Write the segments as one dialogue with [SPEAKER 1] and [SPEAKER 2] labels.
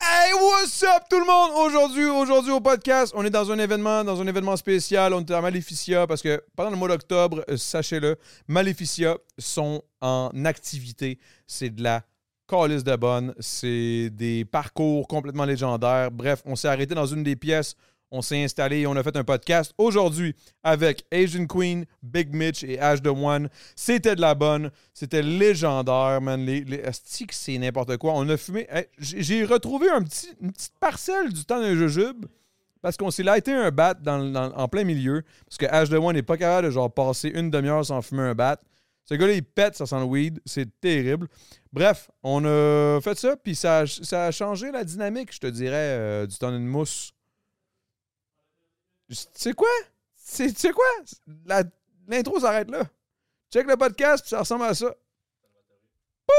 [SPEAKER 1] Hey, what's up tout le monde? Aujourd'hui, aujourd'hui au podcast, on est dans un événement, dans un événement spécial. On est à Maleficia parce que pendant le mois d'octobre, euh, sachez-le, Maleficia sont en activité. C'est de la calice de bonne. C'est des parcours complètement légendaires. Bref, on s'est arrêté dans une des pièces. On s'est installé et on a fait un podcast aujourd'hui avec Asian Queen, Big Mitch et Ash the One. C'était de la bonne. C'était légendaire, man. Les, les asti que c'est n'importe quoi. On a fumé. Hey, J'ai j'ai retrouvé un petit, une petite parcelle du temps d'un jujube. Parce qu'on s'est lighté un bat dans- dans- en plein milieu. Parce que Ash the One n'est pas capable de genre passer une demi-heure sans fumer un bat. Ce gars-là, il pète, ça sent le weed. C'est terrible. Bref, on a fait ça, puis ça, a- ça a changé la dynamique, je te dirais, euh, du temps d'une mousse. Tu sais quoi? C'est- Tu sais quoi? La- L'intro s'arrête là. Check le podcast, puis ça ressemble à ça. Pouh!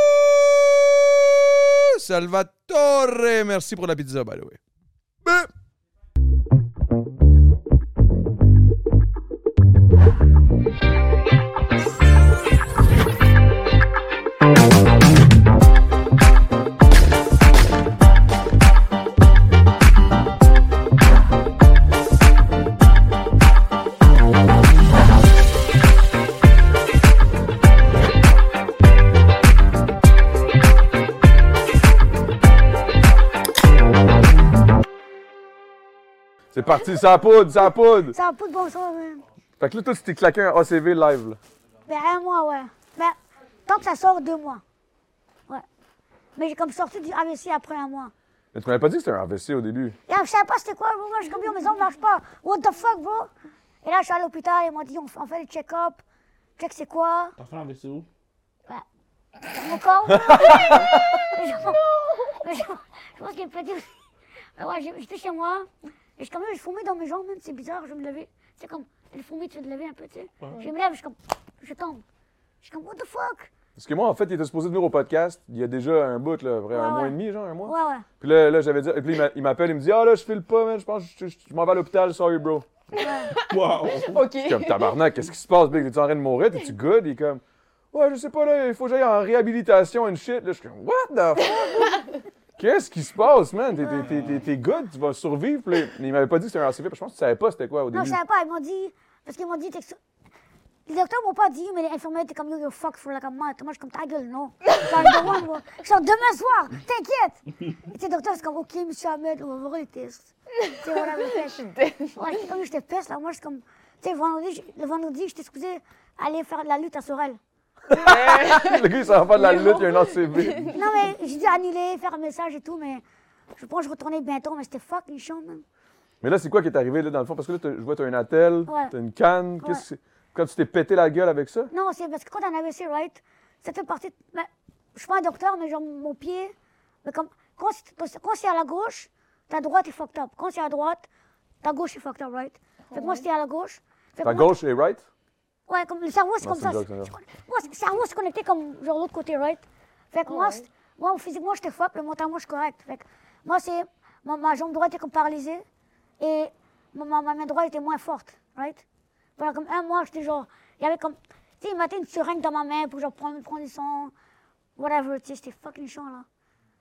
[SPEAKER 1] Salvatore! Merci pour la pizza, by the way. Buh! C'est parti, ça poudre, ça poudre!
[SPEAKER 2] Ça n'a pas de bon sens, même.
[SPEAKER 1] Fait que là, toi, tu t'es claqué un ACV live, là.
[SPEAKER 2] Ben, un mois, ouais. Ben, tant que ça sort, deux mois. Ouais. Mais j'ai comme sorti du AVC après un mois.
[SPEAKER 1] Mais tu m'avais pas dit que c'était un AVC au début.
[SPEAKER 2] Et là, je savais pas c'était quoi, bro. Moi, j'ai comme dit, mais ça ne marche pas. What the fuck, bro? Et là, je suis allé à l'hôpital, ils m'ont dit, on, f- on fait le check-up. Check, c'est quoi?
[SPEAKER 3] T'as fait un AVC où?
[SPEAKER 2] Dans mon corps? Mais je, mais je- je pense qu'il est petit aussi. Mais ouais, j'ai- j'étais chez moi. Et je, comme, je fumais dans mes jambes, même, c'est bizarre, je vais me lever. C'est comme, le fumée, tu veux te lever un peu, tu sais. Je me lève, je, comme, je tombe. Je suis comme, what the fuck?
[SPEAKER 1] Parce que moi, en fait, il était supposé venir au podcast il y a déjà un bout, là, vrai, un
[SPEAKER 2] Ouais,
[SPEAKER 1] mois
[SPEAKER 2] ouais.
[SPEAKER 1] et demi, genre, un mois.
[SPEAKER 2] Ouais, ouais.
[SPEAKER 1] Puis là, là j'avais dit. Et puis il m'a- il m'appelle, il me dit Ah là, je file pas, man, je pense que je, je- je m'en vais à l'hôpital, sorry, bro.
[SPEAKER 3] Wow!
[SPEAKER 1] Je suis comme tabarnak, qu'est-ce qui se passe, Big? T'es en train de mourir? T'es-tu good? Il est comme Ouais, je sais pas, là, il faut que j'aille en réhabilitation and shit. Là, je suis comme What the fuck? Qu'est-ce qui se passe, man? T'es- t'es- T'es t'es- t'es good, tu vas survivre. Puis là, mais il m'avait pas dit que c'était un ACV, puis je pense que tu savais pas c'était quoi au
[SPEAKER 2] Non,
[SPEAKER 1] début.
[SPEAKER 2] je savais pas, ils m'ont dit. Parce qu'ils m'ont dit. texto- Les docteurs m'ont pas dit, mais les infirmières étaient comme yo, yo, fuck, faut la comme moi. Moi, je suis comme ta gueule, non. Genre, je demande, moi. Je sors demain soir, t'inquiète. Et tes docteurs, c'est comme, ok, monsieur Ahmed, on va voir les tests. Tu sais, voilà, le fait. Ouais, j'étais comme, j'étais peste, là. Moi, je suis comme, tu sais, vendredi, je- le vendredi, j'étais supposé aller faire de la lutte à Sorel.
[SPEAKER 1] Le gars, il s'en va de la lutte, il y a un ACV.
[SPEAKER 2] Non, mais j'ai dû annuler, faire un message et tout, mais je pense que je retournais bientôt, mais c'était fuck, les chiants, man.
[SPEAKER 1] Mais là, c'est quoi qui est arrivé, là, dans le fond? Parce que là, t'as- je vois, t'as un attel,
[SPEAKER 2] Ouais.
[SPEAKER 1] t'as une canne. Qu'est-ce que- Quand tu t'es pété la gueule avec ça?
[SPEAKER 2] Non, c'est parce que quand t'as un AVC, right, ça fait partie. de- ben, je suis pas un docteur, mais genre mon pied. Mais comme, quand c'est quand c'est à la gauche, ta droite est fucked up. Quand c'est à droite, ta gauche est fucked up, right? Fait que moi, c'était à la gauche. Fait que
[SPEAKER 1] Ta
[SPEAKER 2] moi-
[SPEAKER 1] gauche et right?
[SPEAKER 2] Ouais, comme le cerveau, c'est
[SPEAKER 1] Non,
[SPEAKER 2] comme
[SPEAKER 1] c'est une
[SPEAKER 2] ça.
[SPEAKER 1] joke,
[SPEAKER 2] c'est-
[SPEAKER 1] c'est une
[SPEAKER 4] Oh,
[SPEAKER 2] c'est- Moi, c'est- le cerveau, c'est connecté comme genre l'autre côté, right? Fait que moi, c'est- Moi, physiquement, j'étais fuck, mais mentalement, je suis correct. Fait que moi, c'est. Ma, ma jambe droite était comme paralysée et ma, ma- ma main droite était moins forte, right? Pendant comme un mois, j'étais genre. Il y avait comme. Tu sais, il mettait une seringue dans ma main pour genre prendre, prendre du sang, whatever, tu sais, c'était fucking chiant, là.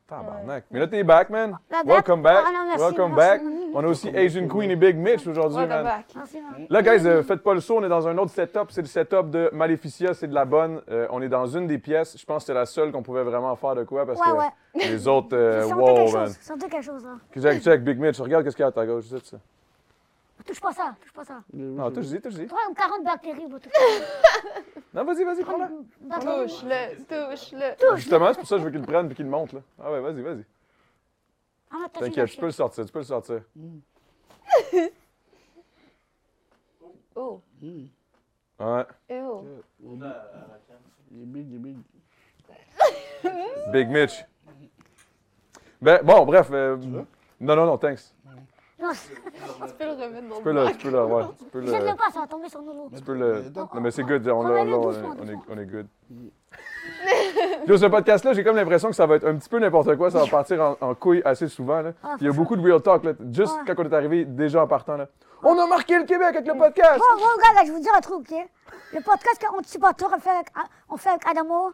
[SPEAKER 1] Tabarnak. Mais là, t'es back, man.
[SPEAKER 2] Là, back.
[SPEAKER 1] Welcome back.
[SPEAKER 2] Ah non, merci,
[SPEAKER 1] Welcome
[SPEAKER 2] merci.
[SPEAKER 1] back. On a aussi Asian Queen et Big Mitch aujourd'hui,
[SPEAKER 4] Welcome
[SPEAKER 1] man.
[SPEAKER 4] back.
[SPEAKER 2] Merci, man.
[SPEAKER 1] Là, guys, euh, faites pas le saut. On est dans un autre setup. C'est le setup de Maleficia. C'est de la bonne. Euh, on est dans une des pièces. Je pense que c'est la seule qu'on pouvait vraiment faire de quoi parce
[SPEAKER 2] Ouais,
[SPEAKER 1] que les autres. euh,
[SPEAKER 2] J'ai senti
[SPEAKER 1] wow,
[SPEAKER 2] quelque
[SPEAKER 1] man.
[SPEAKER 2] chose, j'ai senti quelque chose, là.
[SPEAKER 1] Check, check, Big Mitch. Regarde qu'est-ce qu'il y a à ta gauche. C'est ça.
[SPEAKER 2] Touche pas ça, touche pas ça.
[SPEAKER 1] Non, touche dit, touche dit.
[SPEAKER 2] Toi, comme 40 bactéries, va toucher ça.
[SPEAKER 1] Non, vas-y, vas-y, prends-la.
[SPEAKER 2] Bactéries.
[SPEAKER 4] Touche-le, touche-le.
[SPEAKER 1] Justement, c'est pour ça que je veux qu'il le prenne puis qu'il le monte, là. Ah ouais, vas-y, vas-y.
[SPEAKER 2] Ah, mais t'as fini
[SPEAKER 1] T'inquiète,
[SPEAKER 2] avec
[SPEAKER 1] tu peux le
[SPEAKER 2] ça.
[SPEAKER 1] sortir, tu peux le sortir.
[SPEAKER 4] Oh,
[SPEAKER 1] Ouais.
[SPEAKER 4] eh oh.
[SPEAKER 3] Euh, Il est big, il est big.
[SPEAKER 1] Big Mitch. Ben, bon, bref. euh, non, non, non, thanks.
[SPEAKER 2] Non, c'est-
[SPEAKER 4] Tu peux le remettre dans
[SPEAKER 1] Tu peux
[SPEAKER 4] le
[SPEAKER 1] le, tu peux le, ouais, tu peux le,
[SPEAKER 2] jette-le pas, ça va tomber sur nos lots.
[SPEAKER 1] tu peux le. Non, mais c'est good, on, l'a-
[SPEAKER 2] Prends-le
[SPEAKER 1] là, on, est-
[SPEAKER 2] doucement,
[SPEAKER 1] on est,
[SPEAKER 2] doucement.
[SPEAKER 1] on est good. Yo, ce podcast-là, j'ai comme l'impression que ça va être un petit peu n'importe quoi, ça va partir en, en couille assez souvent. Là.
[SPEAKER 2] Ah,
[SPEAKER 1] Il y a beaucoup de real talk, là, juste
[SPEAKER 2] Ouais.
[SPEAKER 1] quand on est arrivé, déjà en partant. Là. On a marqué le Québec avec le podcast!
[SPEAKER 2] Oh, Bon, bon, regarde, là, je vais vous dire un truc, ok? Le podcast qu'Anticipateur a fait avec, on fait avec Adamo,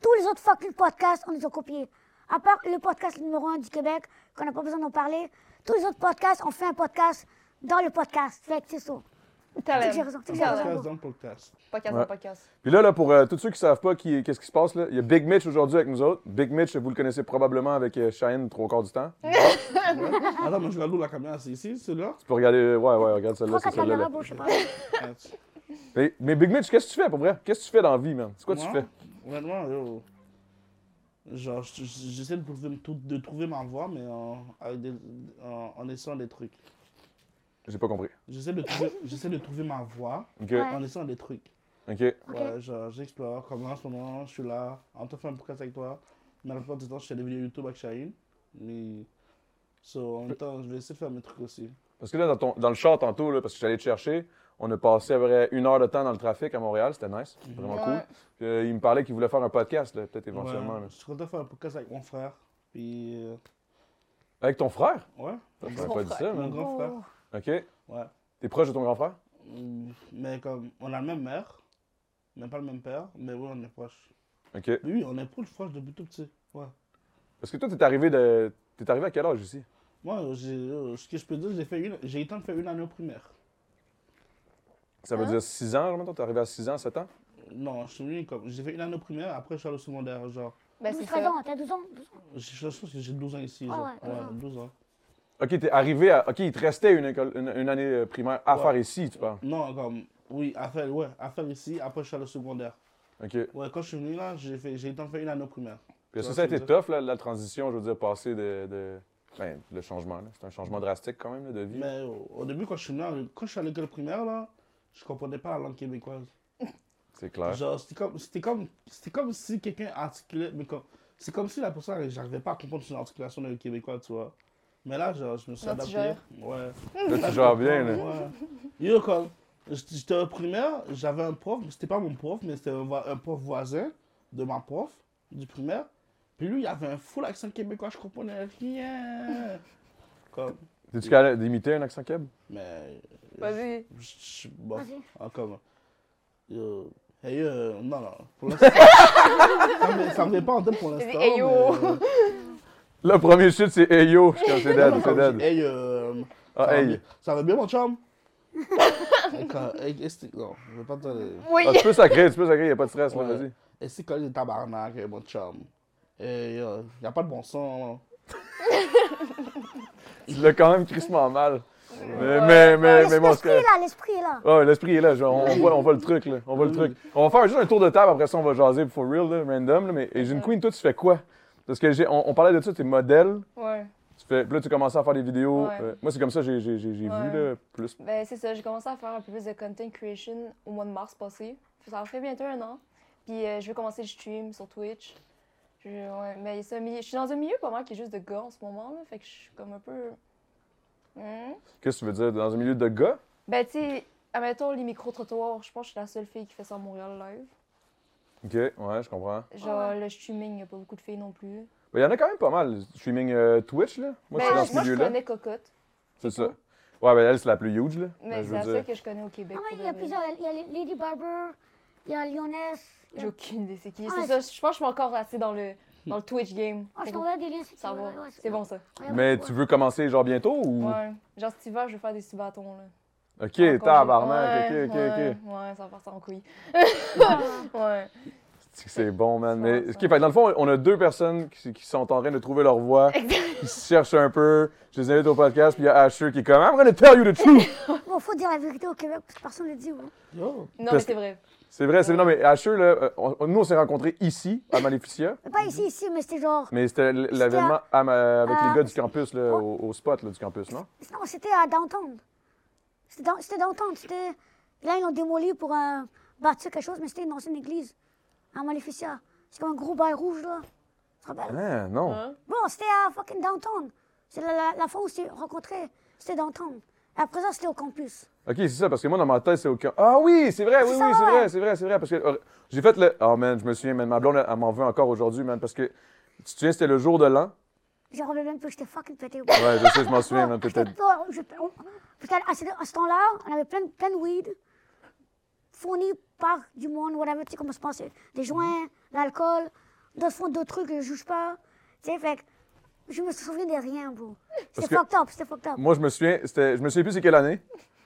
[SPEAKER 2] tous les autres fucking podcasts, on les a copiés. À part le podcast numéro un du Québec, qu'on n'a pas besoin d'en parler, tous les autres podcasts, on fait un podcast dans le podcast. Fait que c'est ça.
[SPEAKER 4] Talent.
[SPEAKER 2] J'ai raison, j'ai
[SPEAKER 4] Talent.
[SPEAKER 3] Podcast dans le
[SPEAKER 2] raison.
[SPEAKER 3] podcast.
[SPEAKER 4] Podcast,
[SPEAKER 1] Ouais.
[SPEAKER 4] dans podcast.
[SPEAKER 1] Puis là, là pour euh, tous ceux qui savent pas qui, qu'est-ce qui se passe, là, il y a Big Mitch aujourd'hui avec nous autres. Big Mitch, vous le connaissez probablement avec euh, Shine trois quarts du temps. Tu
[SPEAKER 3] Ouais. Attends, mais je regarde où la caméra, c'est ici, celui-là?
[SPEAKER 1] peux regarder, ouais, ouais, regarde celle-là,
[SPEAKER 2] Prends
[SPEAKER 1] c'est
[SPEAKER 2] quatre
[SPEAKER 1] celle-là. là.
[SPEAKER 2] caméras, bon, je sais pas.
[SPEAKER 3] Ah, tu-
[SPEAKER 1] Mais, mais Big Mitch, qu'est-ce que tu fais pour vrai? Qu'est-ce que tu fais dans la vie, man? C'est quoi que tu
[SPEAKER 3] Moi,
[SPEAKER 1] fais?
[SPEAKER 3] Vraiment, yo. Genre, je- je- j'essaie de trouver, de trouver ma voix, mais en, avec des, en, en essayant des trucs.
[SPEAKER 1] J'ai pas compris.
[SPEAKER 3] J'essaie de, trouver- j'essaie de trouver ma voix
[SPEAKER 1] OK.
[SPEAKER 2] Ouais.
[SPEAKER 3] en essayant des trucs.
[SPEAKER 1] OK.
[SPEAKER 2] Ok.
[SPEAKER 3] Ouais, genre, j'explore. Comme en ce moment, je suis là, en train de faire un podcast avec toi. Mais la plupart du temps, je fais des vidéos YouTube avec Shaheen. Mais. So, en même temps, je vais essayer de faire mes trucs aussi.
[SPEAKER 1] Parce que là, dans, ton- dans le char tantôt, là, parce que j'allais te chercher, on a passé à peu près une heure de temps dans le trafic à Montréal. C'était nice.
[SPEAKER 3] Mhm.
[SPEAKER 1] Vraiment cool.
[SPEAKER 4] Ouais.
[SPEAKER 1] Puis, euh, il me parlait qu'il voulait faire un podcast, là, peut-être éventuellement.
[SPEAKER 3] Ouais,
[SPEAKER 1] là.
[SPEAKER 3] je suis content de faire un podcast avec mon frère. Puis. euh,
[SPEAKER 1] Avec ton frère?
[SPEAKER 3] ouais,
[SPEAKER 1] T'aurais
[SPEAKER 4] Mon
[SPEAKER 1] pas dit ça,
[SPEAKER 4] frère. Oh.
[SPEAKER 3] mon
[SPEAKER 1] man.
[SPEAKER 3] grand frère.
[SPEAKER 1] OK.
[SPEAKER 3] Ouais.
[SPEAKER 1] T'es proche de ton grand frère?
[SPEAKER 3] Mm, Mais comme, on a la même mère, mais pas le même père. Mais oui, on est proches.
[SPEAKER 1] OK.
[SPEAKER 3] Mais oui, on est proches, proches depuis tout petit. Ouais.
[SPEAKER 1] Parce que toi, t'es arrivé de. T'es arrivé à quel âge ici?
[SPEAKER 3] Moi, j'ai- euh, ce que je peux dire, j'ai fait une- j'ai eu le temps de faire une année au primaire.
[SPEAKER 1] Ça
[SPEAKER 4] Hein?
[SPEAKER 1] veut dire 6 ans, maintenant? T'es arrivé à 6 ans, 7 ans?
[SPEAKER 3] Non, je suis venu comme. J'ai fait une année au primaire, après, je suis allé au secondaire. Genre.
[SPEAKER 4] Ben, c'est
[SPEAKER 2] 12
[SPEAKER 4] ça.
[SPEAKER 2] ans, t'as 12 ans? 12 ans.
[SPEAKER 3] Je je pense que j'ai 12 ans ici.
[SPEAKER 2] Ah
[SPEAKER 3] genre.
[SPEAKER 2] ouais, 12
[SPEAKER 3] 12
[SPEAKER 2] ans.
[SPEAKER 3] ans.
[SPEAKER 1] OK, t'es arrivé à. OK, il te restait une, école- une, une année euh, primaire à
[SPEAKER 3] Ouais.
[SPEAKER 1] faire ici, tu parles.
[SPEAKER 3] Non, comme, oui, à faire, ouais, à faire ici, après je suis allé au secondaire.
[SPEAKER 1] OK. Puis
[SPEAKER 3] Ouais, quand je suis venu là, j'ai fait, j'ai temps de faire une année au primaire.
[SPEAKER 1] est-ce que
[SPEAKER 3] Ouais,
[SPEAKER 1] ça a été
[SPEAKER 3] c'est
[SPEAKER 1] tough, là, la transition, je veux dire, passer de. de- Ben, le changement, là. C'est un changement drastique, quand même, là, de vie.
[SPEAKER 3] Mais au, au début, quand je suis venu, là, quand je suis à l'école primaire là, je comprenais pas la langue québécoise.
[SPEAKER 1] C'est clair.
[SPEAKER 3] Genre, c'était comme, c'était comme, c'était comme si quelqu'un articulait, mais comme, c'est comme si la personne, j'arrivais pas à comprendre son articulation dans le québécois, tu vois. Mais là, genre, je me suis
[SPEAKER 4] Là, tu
[SPEAKER 3] adapté.
[SPEAKER 4] gères.
[SPEAKER 3] Ouais.
[SPEAKER 1] Là, tu gères bien,
[SPEAKER 5] né?
[SPEAKER 1] là.
[SPEAKER 3] Ouais. Yo, comme, j- j'étais au primaire, j'avais un prof, c'était pas mon prof, mais c'était un, voi- un prof voisin de ma prof du primaire. Puis lui, il avait un full accent québécois, je comprenais rien. Comme,
[SPEAKER 1] T'es-tu capable d'imiter un accent keb?
[SPEAKER 3] mais.
[SPEAKER 4] Vas-y.
[SPEAKER 3] j- j- Bon,
[SPEAKER 2] Vas-y.
[SPEAKER 3] ah, comme. Yo. Hey, yo, non, non. Pour l'instant. ça me- ça me vient pas en tête pour
[SPEAKER 4] Vas-y,
[SPEAKER 3] l'instant.
[SPEAKER 4] hey, yo.
[SPEAKER 3] mais- euh,
[SPEAKER 1] Le premier chute, c'est Hey yo, je suis comme, c'est
[SPEAKER 3] Non,
[SPEAKER 1] dead,
[SPEAKER 3] non,
[SPEAKER 1] c'est
[SPEAKER 3] comme je dis,
[SPEAKER 1] dead.
[SPEAKER 3] Hey, euh,
[SPEAKER 1] Ah,
[SPEAKER 3] ça, va
[SPEAKER 1] hey.
[SPEAKER 3] bien- ça va bien, mon chum? Et quand- et- et c'est- non, je vais pas te.
[SPEAKER 4] Oui.
[SPEAKER 1] Ah, tu peux sacrer, tu peux sacrer, y a pas de stress, là,
[SPEAKER 3] Ouais.
[SPEAKER 1] vas-y.
[SPEAKER 3] Et c'est quand des tabarnak, eh, mon chum. Et euh, y a pas de bon son.
[SPEAKER 1] Tu l'as quand même crissement mal. Mais,
[SPEAKER 4] Ouais.
[SPEAKER 1] mais, mais, mais bon, c'est
[SPEAKER 2] L'esprit est
[SPEAKER 1] correct.
[SPEAKER 2] là, l'esprit est là.
[SPEAKER 1] Ouais, l'esprit est là, genre, on, voit, on voit le truc, là. On voit le truc. On va faire juste un tour de table, après ça, on va jaser for real, là, random, là. Mais Asian Queen, toi, tu fais quoi? Parce que j'ai, on, on parlait de ça, t'es modèle.
[SPEAKER 4] Ouais.
[SPEAKER 1] Tu fais, puis là, tu commences à faire des vidéos.
[SPEAKER 4] Ouais.
[SPEAKER 1] euh, moi, c'est comme ça, j'ai, j'ai, j'ai, j'ai
[SPEAKER 4] Ouais.
[SPEAKER 1] vu, là, plus.
[SPEAKER 4] Ben, c'est ça. J'ai commencé à faire un peu plus de content creation au mois de mars passé. Ça en fait bientôt un an. Puis euh, je vais commencer le stream sur Twitch. Je, ouais, mais ça, mi- je suis dans un milieu pas mal qui est juste de gars en ce moment. Là, fait que je suis comme un peu. Hmm.
[SPEAKER 1] Qu'est-ce que tu veux dire? Dans un milieu de gars?
[SPEAKER 4] Ben, tu sais, admettons les micro-trottoirs. Je pense que je suis la seule fille qui fait ça à Montréal live.
[SPEAKER 1] OK, ouais, je comprends.
[SPEAKER 4] Genre, le streaming, il n'y a pas beaucoup de filles non plus.
[SPEAKER 1] Mais il y en a quand même pas mal. Streaming euh, Twitch, là. Moi, je suis
[SPEAKER 4] Ben,
[SPEAKER 1] dans ce
[SPEAKER 4] moi, je
[SPEAKER 1] milieu-là.
[SPEAKER 4] connais Cocotte,
[SPEAKER 1] C'est ça. Ouais, ben elle, c'est la plus huge, là.
[SPEAKER 4] mais
[SPEAKER 1] Ben,
[SPEAKER 4] c'est
[SPEAKER 1] je
[SPEAKER 4] la
[SPEAKER 1] veux
[SPEAKER 4] seule
[SPEAKER 1] dire.
[SPEAKER 4] que je connais au Québec.
[SPEAKER 2] Ah, mais il
[SPEAKER 4] pour
[SPEAKER 2] y a
[SPEAKER 4] de vrai.
[SPEAKER 2] plusieurs. Il y a Lady Barber, il y a Lyonesse. il y
[SPEAKER 4] J'ai
[SPEAKER 2] a-
[SPEAKER 4] aucune idée c'est qui.
[SPEAKER 2] Ah,
[SPEAKER 4] c'est ça, je pense que je suis encore assez dans le, dans le Twitch game.
[SPEAKER 2] Ah, je
[SPEAKER 4] Fait que
[SPEAKER 2] t'envoie des liens si tu
[SPEAKER 4] ça
[SPEAKER 2] veux,
[SPEAKER 4] va,
[SPEAKER 2] ouais, ouais,
[SPEAKER 4] c'est bon ça.
[SPEAKER 2] Ouais,
[SPEAKER 1] Mais
[SPEAKER 2] ouais,
[SPEAKER 1] tu
[SPEAKER 2] ouais.
[SPEAKER 1] veux commencer, genre, bientôt ou.
[SPEAKER 4] Ouais, genre cet hiver, je vais faire des subatons là.
[SPEAKER 1] OK,
[SPEAKER 4] Encore,
[SPEAKER 1] tabarnak.
[SPEAKER 4] j'ai-
[SPEAKER 1] OK, OK,
[SPEAKER 4] ouais,
[SPEAKER 1] OK.
[SPEAKER 4] Ouais, ça va partir en couille. ouais.
[SPEAKER 1] C'est que C'est bon, man.
[SPEAKER 4] Ça,
[SPEAKER 1] Mais,
[SPEAKER 4] ça.
[SPEAKER 1] OK, fait que dans le fond, on a deux personnes qui, qui sont en train de trouver leur voix, qui se cherchent un peu. Je les invite au podcast, puis il y a Asher qui est comme I'm gonna tell you the truth.
[SPEAKER 2] Bon, faut dire la vérité au Québec, parce que personne ne le dit. hein. ouais.
[SPEAKER 3] Yo,
[SPEAKER 4] Non, mais
[SPEAKER 1] Parce-
[SPEAKER 4] c'est vrai.
[SPEAKER 1] C'est vrai, c'est. Non, mais Asher, là, euh, on- nous, on s'est rencontrés ici, à Maleficia,
[SPEAKER 2] Mais pas ici, ici, mais c'était genre.
[SPEAKER 1] mais c'était l- l'événement
[SPEAKER 4] hein?
[SPEAKER 1] à ma- avec les
[SPEAKER 4] Ah.
[SPEAKER 2] euh,
[SPEAKER 1] gars du campus, là, au, au spot là, du campus, non?
[SPEAKER 2] Non, c'était à Downtown. C'était dans- c'était Downtown. C'était. Là, ils l'ont démoli pour euh, bâtir quelque chose, mais c'était une ancienne église. À Maleficia. C'est comme un gros bail rouge, là. Tu te rappelles?
[SPEAKER 1] Ah, non.
[SPEAKER 2] Bon, c'était à fucking Downtown. C'est la, la, la fois où on s'est rencontrés. C'était Downtown. Après ça, c'était au campus.
[SPEAKER 1] Ok, c'est ça, parce que moi, dans ma tête, c'est aucun. Ah oui, c'est vrai, oui,
[SPEAKER 2] C'est
[SPEAKER 1] oui,
[SPEAKER 2] ça,
[SPEAKER 1] c'est
[SPEAKER 2] ouais.
[SPEAKER 1] vrai, c'est vrai, c'est vrai. Parce que euh, j'ai fait le. Oh man, je me souviens, man, ma blonde, elle, elle m'en veut encore aujourd'hui, man, parce que tu te souviens, c'était le jour de l'an.
[SPEAKER 2] J'ai relevé même que j'étais fucking pété.
[SPEAKER 1] Ouais, je sais, je m'en souviens, man,
[SPEAKER 2] J'étais
[SPEAKER 1] peut-être.
[SPEAKER 2] pas- je- on- Parce qu'à à ce, à ce temps-là, on avait plein, de- plein de weed fournis par du monde, whatever, tu sais comment se passe. Des joints,
[SPEAKER 1] Mhm.
[SPEAKER 2] l'alcool, d'autres font d'autres trucs que je juge pas. Tu sais, fait que je me souviens de rien, bro. C'était
[SPEAKER 1] que-
[SPEAKER 2] fucked up, c'était fucked up.
[SPEAKER 1] Moi, je me souviens, c'était, je me souviens plus c'est quelle année.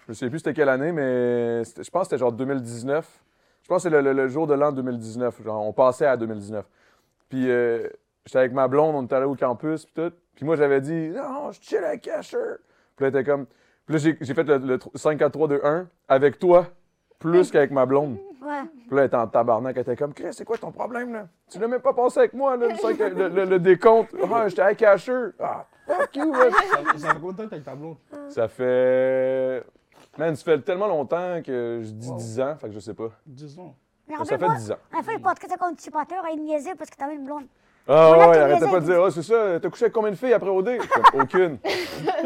[SPEAKER 1] Je me souviens plus c'était quelle année, mais c'était- je pense que c'était genre 2019. Je pense que c'est le, le- le jour de l'an 2019. Genre, on passait à 2019. Puis euh, j'étais avec ma blonde, on était allé au campus, puis tout. Puis moi, j'avais dit, non, je chill avec Asher. Puis là, elle était comme. Puis là, j'ai, j'ai fait le, le tr- 5, 4, 3, 2, 1 avec toi, plus qu'avec ma blonde.
[SPEAKER 2] Ouais.
[SPEAKER 1] Puis là, elle était en tabarnak. Elle était comme, Chris, c'est quoi ton problème, là? Tu l'as même pas pensé avec moi, là, le, cinq- le- le- le décompte. Ah, j'étais avec Asher. Ah, fuck you, man.
[SPEAKER 3] ça, ça fait content avec ta blonde.
[SPEAKER 1] Ça fait. Man, ça fait tellement longtemps que je dis 10 ans, fait que je sais pas.
[SPEAKER 3] Disons.
[SPEAKER 2] Mais
[SPEAKER 1] Ça fait
[SPEAKER 2] rappelle-moi,
[SPEAKER 1] 10 ans.
[SPEAKER 2] On a fait le podcast comme un chipateur et il niaisait parce que t'avais une blonde.
[SPEAKER 1] Ah
[SPEAKER 2] Voilà,
[SPEAKER 1] ouais,
[SPEAKER 2] t'as
[SPEAKER 1] arrêtez
[SPEAKER 2] raison.
[SPEAKER 1] pas de dire, ah, c'est ça, t'as couché avec combien de filles après OD? Comme, Aucune.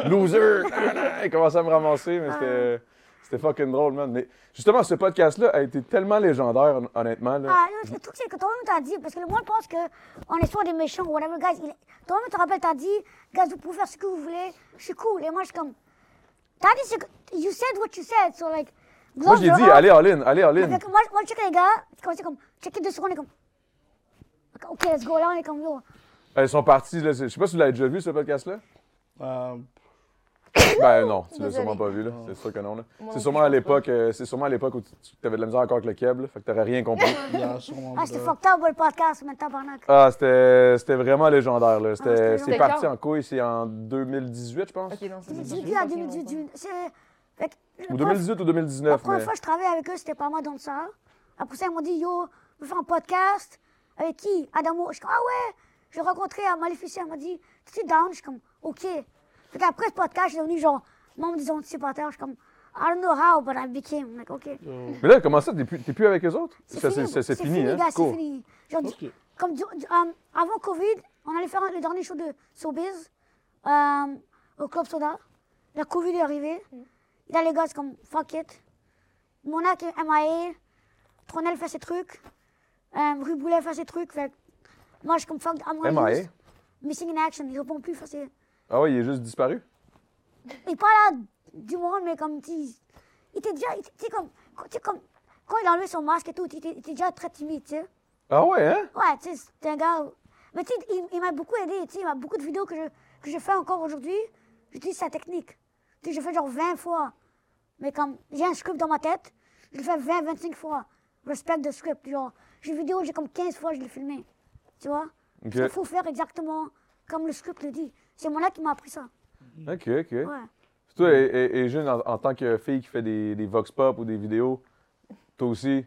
[SPEAKER 1] Loser. Nan, nan. Il commençait à me ramasser, mais c'était.
[SPEAKER 4] Ah.
[SPEAKER 1] C'était fucking drôle, man. Mais justement, ce podcast-là a été tellement légendaire, hon- honnêtement. Là.
[SPEAKER 2] Ah, non, le truc, c'est que toi-même, t'as dit, parce que le monde pense qu'on est soit des méchants ou whatever, guys. il- Toi-même, tu te rappelles, t'as dit, guys, vous pouvez faire ce que vous voulez, je suis cool. Et moi, je suis comme. T'as dit, ce que... you said what you said, so like.
[SPEAKER 1] Moi, j'ai dit, allez all in, allez all in.
[SPEAKER 2] Moi, moi, je check les gars, c'est comme, c'est comme, checker deux secondes, on est comme. Ok, let's go, là, on est comme, yo.
[SPEAKER 1] Elles sont parties, là. c'est- Je sais pas si vous l'avez déjà vu, ce podcast-là.
[SPEAKER 3] Euh,
[SPEAKER 1] Ben non, tu l'as
[SPEAKER 4] Désolée.
[SPEAKER 1] sûrement pas vu, là. C'est sûr que non, là.
[SPEAKER 4] Moi
[SPEAKER 1] C'est
[SPEAKER 4] non
[SPEAKER 1] sûrement
[SPEAKER 4] plus,
[SPEAKER 1] à
[SPEAKER 4] je pense pas.
[SPEAKER 1] l'époque, euh, c'est sûrement à l'époque où tu tu- t'avais de la misère encore avec le câble, là. Fait que t'aurais rien compris.
[SPEAKER 3] il y a sûrement. euh,
[SPEAKER 2] Ah, c'était
[SPEAKER 3] de-
[SPEAKER 2] fucked up, le podcast, mais tabarnak.
[SPEAKER 1] Ah, c'était c'était vraiment légendaire. là. C'était-
[SPEAKER 2] Ah, c'était
[SPEAKER 1] c'est
[SPEAKER 4] long.
[SPEAKER 1] parti
[SPEAKER 4] D'accord.
[SPEAKER 1] en couille, c'est en 2018, je pense.
[SPEAKER 4] Ok, non, c'est
[SPEAKER 2] Du
[SPEAKER 4] ça.
[SPEAKER 2] 18 à 2018, c'est. fait que le
[SPEAKER 1] Ou
[SPEAKER 2] prof-
[SPEAKER 1] 2018 ou
[SPEAKER 2] La
[SPEAKER 1] 2019.
[SPEAKER 2] première
[SPEAKER 1] mais-
[SPEAKER 2] fois que je travaillais avec eux, c'était pas moi dans ça. Après ça, ils m'ont dit Yo, je veux faire un podcast. Avec qui Adamo. Je suis comme Ah ouais J'ai rencontré un Maleficent. Elle m'a dit Tu es down Je suis comme Ok. Fait qu'après ce podcast, je suis devenu genre membre des anticipateurs. Je suis comme I don't know how, but I became. Like, ok.
[SPEAKER 1] Mais là, comment ça, t'es plus, t'es plus avec eux autres?
[SPEAKER 2] C'est
[SPEAKER 1] Ça,
[SPEAKER 2] fini,
[SPEAKER 1] c'est- C'est
[SPEAKER 2] c'est fini,
[SPEAKER 1] hein?
[SPEAKER 2] gars, c'est
[SPEAKER 1] Cool.
[SPEAKER 2] fini. Genre, du-
[SPEAKER 3] Ok.
[SPEAKER 2] comme du- du- euh, avant Covid, on allait faire le dernier show de Sobiz euh, au Club Soda. La Covid est arrivée. Là, les gars, c'est comme fuck it. Mona qui est MIA. E, Tronel fait ses trucs. Euh, Rue Boulet fait ses trucs. Fait que moi, je suis comme fuck. I'm gonna
[SPEAKER 1] MIA?
[SPEAKER 2] use Missing in action. Il répond plus. fait ses-
[SPEAKER 1] Ah ouais, il est juste disparu?
[SPEAKER 2] il parle à du monde, mais comme il, il était déjà. il était- Tu sais, comme, tu sais, comme. Quand il a enlevé son masque et tout, il était, il était déjà très timide, tu sais.
[SPEAKER 1] Ah ouais, hein?
[SPEAKER 2] Ouais, tu sais, c'est un gars. Mais tu sais, il, il m'a beaucoup aidé. Tu sais, il m'a beaucoup de vidéos que je, que je fais encore aujourd'hui. J'utilise sa technique. Tu sais, je fais genre 20 fois. Mais comme j'ai un script dans ma tête, je le fais 20, 25 fois. Respect de script. Genre, j'ai une vidéo, j'ai comme 15 fois, je l'ai filmé. Tu vois?
[SPEAKER 1] Ok.
[SPEAKER 2] Il faut faire exactement comme le script le dit. C'est moi là qui m'a appris ça.
[SPEAKER 1] Ok, ok. Puis
[SPEAKER 2] Ouais.
[SPEAKER 1] toi, et, et- et jeune, en, en tant que fille qui fait des, des vox pop ou des vidéos, toi aussi,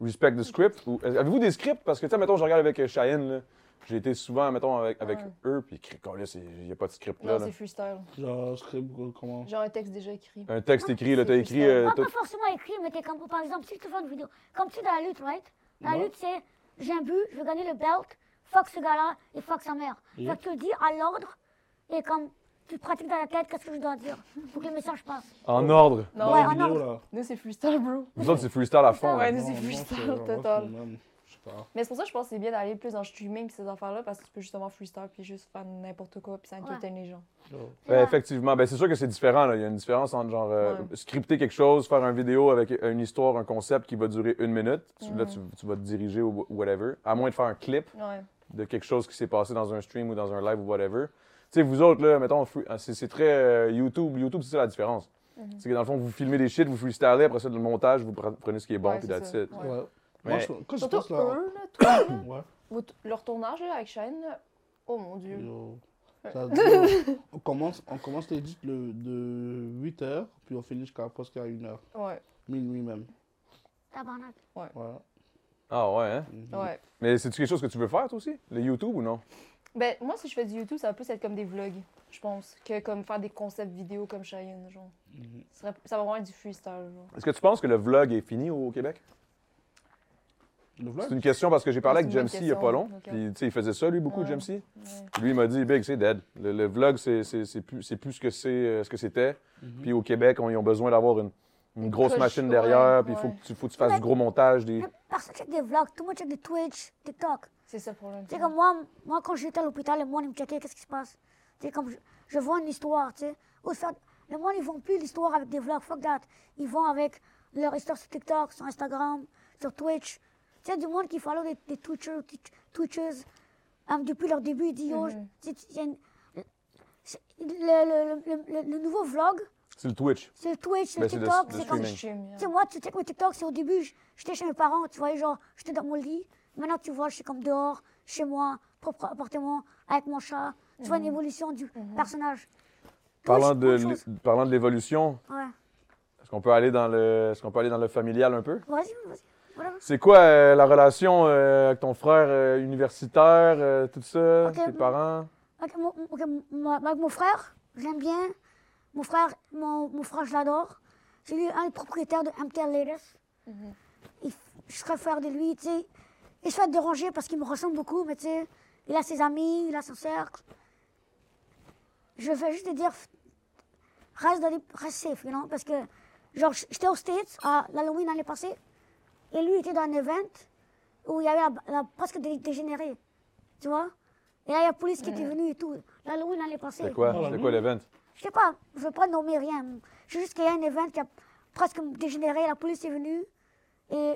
[SPEAKER 1] respect the script? Ou, euh, avez-vous des scripts? Parce que, tu sais, mettons, je regarde avec euh, Cheyenne, là. J'ai été souvent, mettons, avec, avec
[SPEAKER 4] Ouais.
[SPEAKER 1] eux, puis cricolé, il n'y a pas de script là.
[SPEAKER 4] Non,
[SPEAKER 1] là.
[SPEAKER 4] c'est freestyle.
[SPEAKER 3] Genre, je serais euh, comment.
[SPEAKER 4] Genre un texte déjà écrit.
[SPEAKER 1] Un texte écrit, là,
[SPEAKER 4] C'est
[SPEAKER 1] t'as écrit.
[SPEAKER 4] freestyle.
[SPEAKER 1] euh,
[SPEAKER 2] Pas,
[SPEAKER 1] t'as-
[SPEAKER 2] pas forcément écrit, mais t'es comme, par exemple, si tu fais une vidéo, comme tu es dans la lutte, right? Dans la lutte, c'est j'ai un but, je veux gagner le belt, fuck ce gars-là et fuck sa mère. Fait que tu le dis à l'ordre et comme tu pratiques dans la tête, qu'est-ce que je dois dire pour que le message passe.
[SPEAKER 1] en ordre.
[SPEAKER 4] Non,
[SPEAKER 3] Dans
[SPEAKER 2] Ouais,
[SPEAKER 3] la
[SPEAKER 2] en
[SPEAKER 3] vidéo,
[SPEAKER 2] ordre.
[SPEAKER 3] là.
[SPEAKER 4] nous c'est freestyle, bro.
[SPEAKER 1] Vous autres, c'est freestyle à fond. là.
[SPEAKER 4] Ouais, nous c'est
[SPEAKER 3] Non, moi,
[SPEAKER 4] freestyle
[SPEAKER 3] c'est- moi,
[SPEAKER 4] total.
[SPEAKER 3] c'est même- Je suis tard.
[SPEAKER 4] Mais c'est pour ça que je pense que c'est bien d'aller plus dans streaming pis ces affaires-là parce que tu peux justement freestyle puis juste faire n'importe quoi puis ça entertain les gens.
[SPEAKER 3] Yo.
[SPEAKER 1] Ben, effectivement, ben, c'est sûr que c'est différent. Là. Il y a une différence entre genre euh,
[SPEAKER 4] Ouais.
[SPEAKER 1] scripter quelque chose, faire une vidéo avec une histoire, un concept qui va durer une minute. Tu- Là, tu, tu vas te diriger ou whatever. À moins de faire un clip
[SPEAKER 4] Ouais.
[SPEAKER 1] de quelque chose qui s'est passé dans un stream ou dans un live ou whatever. Tu sais, vous autres, là, mettons, free- ah, c'est c'est très euh, YouTube. YouTube, c'est ça la différence.
[SPEAKER 4] Mhm.
[SPEAKER 1] C'est que dans le fond, vous filmez des shit, vous freestylez, après ça, le montage, vous pre- prenez ce qui est bon,
[SPEAKER 4] Ouais,
[SPEAKER 1] puis
[SPEAKER 4] c'est
[SPEAKER 1] that's
[SPEAKER 4] ça.
[SPEAKER 1] it.
[SPEAKER 4] Ouais.
[SPEAKER 3] Ouais. Moi,
[SPEAKER 1] Mais-
[SPEAKER 3] je, quand je
[SPEAKER 4] Surtout
[SPEAKER 3] pense là.
[SPEAKER 4] eux, là, toi, là,
[SPEAKER 3] Ouais.
[SPEAKER 4] ou t- leur tournage là, avec Shane, là, oh mon dieu.
[SPEAKER 3] Yo. Ça veut dire, on commence, on commence l'édit le- de 8h, puis on finit jusqu'à presque à 1h,
[SPEAKER 4] Ouais,
[SPEAKER 3] minuit même.
[SPEAKER 2] Tabarnak.
[SPEAKER 3] Voilà.
[SPEAKER 1] Ah ouais, hein?
[SPEAKER 3] Mhm.
[SPEAKER 4] ouais.
[SPEAKER 1] Mais c'est-tu quelque chose que tu veux faire, toi aussi? Le YouTube ou non?
[SPEAKER 4] Ben, moi, si je fais du YouTube, ça va plus être comme des vlogs, je pense, que comme faire des concepts vidéo comme Cheyenne, genre.
[SPEAKER 3] Mhm.
[SPEAKER 4] Ce serait- Ça va vraiment être du freestyle, genre.
[SPEAKER 1] Est-ce que tu penses que le vlog est fini au Québec?
[SPEAKER 3] Le
[SPEAKER 1] C'est
[SPEAKER 3] vlog
[SPEAKER 1] une question parce que j'ai parlé
[SPEAKER 4] C'est
[SPEAKER 1] avec
[SPEAKER 4] une bonne
[SPEAKER 1] Jamsey il n'y a pas long.
[SPEAKER 4] question. Ok.
[SPEAKER 1] Puis, tu sais, il faisait ça, lui, beaucoup,
[SPEAKER 4] Ouais.
[SPEAKER 1] Jamsey. Lui, il m'a dit, Big, c'est dead. Le, le vlog, c'est c'est- c'est plus, c'est plus ce que c'est, euh, ce que c'était.
[SPEAKER 3] Mhm.
[SPEAKER 1] Puis au Québec, on- ils ont besoin d'avoir une, une grosse
[SPEAKER 4] coche,
[SPEAKER 1] machine
[SPEAKER 4] ouais,
[SPEAKER 1] derrière. Puis il faut,
[SPEAKER 4] ouais.
[SPEAKER 1] que tu- faut que tu fasses du gros montage. Des...
[SPEAKER 2] Mais Personne check des vlogs, tout le monde check des Twitch, TikTok.
[SPEAKER 4] C'est ça le problème.
[SPEAKER 2] Tu sais, comme moi, moi quand j'étais à l'hôpital, le monde, il me checkait, qu'est-ce qui se passe. Tu sais, comme je, je vois une histoire, tu sais. Ou faire- le monde, ils vont plus l'histoire avec des vlogs, fuck that. Ils vont avec leur histoire sur TikTok, sur Instagram, sur Twitch. Tu sais, du monde qui follow des, des Twitchers, Twitch- Twitchers, euh, depuis leur début, ils disent, oh,
[SPEAKER 4] Mhm.
[SPEAKER 2] je- tu sais, tu- il y a une- c'est- le, le- le- le- le nouveau vlog,
[SPEAKER 1] C'est le Twitch.
[SPEAKER 2] c'est le Twitch, le
[SPEAKER 1] Ben, c'est le-
[SPEAKER 2] TikTok,
[SPEAKER 1] le
[SPEAKER 2] c'est
[SPEAKER 4] comme
[SPEAKER 2] comme...
[SPEAKER 1] streaming.
[SPEAKER 4] je stream, yeah.
[SPEAKER 2] Tu sais, moi, tu sais que mes TikTok, c'est au début, j- j'étais chez mes parents, tu voyais, genre, j'étais dans mon lit. Maintenant, tu vois, je suis comme dehors, chez moi, propre appartement, avec mon chat. Tu vois une évolution du personnage.
[SPEAKER 1] Parlant
[SPEAKER 2] Twitch,
[SPEAKER 1] de,
[SPEAKER 2] même chose.
[SPEAKER 1] l'é- parlant de l'évolution,
[SPEAKER 2] Ouais.
[SPEAKER 1] est-ce qu'on peut aller dans le est-ce qu'on peut aller dans le familial un peu?
[SPEAKER 2] Vas-y, vas-y. Voilà.
[SPEAKER 1] C'est quoi euh, la relation euh, avec ton frère euh, universitaire, euh, tout ça,
[SPEAKER 2] Ok.
[SPEAKER 1] tes parents?
[SPEAKER 2] Ok, mon, mon- ok, mon- mon- avec mon frère, je l'aime bien. Mon frère, mon, mon frère, je l'adore. C'est lui un des propriétaires de MTL Latest. Il f- Je serais fier de lui, tu sais. Il se fait déranger parce qu'il me ressemble beaucoup, mais tu sais, il a ses amis, il a son cercle. Je vais juste te dire, f- reste, dans les- reste safe, you know, parce que, genre, j- j'étais aux States à l'Halloween l'année passée, et lui était dans un event où il y avait la- la- presque des dégénéré, tu vois. Et là, il y a la police qui était venue et tout. L'Halloween l'année passée.
[SPEAKER 1] C'était quoi? C'était quoi l'event?
[SPEAKER 2] Je sais pas, je veux pas nommer rien. Je sais juste qu'il y a un événement qui a presque dégénéré, la police est venue. Et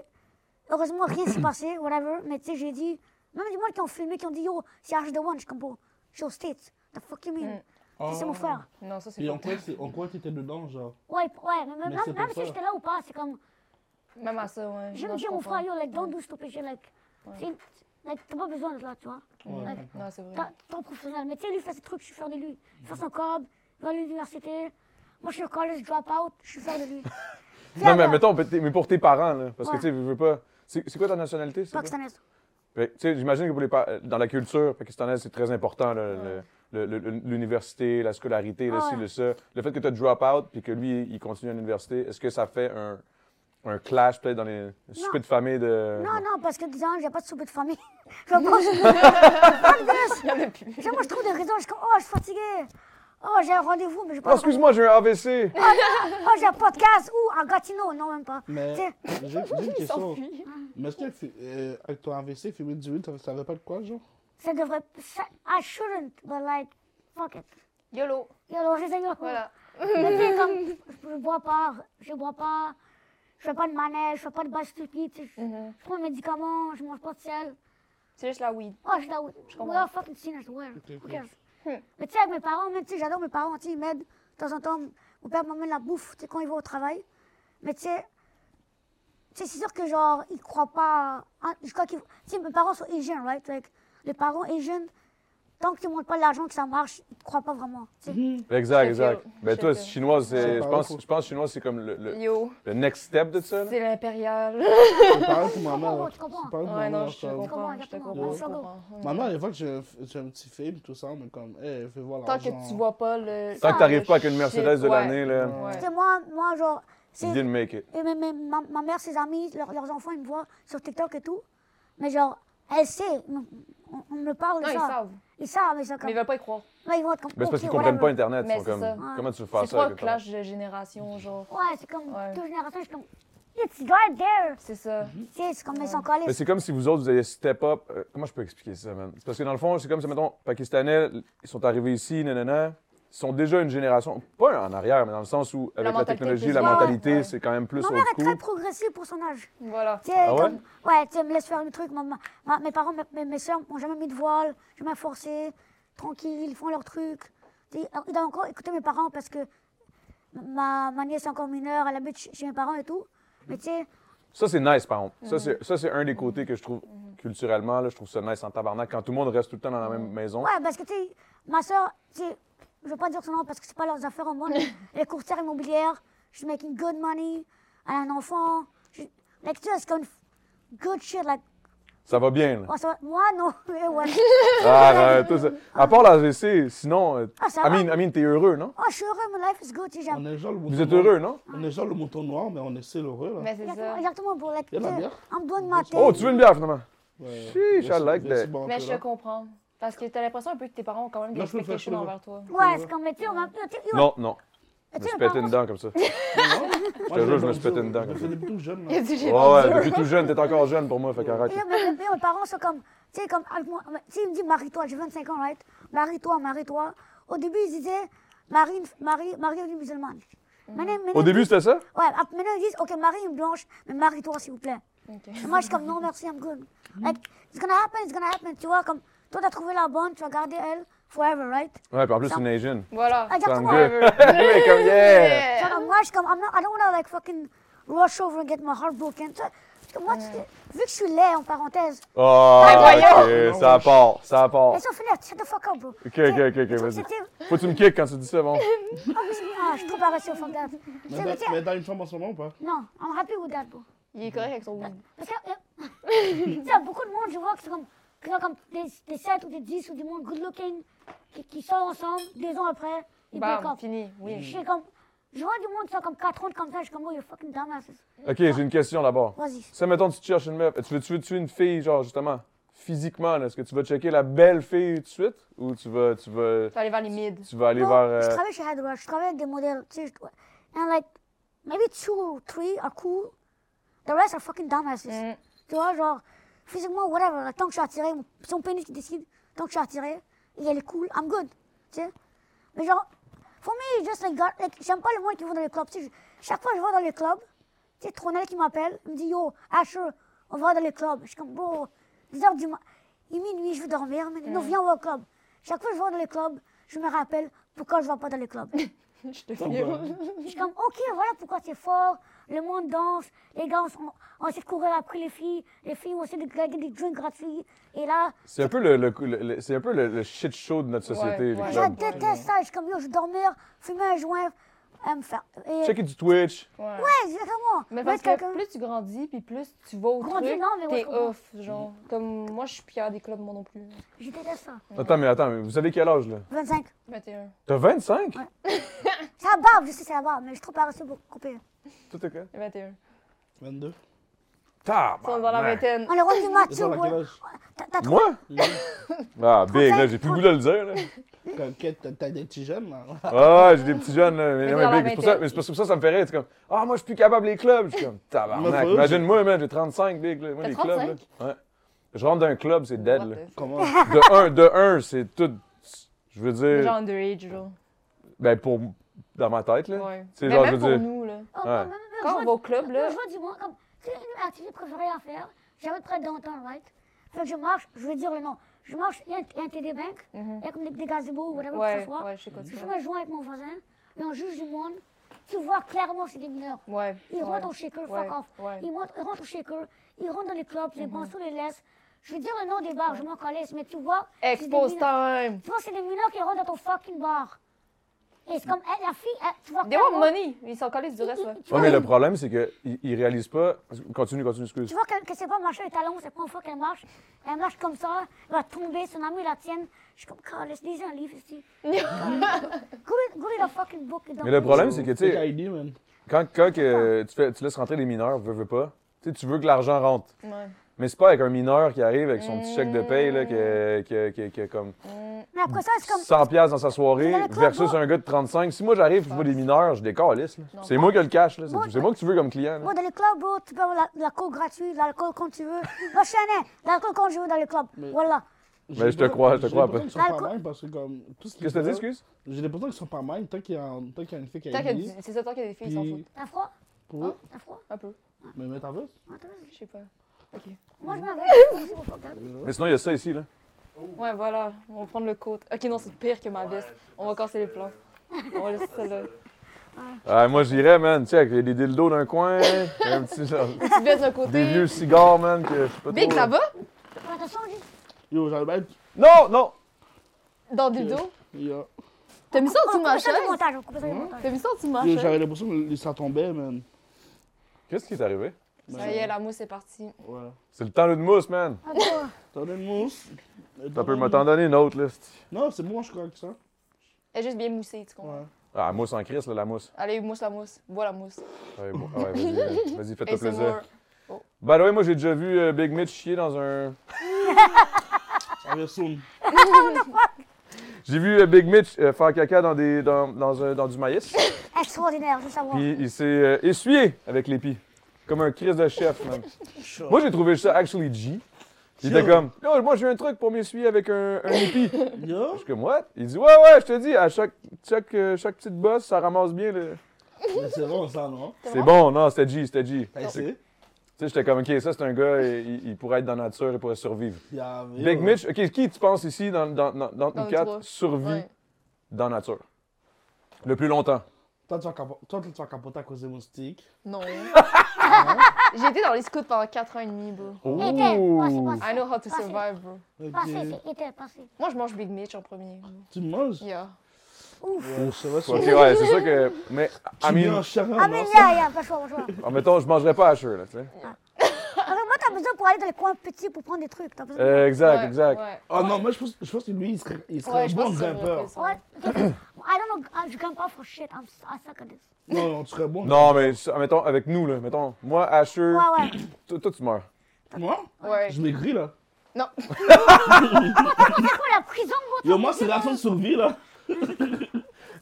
[SPEAKER 2] heureusement, rien s'est passé, whatever. Mais tu sais, j'ai dit, même des gens qui ont filmé, qui ont dit, yo, c'est HD1, je comprends. Je suis aux States. The fuck you mean? Tu sais, C'est mon frère.
[SPEAKER 4] Mm. Oh. Non, ça, c'est
[SPEAKER 3] Et on
[SPEAKER 4] pas...
[SPEAKER 3] croit que c'est- on croit que t'étais dedans, genre.
[SPEAKER 2] Ouais, ouais, mais même,
[SPEAKER 3] Mais c'est
[SPEAKER 2] même, même
[SPEAKER 3] pour
[SPEAKER 2] si
[SPEAKER 3] ça.
[SPEAKER 2] j'étais là ou pas, c'est comme,
[SPEAKER 4] Même à ça, ouais.
[SPEAKER 2] je
[SPEAKER 4] Non,
[SPEAKER 2] me dis à mon
[SPEAKER 4] comprends.
[SPEAKER 2] frère, yo, like, don't do stupid shit, like, c'est- like, t'as pas besoin de là, tu vois. Like,
[SPEAKER 4] Non, c'est vrai.
[SPEAKER 2] Tant tant professionnel. Mais tu sais, lui, fait ses trucs, je suis fier de lui. Il fait son cob, il va à l'université. Moi, je suis au college drop-out, je suis fier de lui.
[SPEAKER 1] Non, mais
[SPEAKER 2] Fier de-
[SPEAKER 1] mettons, peut- mais pour tes parents, là, parce que
[SPEAKER 2] Ouais.
[SPEAKER 1] tu sais, je veux pas. C'est c'est quoi ta nationalité? c'est quoi?
[SPEAKER 2] Pakistanaise.
[SPEAKER 1] Fait que, tu sais, j'imagine que pour les pa- euh, dans la culture pakistanaise, c'est très important, là, le- le- le- l'université, la scolarité, le
[SPEAKER 2] Ah
[SPEAKER 1] ci,
[SPEAKER 2] ouais.
[SPEAKER 1] le ça. Le fait que tu as drop out puis que lui, il continue à l'université, est-ce que ça fait un, un clash peut-être dans les soupers de famille de.
[SPEAKER 2] Non, non, parce que disons, j'ai pas de souper de famille. Je pense
[SPEAKER 4] Il y en a plus.
[SPEAKER 2] que moi, je trouve des raisons. Je suis comme, oh, je suis fatiguée. Oh, j'ai un rendez-vous, mais j'ai
[SPEAKER 1] Oh,
[SPEAKER 2] pas.
[SPEAKER 1] excuse-moi, j'ai eu un AVC!
[SPEAKER 2] Oh, j'ai un podcast ou un Gatineau. Non, même pas.
[SPEAKER 3] Mais
[SPEAKER 2] Tu sais,
[SPEAKER 3] j'ai j'ai une question.
[SPEAKER 4] s'enfuit.
[SPEAKER 3] Mais est-ce que fi- euh, avec ton AVC, Fémin 18, ça, ça pas de quoi, genre
[SPEAKER 2] ça devrait. ça- I shouldn't, but like, fuck it.
[SPEAKER 4] YOLO.
[SPEAKER 2] Et alors, je sais pas.
[SPEAKER 4] Voilà.
[SPEAKER 2] Mais tu sais, comme, je bois pas, je bois pas, je fais pas de manège, je fais pas de base stupide. tu sais, Je
[SPEAKER 4] Mhm.
[SPEAKER 2] je prends mes médicaments, je mange pas de sel.
[SPEAKER 4] C'est juste la weed.
[SPEAKER 2] Oh, je la We are fucking sinners, we're. Who cares? Mais tu sais, avec mes parents, même, tu sais, j'adore mes parents, tu sais, ils m'aident. De temps en temps, mon père m'emmène la bouffe, tu sais, quand il va au travail. Mais tu sais, tu sais, c'est sûr que genre, ils croient pas. hein, je crois qu'ils. Tu sais, mes parents sont Asian, right? Like, les parents Asian, tant que tu montres pas l'argent que ça marche, ils te croient pas vraiment. tu sais.
[SPEAKER 1] Exact,
[SPEAKER 4] Check
[SPEAKER 1] exact.
[SPEAKER 4] it.
[SPEAKER 1] Ben
[SPEAKER 4] Check
[SPEAKER 1] toi,
[SPEAKER 4] it.
[SPEAKER 1] chinois, c'est.
[SPEAKER 3] C'est
[SPEAKER 1] Je
[SPEAKER 3] pas
[SPEAKER 1] pense,
[SPEAKER 3] beaucoup.
[SPEAKER 1] je pense que chinois, c'est comme le, le-
[SPEAKER 4] Yo.
[SPEAKER 1] le next step de ça. là.
[SPEAKER 4] C'est l'impérial.
[SPEAKER 3] C'est pareil pour ma mère.
[SPEAKER 2] Tu comprends, tu
[SPEAKER 3] C'est pareil pour
[SPEAKER 4] Ouais,
[SPEAKER 3] ma
[SPEAKER 4] non,
[SPEAKER 3] mère.
[SPEAKER 4] je te
[SPEAKER 3] genre.
[SPEAKER 4] comprends. Je te comprends. Je te comprends.
[SPEAKER 3] Ma mère, elle voit que j'ai un, f- j'ai un petit film, tout ça, mais comme, eh, fais voir
[SPEAKER 4] Tant
[SPEAKER 3] l'argent.
[SPEAKER 4] que tu vois pas le.
[SPEAKER 1] Tant que t'arrives pas avec une
[SPEAKER 4] le
[SPEAKER 1] Mercedes
[SPEAKER 4] shit,
[SPEAKER 1] de
[SPEAKER 4] ouais.
[SPEAKER 1] l'année, là,
[SPEAKER 4] Ouais.
[SPEAKER 2] Tu sais, moi, moi, genre.
[SPEAKER 1] you
[SPEAKER 2] c'est-
[SPEAKER 1] didn't make it.
[SPEAKER 2] Et même, même ma, ma mère, ses amis, leurs- leurs enfants, ils me voient sur TikTok et tout. Mais genre, elle sait. On, on me parle de ça.
[SPEAKER 4] Non, ils savent.
[SPEAKER 2] Ils savent, mais ça comme.
[SPEAKER 4] Mais ils veulent pas y croire.
[SPEAKER 2] Ouais, ils vont être comme.
[SPEAKER 1] Ben, c'est parce
[SPEAKER 2] ok,
[SPEAKER 1] qu'ils comprennent pas
[SPEAKER 2] whatever.
[SPEAKER 1] Internet. ils
[SPEAKER 4] Mais
[SPEAKER 1] sont
[SPEAKER 4] c'est
[SPEAKER 1] comme,
[SPEAKER 4] ça.
[SPEAKER 1] Comment tu fais ça?
[SPEAKER 4] C'est
[SPEAKER 1] avec
[SPEAKER 4] trop un
[SPEAKER 1] Internet?
[SPEAKER 4] clash de génération, genre.
[SPEAKER 2] Ouais, c'est comme
[SPEAKER 4] Ouais.
[SPEAKER 2] deux générations, je suis comme. It's right there.
[SPEAKER 4] C'est ça.
[SPEAKER 2] Tu sais, c'est comme ils sont collés.
[SPEAKER 1] Mais c'est comme si vous autres, vous avez step up. euh, comment je peux expliquer ça, man? C'est parce que dans le fond, c'est comme si, mettons, Pakistanais, ils sont arrivés ici, nanana. Ils sont déjà une génération, pas en arrière, mais dans le sens où, avec la,
[SPEAKER 4] mentalité
[SPEAKER 1] technologie,
[SPEAKER 4] plus-
[SPEAKER 1] la
[SPEAKER 4] Ouais,
[SPEAKER 1] mentalité,
[SPEAKER 4] ouais.
[SPEAKER 1] c'est quand même plus
[SPEAKER 2] Ma
[SPEAKER 1] old
[SPEAKER 2] mère est
[SPEAKER 1] school.
[SPEAKER 2] très progressive pour son âge.
[SPEAKER 4] Voilà.
[SPEAKER 2] Tu sais,
[SPEAKER 1] Ah ouais?
[SPEAKER 2] comme- ouais, tu sais, elle me laisse faire le truc. ma- ma- ma- mes parents, mes, mes, mes soeurs m'ont jamais mis de voile, jamais forcé, tranquille, ils font leur truc. Tu sais, alors, Ils doivent encore écouter mes parents parce que ma, ma nièce est encore mineure, elle habite chez chez mes parents et tout. Mais tu sais,
[SPEAKER 1] Ça, c'est nice, par contre. Ça, c'est- Ça, c'est un des côtés que je trouve culturellement, là, je trouve ça nice en tabarnak quand tout le monde reste tout le temps dans la même maison.
[SPEAKER 2] ouais, parce que tu sais, ma soeur, tu sais, je veux pas dire son nom parce que c'est pas leurs affaires au monde. Elle est courtière immobilière, she's making good money, elle a un enfant. Je, like, tu sais, c'est comme une f- good shit. Like,
[SPEAKER 1] Ça va bien, là.
[SPEAKER 2] oh, ça va- moi, non, mais ouais.
[SPEAKER 1] Ah, Arrête, tout ça. À part l'AVC, sinon, euh,
[SPEAKER 2] Ah, ça va.
[SPEAKER 1] Amine, Amine, t'es heureux, non?
[SPEAKER 2] Oh, je suis heureux, my life is good, tu sais, j'aime.
[SPEAKER 3] On est genre le mouton
[SPEAKER 1] Vous êtes
[SPEAKER 3] noir.
[SPEAKER 1] heureux, non?
[SPEAKER 3] On est genre le mouton noir, mais on est still heureux. Là.
[SPEAKER 4] Mais c'est
[SPEAKER 2] Exactement,
[SPEAKER 4] ça.
[SPEAKER 2] exactement pour la
[SPEAKER 3] Y a de la bière?
[SPEAKER 2] On me doit de mater.
[SPEAKER 1] Oh, tu veux une bière, finalement?
[SPEAKER 3] Ouais.
[SPEAKER 1] Sheesh, I
[SPEAKER 3] Merci-
[SPEAKER 1] like
[SPEAKER 3] merci,
[SPEAKER 1] that.
[SPEAKER 3] bon,
[SPEAKER 4] Mais
[SPEAKER 3] t'es
[SPEAKER 4] je te
[SPEAKER 3] là.
[SPEAKER 4] comprends. Parce que t'as l'impression un peu que tes parents ont quand même des
[SPEAKER 3] Non, je peux le faire,
[SPEAKER 4] expectations
[SPEAKER 3] je peux le
[SPEAKER 4] envers toi.
[SPEAKER 2] Ouais, c'est comme, mais tu sais, on m'a- tu sais, yo,
[SPEAKER 1] Non, non. Je me
[SPEAKER 2] tu sais,
[SPEAKER 1] suis
[SPEAKER 2] mes
[SPEAKER 1] pété une
[SPEAKER 2] parents-
[SPEAKER 1] dent comme ça.
[SPEAKER 3] Moi,
[SPEAKER 1] te jure,
[SPEAKER 3] l'ai
[SPEAKER 1] je me suis pété
[SPEAKER 3] perdu,
[SPEAKER 1] une dent,
[SPEAKER 3] je le
[SPEAKER 1] comme
[SPEAKER 3] faisais depuis tout jeune. là.
[SPEAKER 4] Il dit, j'ai
[SPEAKER 1] Ouais, ouais,
[SPEAKER 4] perdu.
[SPEAKER 1] depuis tout jeune, t'es encore jeune pour moi, fait qu'arrête.
[SPEAKER 2] yo, mes- mes- mes parents sont comme, tu sais, comme, avec moi, si ils me disent marie-toi, j'ai 25 ans, right? Marie-toi, marie-toi. Au début, ils disaient, Marie, une- Marie, Marie est devenue musulmane. Maintenant- maintenant,
[SPEAKER 1] Au début, c'était ça?
[SPEAKER 2] Ouais, ap- maintenant ils disent, ok, Marie est blanche, mais marie-toi, s'il vous plaît. Et moi, je suis comme, non, merci, I'm good. Like, it's gonna happen, it's gonna happen, tu vois, comme, toi, t'as trouvé la bonne, tu vas garder elle forever, right? Ah,
[SPEAKER 1] Ouais, puis en plus, c'est une Asian.
[SPEAKER 4] Voilà.
[SPEAKER 2] Exactement.
[SPEAKER 1] good. Mais comme, yeah!
[SPEAKER 2] Genre, comme, moi, je suis comme, I'm not, I don't wanna, like, fucking rush over and get my heart broken. Tu sais, parce que moi, tu sais, vu que je suis laid, en parenthèse, Ah,
[SPEAKER 1] Oh, ok, ça part, ça part.
[SPEAKER 2] Laisse on finir, shut the fuck up, bro.
[SPEAKER 1] Ok, ok, ok, ok, vas-y. Faut que tu me kicks quand tu dis ça, bon.
[SPEAKER 2] Ah, je suis trop paresseux, fuck that. Tu sais,
[SPEAKER 3] Mais
[SPEAKER 2] mais
[SPEAKER 3] dans-
[SPEAKER 2] tu sais,
[SPEAKER 3] Mais dans une chambre en ce moment ou pas?
[SPEAKER 2] non, I'm happy with that, bro.
[SPEAKER 4] Il est correct avec son weed.
[SPEAKER 2] Parce que, euh, tu sais, beaucoup de monde, je vois que c'est comme, qui ont comme des, des 7 ou des 10 ou du monde good looking, qui, qui sortent ensemble, deux ans après, ils break
[SPEAKER 4] Bam,
[SPEAKER 2] up.
[SPEAKER 4] fini.
[SPEAKER 2] Je
[SPEAKER 4] Oui.
[SPEAKER 2] suis comme, je vois du monde qui sont comme 4 ans comme ça, je suis comme, oh, you're fucking dumbasses.
[SPEAKER 1] Ok, j'ai une question d'abord.
[SPEAKER 2] Vas-y.
[SPEAKER 1] Ça, mettons, tu te cherches une meuf. Tu veux, tu veux tuer une fille, genre, justement, physiquement, là, est-ce que tu vas checker la belle fille tout de suite? Ou tu vas, tu vas,
[SPEAKER 4] Tu vas aller vers les mids.
[SPEAKER 1] euh, tu vas aller
[SPEAKER 2] Non, Je
[SPEAKER 1] vers. euh,
[SPEAKER 2] travaille chez Hadrock, je travaille avec des modèles, tu sais, je- and like, maybe two or three are cool, the rest are fucking dumbasses.
[SPEAKER 4] Mm.
[SPEAKER 2] Tu vois, genre, physiquement, whatever, like, tant que je suis attiré, c'est mon pénis qui décide, tant que je suis attiré, et elle est cool, I'm good, tu sais. Mais genre, for me, just like, God, like j'aime pas le monde qui va dans les clubs, tu sais, je- chaque fois que je vais dans les clubs, tu sais, Tronel qui m'appelle, il me dit, yo, Asher, on va dans les clubs. Je suis comme, bro, 10 heures du matin, il est minuit, je veux dormir, mais non, viens, on va au club. Chaque fois que je vais dans les clubs, je me rappelle pourquoi je vais pas dans les clubs.
[SPEAKER 4] Je te filme.
[SPEAKER 2] Je suis comme, ok, voilà pourquoi c'est fort. Le monde danse, les gars, on, s- on essaie de courir après les filles, les filles, on essaie de gagner des drinks gratuits. Et là,
[SPEAKER 1] C'est un peu le, le- le- le- c'est un peu le, le shit show de notre société,
[SPEAKER 4] Ouais,
[SPEAKER 1] les
[SPEAKER 4] ouais.
[SPEAKER 2] je
[SPEAKER 1] clubs.
[SPEAKER 2] déteste ça. Je suis comme, yo, je vais dormir, fumer un joint, euh, me faire. Et,
[SPEAKER 1] Checker du Twitch.
[SPEAKER 4] Ouais.
[SPEAKER 2] ouais, exactement.
[SPEAKER 4] Mais
[SPEAKER 2] Mettre
[SPEAKER 4] parce
[SPEAKER 2] quelqu'un-
[SPEAKER 4] que plus tu grandis, puis plus tu vas au
[SPEAKER 2] Grandis,
[SPEAKER 4] truc,
[SPEAKER 2] non, mais ouais, je
[SPEAKER 4] t'es
[SPEAKER 2] comprends.
[SPEAKER 4] off, genre. Comme moi, je suis pire des clubs, moi non plus.
[SPEAKER 2] Je déteste ça.
[SPEAKER 1] Attends, mais attends, mais vous avez quel âge, là?
[SPEAKER 2] 25.
[SPEAKER 4] 21.
[SPEAKER 1] T'as 25?
[SPEAKER 2] C'est la barbe, je sais, c'est la barbe, mais je suis trop paresseux pour couper.
[SPEAKER 1] Tout est correct.
[SPEAKER 4] 21.
[SPEAKER 3] 22.
[SPEAKER 4] Ça, on est dans la
[SPEAKER 1] Tabarnak.
[SPEAKER 4] vingtaine.
[SPEAKER 2] On est rendu
[SPEAKER 3] Et toi,
[SPEAKER 2] mature,
[SPEAKER 3] à quel
[SPEAKER 2] bro.
[SPEAKER 3] âge?
[SPEAKER 2] T'as- t'as trop-
[SPEAKER 1] Moi? Ah, big, là, j'ai plus le goût de le dire, là.
[SPEAKER 3] Quand- quand t'as- T'as des petits jeunes, là.
[SPEAKER 1] Ah, j'ai des petits jeunes, là. Mais,
[SPEAKER 4] Mais
[SPEAKER 1] non,
[SPEAKER 4] dans
[SPEAKER 1] mais
[SPEAKER 4] la
[SPEAKER 1] big, c'est pour ça,
[SPEAKER 4] vingtaine.
[SPEAKER 1] mais c'est parce que ça, ça me fait rire. C'est comme, ah, moi, je suis plus capable des clubs. Je suis comme,
[SPEAKER 3] Mais
[SPEAKER 1] tabarnak.
[SPEAKER 3] faut-
[SPEAKER 1] Imagine-moi, man, j'ai 35, big, là. Moi,
[SPEAKER 4] T'as
[SPEAKER 1] les clubs, là.
[SPEAKER 4] 35?
[SPEAKER 1] Ouais. Je rentre dans un club, c'est dead,
[SPEAKER 4] What
[SPEAKER 1] là.
[SPEAKER 4] the f-
[SPEAKER 3] Comment?
[SPEAKER 1] De un, de un, c'est tout. Je veux
[SPEAKER 3] Euh.
[SPEAKER 1] dire,
[SPEAKER 4] Genre underage, genre.
[SPEAKER 1] ben, pour. Dans ma tête, là.
[SPEAKER 4] Ouais.
[SPEAKER 1] C'est
[SPEAKER 4] Mais
[SPEAKER 1] genre, je
[SPEAKER 4] même
[SPEAKER 1] veux dire.
[SPEAKER 4] pour nous, là.
[SPEAKER 2] Oh,
[SPEAKER 1] Ouais.
[SPEAKER 2] mais- mais- mais
[SPEAKER 4] Quand
[SPEAKER 2] je
[SPEAKER 4] on va
[SPEAKER 2] vois-
[SPEAKER 4] au club, là,
[SPEAKER 2] Le jour du mois, comme, c'est une activité préférée à faire. J'avais près downtown, right? Fait que je marche, je vais dire le nom. Je marche, il y a un, il y a un TD Bank, il y a comme des, des gazebos ou whatever que ce
[SPEAKER 4] Mm-hmm. Ouais,
[SPEAKER 2] soit.
[SPEAKER 4] ouais, je sais quoi tu
[SPEAKER 2] je
[SPEAKER 4] veux.
[SPEAKER 2] me joins avec mon voisin, et on juge du monde. Tu vois clairement c'est des mineurs.
[SPEAKER 4] Ouais.
[SPEAKER 2] Ils
[SPEAKER 4] ouais,
[SPEAKER 2] rentrent au shaker,
[SPEAKER 4] ouais,
[SPEAKER 2] fuck off.
[SPEAKER 4] ouais. Mm-hmm.
[SPEAKER 2] Ils, montrent- ils rentrent au shaker, ils rentrent dans les clubs, les banceaux les laissent. Je vais dire le nom des bars, je m'en calisse, mais tu vois. c'est des
[SPEAKER 4] Expose
[SPEAKER 2] mineurs.
[SPEAKER 4] time!
[SPEAKER 2] Tu vois, c'est des mineurs qui rentrent dans ton fucking bar. Et c'est comme, elle, la fille, elle- tu vois
[SPEAKER 4] They want money! Ils s'en collent du reste, là.
[SPEAKER 2] tu
[SPEAKER 1] Ouais,
[SPEAKER 2] vois-
[SPEAKER 1] mais le problème, c'est qu'ils ils réalisent pas. Continue, continue,
[SPEAKER 2] Tu
[SPEAKER 1] excuse.
[SPEAKER 2] vois que, que c'est pas marcher les talons, c'est pas une fois qu'elle marche. Elle marche comme ça, elle va tomber, son amie la tienne. Je suis comme, God, laisse lisez un livre ici. go, read- go read a fucking book.
[SPEAKER 1] Mais le problème, c'est que, tu
[SPEAKER 3] Fake
[SPEAKER 1] sais,
[SPEAKER 3] ID, man.
[SPEAKER 4] Ah.
[SPEAKER 1] quand, quand que, euh, tu, fais- tu laisses rentrer les mineurs, veux, veux pas, tu sais, tu veux que l'argent rentre.
[SPEAKER 4] Ouais.
[SPEAKER 1] Mais c'est pas avec un mineur qui arrive avec son petit chèque de paye là,
[SPEAKER 4] Mm.
[SPEAKER 1] qui, a- qui a- qui a- qui a comme
[SPEAKER 4] Mm.
[SPEAKER 2] Mais après ça, c'est comme.
[SPEAKER 1] 100 pièces dans sa soirée
[SPEAKER 2] Mais toi,
[SPEAKER 1] versus
[SPEAKER 2] moi-
[SPEAKER 1] un gars de 35. Si moi j'arrive, je vois des mineurs, je décalisse. là.
[SPEAKER 4] Non.
[SPEAKER 1] C'est moi qui ai le cash. là. C'est
[SPEAKER 2] Moi-
[SPEAKER 1] c'est moi que tu veux comme client. là.
[SPEAKER 2] Moi, dans les clubs, bro, tu peux avoir la- de l'alcool gratuit, de l'alcool quand tu veux. Moi, je suis un nain, l'alcool quand je veux dans les clubs.
[SPEAKER 3] Mais-
[SPEAKER 2] Voilà.
[SPEAKER 1] Mais je te crois, je te crois
[SPEAKER 3] pas.
[SPEAKER 1] pas.
[SPEAKER 3] Ils sont
[SPEAKER 4] Ah,
[SPEAKER 3] pas
[SPEAKER 2] L'alcool-
[SPEAKER 3] mal parce que comme. tout ce qui
[SPEAKER 1] Qu'est-ce que t'as dit,
[SPEAKER 3] est-
[SPEAKER 1] excuse?
[SPEAKER 3] J'ai l'impression qu'ils sont pas mal tant qu'il y a un- tant qu'il y a une fille qui
[SPEAKER 4] Tant
[SPEAKER 3] a
[SPEAKER 4] qu'il y a
[SPEAKER 3] une vie,
[SPEAKER 4] du- C'est ça, tant qu'il y a des filles, ils s'en
[SPEAKER 3] Puis-
[SPEAKER 4] foutent.
[SPEAKER 2] T'as froid Hein?
[SPEAKER 3] pour eux.
[SPEAKER 2] T'as froid Ah,
[SPEAKER 4] Un peu.
[SPEAKER 3] Mais mais t'en veux?
[SPEAKER 4] Je sais pas. Ok.
[SPEAKER 2] Moi, je m'en vais.
[SPEAKER 1] Mais sinon, il y a ça ici. Là.
[SPEAKER 4] Ouais, voilà, on va prendre le côte. Ok, non, c'est pire que ma veste. On va casser les plans. On va laisser celle-là.
[SPEAKER 1] Ah, moi j'irais, man. Tu sais, avec des dildos d'un coin, un petit, genre,
[SPEAKER 4] Tu baisses d'un
[SPEAKER 1] des
[SPEAKER 4] côté.
[SPEAKER 1] vieux cigares, man. Que je sais pas
[SPEAKER 4] Big
[SPEAKER 1] trop,
[SPEAKER 4] là-bas,
[SPEAKER 2] Attention, j'ai-
[SPEAKER 3] Yo, j'allais mettre.
[SPEAKER 1] Non, non!
[SPEAKER 4] dans le Ah! dos.
[SPEAKER 3] Yo,
[SPEAKER 4] T'as mis ça en dessous de
[SPEAKER 2] on
[SPEAKER 4] ma
[SPEAKER 2] coupe ça du
[SPEAKER 4] chaise?
[SPEAKER 2] montage, on coupe ça du montage.
[SPEAKER 4] T'as mis ça en dessous de ma
[SPEAKER 3] Yo,
[SPEAKER 4] chaise?
[SPEAKER 3] j'avais l'impression que ça tombait, man.
[SPEAKER 1] Qu'est-ce qui est arrivé?
[SPEAKER 4] Ça y est, la mousse est partie. Ah,
[SPEAKER 3] Ouais.
[SPEAKER 1] C'est le temps de mousse, man.
[SPEAKER 3] T'en as une mousse?
[SPEAKER 1] T'as pu
[SPEAKER 3] me
[SPEAKER 1] m'en donner une autre, là. c'ti.
[SPEAKER 3] Non, c'est bon, je crois que ça.
[SPEAKER 4] Elle est juste bien moussée, tu comprends?
[SPEAKER 3] Ouais.
[SPEAKER 1] Ah, mousse en crise, là, la mousse.
[SPEAKER 4] Allez, mousse la mousse. Bois la mousse.
[SPEAKER 1] Ouais, bon, ouais, vas-y, vas-y, fais-toi
[SPEAKER 4] ASMR.
[SPEAKER 1] plaisir.
[SPEAKER 4] Oh,
[SPEAKER 1] Bah ouais, moi j'ai déjà vu euh, Big Mitch chier dans un.
[SPEAKER 3] Ça revient soon.
[SPEAKER 4] hein?
[SPEAKER 1] J'ai vu euh, Big Mitch euh, faire caca dans, des, dans, dans, un- dans du maïs.
[SPEAKER 2] Extraordinaire, juste à voir.
[SPEAKER 1] Puis il s'est euh, essuyé avec les pieds. Comme un crise de chef, man. Moi j'ai trouvé ça actually G. Il était comme, Yo, moi j'ai un truc pour m'essuyer avec un, un hippie.
[SPEAKER 3] Yo,
[SPEAKER 1] Je suis comme, what? Il dit, ouais, ouais, je te dis, à chaque, chaque, euh, chaque petite bosse, ça ramasse bien le.
[SPEAKER 3] mais c'est bon ça, non?
[SPEAKER 1] C'est bon, non, c'était G, c'était G.
[SPEAKER 3] T'as essayé?
[SPEAKER 1] Tu sais, j'étais comme, ok, ça c'est un gars, il, il pourrait être dans la nature, il pourrait survivre.
[SPEAKER 3] Yeah, yo.
[SPEAKER 1] Big Mitch, ok, qui tu penses ici dans, dans, dans, dans
[SPEAKER 4] Dans
[SPEAKER 1] nous
[SPEAKER 4] le
[SPEAKER 1] quatre
[SPEAKER 4] trois.
[SPEAKER 1] survit
[SPEAKER 4] Ouais.
[SPEAKER 1] dans la nature? Le plus longtemps.
[SPEAKER 3] Toi, tu vas capo- toi, tu vas capoter à cause des moustiques.
[SPEAKER 4] Non. J'ai été dans les scouts pendant 4 ans et demi, bro.
[SPEAKER 2] Éteins, passez,
[SPEAKER 1] Ouh.
[SPEAKER 4] I
[SPEAKER 2] passez.
[SPEAKER 4] know how to survive, bro.
[SPEAKER 3] Ok.
[SPEAKER 2] Passez, éteins, passez.
[SPEAKER 4] Moi, je mange Big Mitch en premier. bro.
[SPEAKER 3] Tu manges?
[SPEAKER 4] Yeah.
[SPEAKER 3] Ouais, c'est vrai,
[SPEAKER 1] Ok,
[SPEAKER 3] c'est
[SPEAKER 1] ouais, c'est ça que. Mais, I
[SPEAKER 3] Tu mets un
[SPEAKER 1] mean,
[SPEAKER 3] charin,
[SPEAKER 2] Ah,
[SPEAKER 3] non,
[SPEAKER 2] mais
[SPEAKER 3] ça?
[SPEAKER 2] là, y'a pas le choix, pas le choix.
[SPEAKER 1] en mettons, je mangerais pas à cheveux, là, tu sais.
[SPEAKER 2] Alors, moi, t'as besoin pour aller dans les coins petits pour prendre des trucs. T'as besoin.
[SPEAKER 1] Euh, exact,
[SPEAKER 4] Ouais,
[SPEAKER 1] exact.
[SPEAKER 4] Ouais,
[SPEAKER 3] Ah non, moi je pense, je pense que lui, il serait, il serait
[SPEAKER 4] Ouais,
[SPEAKER 3] un
[SPEAKER 4] je
[SPEAKER 3] bon
[SPEAKER 4] pense que ça
[SPEAKER 3] grimpeur.
[SPEAKER 4] aurait fait ça.
[SPEAKER 2] What? I don't know. I- Je grimpe pas for shit. I'm s- I suck at this.
[SPEAKER 3] Non, non, tu serais bon.
[SPEAKER 1] Non, mais, ça, mettons, avec nous, là, mettons, moi, Asher,
[SPEAKER 2] Ouais, ouais.
[SPEAKER 1] toi, toi, tu meurs.
[SPEAKER 3] Moi,
[SPEAKER 4] Ouais.
[SPEAKER 3] je maigris là.
[SPEAKER 4] Non.
[SPEAKER 2] Quoi, la prison, gros?
[SPEAKER 3] Yo, moi, c'est l'action de survie là.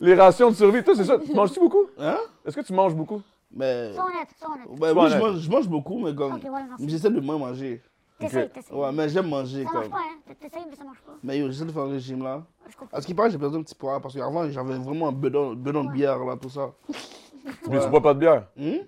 [SPEAKER 1] Les rations de survie, toi, c'est ça. Tu manges-tu beaucoup?
[SPEAKER 3] Hein?
[SPEAKER 1] Est-ce que tu manges beaucoup?
[SPEAKER 3] Mais.
[SPEAKER 2] Sois honnête, sois honnête.
[SPEAKER 3] Ben, moi, je
[SPEAKER 1] honnête.
[SPEAKER 3] mange, je mange beaucoup, mais comme.
[SPEAKER 2] Ok, ouais, merci.
[SPEAKER 3] J'essaie de moins manger.
[SPEAKER 2] T'essayes,
[SPEAKER 1] ok.
[SPEAKER 2] t'essayes.
[SPEAKER 3] Ouais, mais j'aime manger
[SPEAKER 2] Ça marche
[SPEAKER 3] comme.
[SPEAKER 2] pas, hein. T'essayes, mais ça marche pas.
[SPEAKER 3] Mais yo, j'essaie de faire un régime là.
[SPEAKER 2] Je comprends.
[SPEAKER 3] À ce qui paraît, j'ai perdu un petit poids parce qu'avant, j'avais vraiment un bedon, bedon de bière là, tout ça.
[SPEAKER 1] Mais tu bois pas de bière.
[SPEAKER 3] Hum?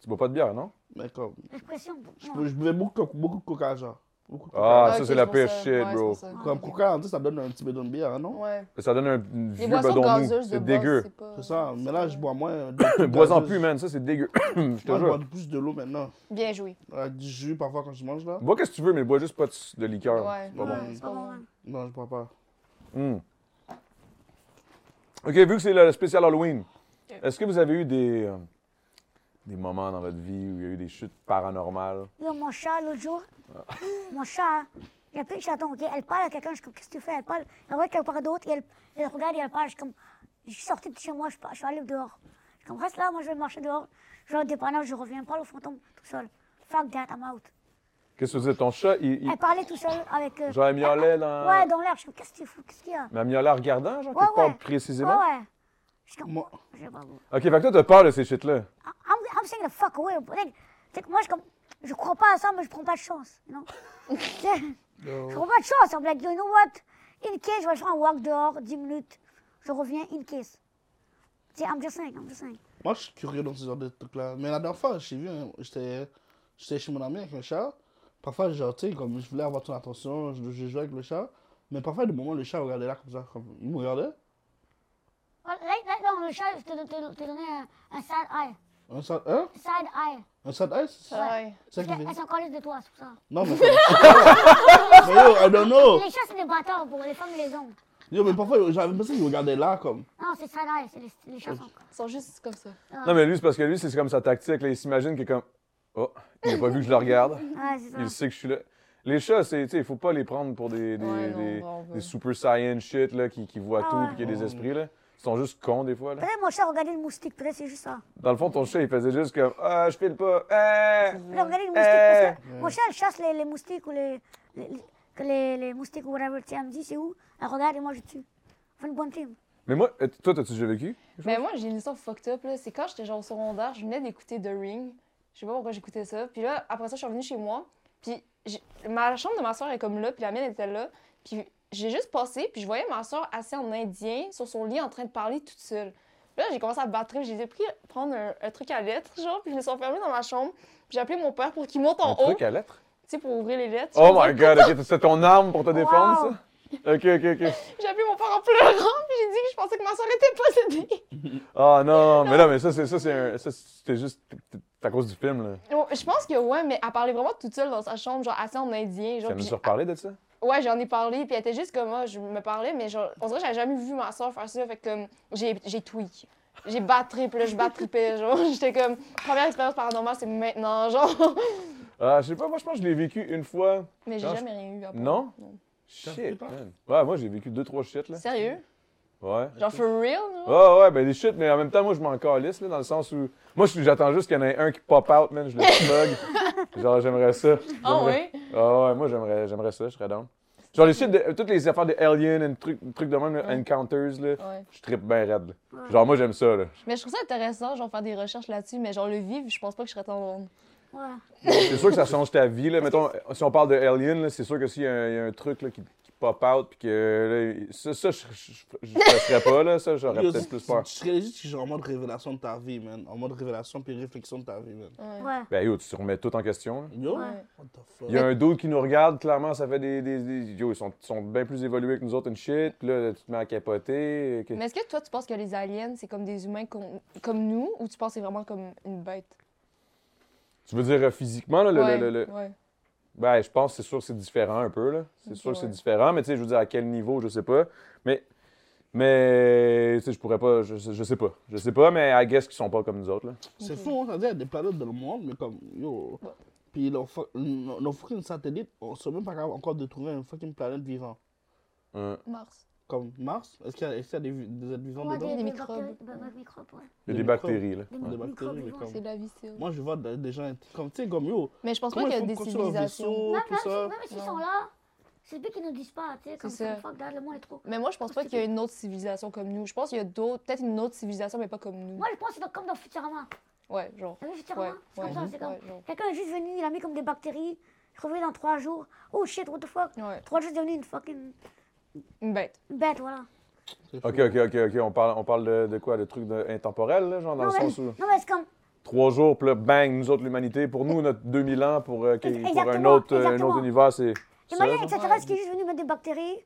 [SPEAKER 1] Tu bois pas de bière, non?
[SPEAKER 3] Mais Ben, comme.
[SPEAKER 2] L'expression. bon,
[SPEAKER 3] Je,
[SPEAKER 2] ouais.
[SPEAKER 3] je buvais beaucoup, de co- beaucoup de coca, genre. Beaucoup de coca.
[SPEAKER 1] Ah,
[SPEAKER 4] ok,
[SPEAKER 1] ça,
[SPEAKER 4] je
[SPEAKER 1] c'est la
[SPEAKER 4] pense
[SPEAKER 1] pire
[SPEAKER 4] ça.
[SPEAKER 1] shit,
[SPEAKER 4] Ouais,
[SPEAKER 1] bro.
[SPEAKER 4] je pense ça.
[SPEAKER 3] Comme coca, en tout ça me donne un petit bedon de bière, non?
[SPEAKER 4] Ouais.
[SPEAKER 1] Ça donne un
[SPEAKER 4] Les
[SPEAKER 1] vieux
[SPEAKER 4] boissons
[SPEAKER 1] bedon mou.
[SPEAKER 4] gazeuses de
[SPEAKER 1] C'est
[SPEAKER 4] base,
[SPEAKER 1] dégueu.
[SPEAKER 4] c'est pas-
[SPEAKER 3] C'est ça. Mais là, je bois moins.
[SPEAKER 1] Bois-en
[SPEAKER 3] Bois-en
[SPEAKER 1] plus, man. Ça, c'est dégueu. je te
[SPEAKER 3] Moi, je bois
[SPEAKER 1] jure.
[SPEAKER 3] plus de l'eau maintenant.
[SPEAKER 4] Bien joué.
[SPEAKER 3] Avec du jus parfois quand je mange là.
[SPEAKER 1] Bois qu'est-ce que tu veux, mais bois juste pas de- de liqueur.
[SPEAKER 4] Ouais.
[SPEAKER 1] C'est pas bon.
[SPEAKER 4] Ouais,
[SPEAKER 2] C'est pas bon, hein.
[SPEAKER 3] Non, je bois pas.
[SPEAKER 1] OK, vu que c'est le spécial Halloween, est-ce que vous avez eu des, euh, des moments dans votre vie où il y a eu des chutes paranormales?
[SPEAKER 2] Yo, mon chat, l'autre jour,
[SPEAKER 1] Ah.
[SPEAKER 2] mon chat, il a plus de chaton, ok? Elle parle à quelqu'un, je suis comme, qu'est-ce que tu fais? Elle parle, elle voit quelqu'un d'autre, et elle, elle regarde et elle parle, je suis comme, je suis sorti de chez moi, je, pars- je suis allé dehors. Je suis comme, reste là, moi je vais marcher dehors, je vais au dépanneur, je reviens, parle au fantôme tout seul. Fuck that, I'm out.
[SPEAKER 1] Qu'est-ce que vous dites? Ton chat, il, il-
[SPEAKER 2] Elle parlait tout seul avec. euh,
[SPEAKER 1] genre, elle miaulait dans...
[SPEAKER 2] Ouais, dans l'air, je suis comme, qu'est-ce que tu fous, qu'est-ce qu'il y a?
[SPEAKER 1] Mais elle miaulait en regardant, genre,
[SPEAKER 2] Ouais,
[SPEAKER 1] quelque
[SPEAKER 2] ouais.
[SPEAKER 1] part précisément?
[SPEAKER 2] Ouais, ouais. Je suis comme,
[SPEAKER 3] Moi-
[SPEAKER 2] je sais pas, bon.
[SPEAKER 1] OK, fait que toi, t'as peur de ces shit-là.
[SPEAKER 2] I'm, I'm saying the fuck away. but Like, c'est que moi, je, comme, je crois pas à ça, mais je prends pas de chance. You know? je prends pas de chance. I'm like, you know what? In case, je vais faire un walk dehors, 10 minutes. Je reviens, in case. Tu sais, I'm just saying, I'm just saying.
[SPEAKER 3] Moi, je suis curieux dans ce genre de trucs-là. Mais la dernière fois, j'ai vu, hein, j'étais j'étais chez mon ami avec le chat. Parfois, genre, tu sais, comme je voulais avoir ton attention, je, je jouais avec le chat. Mais parfois, du moment, le chat regardait là comme ça, comme il me regardait.
[SPEAKER 2] Well, Oh, Là, là, dans le chat, je te, te, te donnais un, un side eye.
[SPEAKER 3] Un sad, hein?
[SPEAKER 2] Side eye.
[SPEAKER 3] Un sad eye, c'est ça?
[SPEAKER 4] Ouais.
[SPEAKER 3] C'est ça
[SPEAKER 2] Parce
[SPEAKER 3] qu'il
[SPEAKER 2] qu'elles
[SPEAKER 3] fait.
[SPEAKER 2] sont collées de toi, c'est pour ça.
[SPEAKER 3] Non, mais. mais yo, I don't know.
[SPEAKER 2] Les chats, c'est des bâtards pour les femmes et les hommes.
[SPEAKER 3] Yo, mais parfois, j'avais l'impression qu'il regardait là, comme.
[SPEAKER 2] Non, c'est side eye, c'est les, les chats sont.
[SPEAKER 4] Ils sont juste comme ça.
[SPEAKER 1] Non, mais lui, c'est parce que lui, c'est comme sa tactique. Là, il s'imagine qu'il est comme... Oh, il a pas vu que je le regarde.
[SPEAKER 2] Ouais, c'est ça.
[SPEAKER 1] Il sait que je suis là. Les chats, c'est, tu sais, il faut pas les prendre pour des, des,
[SPEAKER 4] Ouais, non,
[SPEAKER 1] des-
[SPEAKER 4] non, on
[SPEAKER 1] des
[SPEAKER 4] veut.
[SPEAKER 1] super science shit là, qui, qui voient
[SPEAKER 2] Ah
[SPEAKER 1] tout
[SPEAKER 2] ouais.
[SPEAKER 3] Oh.
[SPEAKER 1] et qui a des esprits. Là. Ils sont juste cons des fois. Là.
[SPEAKER 2] Peut-être mon chat regardait le moustique, peut-être c'est juste ça.
[SPEAKER 1] Dans le fond, ton chat, il faisait juste comme Ah, je file pas. Ah!
[SPEAKER 2] Il a regardé le moustique.
[SPEAKER 1] eh.
[SPEAKER 2] Parce que mon chat, elle chasse les, les moustiques ou les, les, les- que les, les moustiques ou whatever. Tu sais, elle me dit c'est où. Elle regarde et moi je tue. On fait une bonne team.
[SPEAKER 1] Mais moi, euh, toi, t'as-tu déjà vécu?
[SPEAKER 4] Mais moi, j'ai une histoire fucked up, là. C'est quand j'étais genre au secondaire, je venais d'écouter The Ring. Je sais pas pourquoi j'écoutais ça. Puis là, après ça, je suis revenue chez moi. Puis j'ai- ma la chambre de ma soeur est comme là, puis la mienne était là. Puis j'ai juste passé, puis je voyais ma soeur assise en indien sur son lit en train de parler toute seule. Là, j'ai commencé à battre, j'ai pris prendre un, un truc à lettres, genre, puis je me suis enfermée dans ma chambre. Puis j'ai appelé mon père pour qu'il monte en
[SPEAKER 1] Un
[SPEAKER 4] haut,
[SPEAKER 1] truc
[SPEAKER 4] tu
[SPEAKER 1] à lettres?
[SPEAKER 4] sais, pour ouvrir les lettres.
[SPEAKER 1] Oh my god, ok, c'est ton arme pour te défendre, ça? Ok, ok, ok.
[SPEAKER 4] J'ai appelé mon père en pleurant, puis j'ai dit que je pensais que ma soeur était possédée.
[SPEAKER 1] Ah non, mais là, mais ça, c'est ça, c'est un. Ça, c'était juste. C'est à cause du film, là.
[SPEAKER 4] Ouais, Oh, Je pense que ouais, mais elle parlait vraiment toute seule dans sa chambre, genre assez en indien. Genre,
[SPEAKER 1] Ça
[SPEAKER 4] puis
[SPEAKER 1] nous
[SPEAKER 4] j'ai-
[SPEAKER 1] a reparlé de ça?
[SPEAKER 4] ouais, j'en ai parlé, puis elle était juste comme moi, je me parlais, mais genre, on dirait que j'avais jamais vu ma soeur faire ça, fait que comme, j'ai j'ai tweak. J'ai bat trip, là, je bat trippais, genre, j'étais comme, première expérience paranormale, c'est maintenant, genre.
[SPEAKER 1] Ah, je sais pas, moi, je pense que je l'ai vécu une fois.
[SPEAKER 4] Mais j'ai
[SPEAKER 1] Non, je-
[SPEAKER 4] jamais rien eu. à part.
[SPEAKER 1] Non?
[SPEAKER 3] fait
[SPEAKER 1] Shit,
[SPEAKER 3] peur?
[SPEAKER 1] man. Ouais, moi, j'ai vécu deux, trois shit, là.
[SPEAKER 4] Sérieux?
[SPEAKER 1] Ouais.
[SPEAKER 4] Genre, for real, là?
[SPEAKER 1] Ouais, ouais, ben des shit, mais en même temps, moi, je m'en calisse, là, dans le sens où. Moi, je- j'attends juste qu'il y en ait un qui pop out, man, je le plug. Genre, j'aimerais ça.
[SPEAKER 4] Ah
[SPEAKER 1] J'aimerais-
[SPEAKER 4] ouais?
[SPEAKER 1] Ah ouais, moi, j'aimerais, j'aimerais ça, je serais down. Genre, les shit, de, euh, toutes les affaires de Alien, and trucs truc de même, là, Encounters, là,
[SPEAKER 4] Ouais.
[SPEAKER 1] je trippe bien raide, là. Genre, moi, j'aime ça, là.
[SPEAKER 4] Mais je trouve ça intéressant, genre, faire des recherches là-dessus, mais genre, le vivre, je pense pas que je serais tendance.
[SPEAKER 2] Ouais.
[SPEAKER 1] C'est sûr que ça change ta vie, là. Mettons, si on parle de Alien, là, c'est sûr que s'il y, a un- il y a un truc, là, qui, qui pop out, puis que. là, ça, ça, je ne ferais pas, là. Ça, j'aurais
[SPEAKER 3] Yo,
[SPEAKER 1] peut-être
[SPEAKER 3] tu-
[SPEAKER 1] plus peur.
[SPEAKER 3] Tu serais juste genre en mode révélation de ta vie, man. En mode révélation puis réflexion de ta vie, man.
[SPEAKER 2] Ouais.
[SPEAKER 1] Ben, yo, tu te remets tout en question, là.
[SPEAKER 3] Yo,
[SPEAKER 4] Ouais.
[SPEAKER 3] what the
[SPEAKER 1] Il y a
[SPEAKER 3] fuck?
[SPEAKER 1] un dude qui nous regarde, clairement, ça fait des. des, des- yo, ils sont, ils sont bien plus évolués que nous autres, une shit. Puis là, tu te mets à capoter. que-
[SPEAKER 4] Mais est-ce que toi, tu penses que les aliens, c'est comme des humains com- comme nous, ou tu penses que c'est vraiment comme une bête?
[SPEAKER 1] Tu veux dire euh, physiquement, là, le.
[SPEAKER 4] ouais,
[SPEAKER 1] le- le-
[SPEAKER 4] ouais.
[SPEAKER 1] Ben, je pense, c'est sûr que c'est différent un peu, là. C'est
[SPEAKER 4] Ok,
[SPEAKER 1] sûr que c'est
[SPEAKER 4] ouais.
[SPEAKER 1] différent, mais tu sais, je veux dire, à quel niveau, je sais pas. Mais. Mais. Tu sais, je pourrais pas. Je, sais- je sais pas. Je sais pas, mais I guess qu'ils sont pas comme nous autres, là.
[SPEAKER 3] C'est
[SPEAKER 4] Ok.
[SPEAKER 3] fou, hein, on s'en dit, il y a des planètes dans le monde, mais comme, yo.
[SPEAKER 4] Ouais.
[SPEAKER 3] Puis nos, fu- nos, nos fucking satellites, on sait même pas capable encore de trouver une fucking planète vivante.
[SPEAKER 1] Hein.
[SPEAKER 4] Mars.
[SPEAKER 3] Comme Mars, est-ce qu'il y a, est-ce qu'il y a des, vi- des êtres vivants
[SPEAKER 2] Ouais,
[SPEAKER 3] dedans?
[SPEAKER 4] des
[SPEAKER 2] bactéries-
[SPEAKER 4] microbes.
[SPEAKER 2] Des, des microbes,
[SPEAKER 1] Il y
[SPEAKER 2] ouais.
[SPEAKER 1] a
[SPEAKER 3] Des
[SPEAKER 1] des
[SPEAKER 3] microbes.
[SPEAKER 1] bactéries, là.
[SPEAKER 2] Des
[SPEAKER 3] Des
[SPEAKER 2] microbes
[SPEAKER 3] bactéries, mais
[SPEAKER 2] vivants.
[SPEAKER 3] comme.
[SPEAKER 4] C'est de la vie, c'est
[SPEAKER 3] Moi, je vois des, des gens, comme, tu sais, comme yo.
[SPEAKER 4] Mais je pense pas
[SPEAKER 3] Comment
[SPEAKER 4] qu'il y a
[SPEAKER 3] ils
[SPEAKER 4] des
[SPEAKER 3] font construire un
[SPEAKER 4] civilisations.
[SPEAKER 3] vaisseau,
[SPEAKER 2] Même,
[SPEAKER 3] tout
[SPEAKER 2] même, si-
[SPEAKER 3] ça?
[SPEAKER 2] même s'ils
[SPEAKER 4] Non.
[SPEAKER 2] sont là, c'est eux qui nous disent pas, tu sais, comme
[SPEAKER 4] ça.
[SPEAKER 2] ça. Fuck, that, le monde est trop.
[SPEAKER 4] Mais moi, je pense pas qu'il y a une autre civilisation comme nous. Je pense qu'il y a d'autres, peut-être une autre civilisation, mais pas comme nous.
[SPEAKER 2] Moi, je pense que c'est dans- comme dans Futurama.
[SPEAKER 4] Ouais, genre.
[SPEAKER 2] T'as vu Futurama
[SPEAKER 4] Ouais,
[SPEAKER 2] Ah, C'est
[SPEAKER 4] ouais,
[SPEAKER 2] comme ça, c'est comme.
[SPEAKER 4] ouais, genre.
[SPEAKER 2] Quelqu'un est juste venu, il a mis comme des bactéries. Je reviens dans trois jours. Oh shit, what the fuck.
[SPEAKER 4] Ouais,
[SPEAKER 2] Trois jours, c'est devenu une fucking
[SPEAKER 4] une bête.
[SPEAKER 2] bête, voilà.
[SPEAKER 1] Ok, ok, ok, ok. On parle, on parle de, de quoi De trucs de- intemporels, là, genre, dans
[SPEAKER 2] non,
[SPEAKER 1] le
[SPEAKER 4] Ah
[SPEAKER 2] mais,
[SPEAKER 1] sens où.
[SPEAKER 2] non, mais c'est comme.
[SPEAKER 1] trois jours, puis là, bang, nous autres, l'humanité, pour nous, notre 2000 ans, pour, euh, qu'il- pour un,
[SPEAKER 2] Exactement,
[SPEAKER 1] autre, euh, un
[SPEAKER 2] exactement.
[SPEAKER 1] autre univers, c'est. ça,
[SPEAKER 2] Imagine,
[SPEAKER 1] genre?
[SPEAKER 2] etc. ce qui est juste venu mettre des bactéries.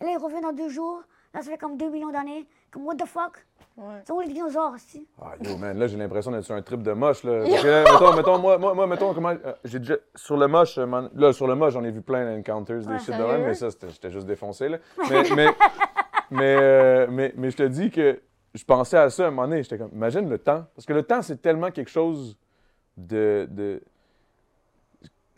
[SPEAKER 2] Et là, il revient dans deux jours. Là, ça fait comme deux millions d'années. Comme what the fuck.
[SPEAKER 4] Ouais.
[SPEAKER 2] C'est où les dinosaures aussi
[SPEAKER 1] Ah, yo, man, là, j'ai l'impression d'être sur un trip de moche, là. Parce que, là, mettons, mettons, moi, moi, moi, mettons, comment. euh, j'ai déjà. Sur le moche, euh, man- là, sur le moche, j'en ai vu plein d'encounters, des shit de
[SPEAKER 4] Ah, sérieux?
[SPEAKER 1] même, mais ça, c'était- j'étais juste défoncé, là. Mais, mais, mais, euh, mais, mais je te dis que je pensais à ça à un moment donné, j'étais comme, imagine le temps. Parce que le temps, c'est tellement quelque chose de. de-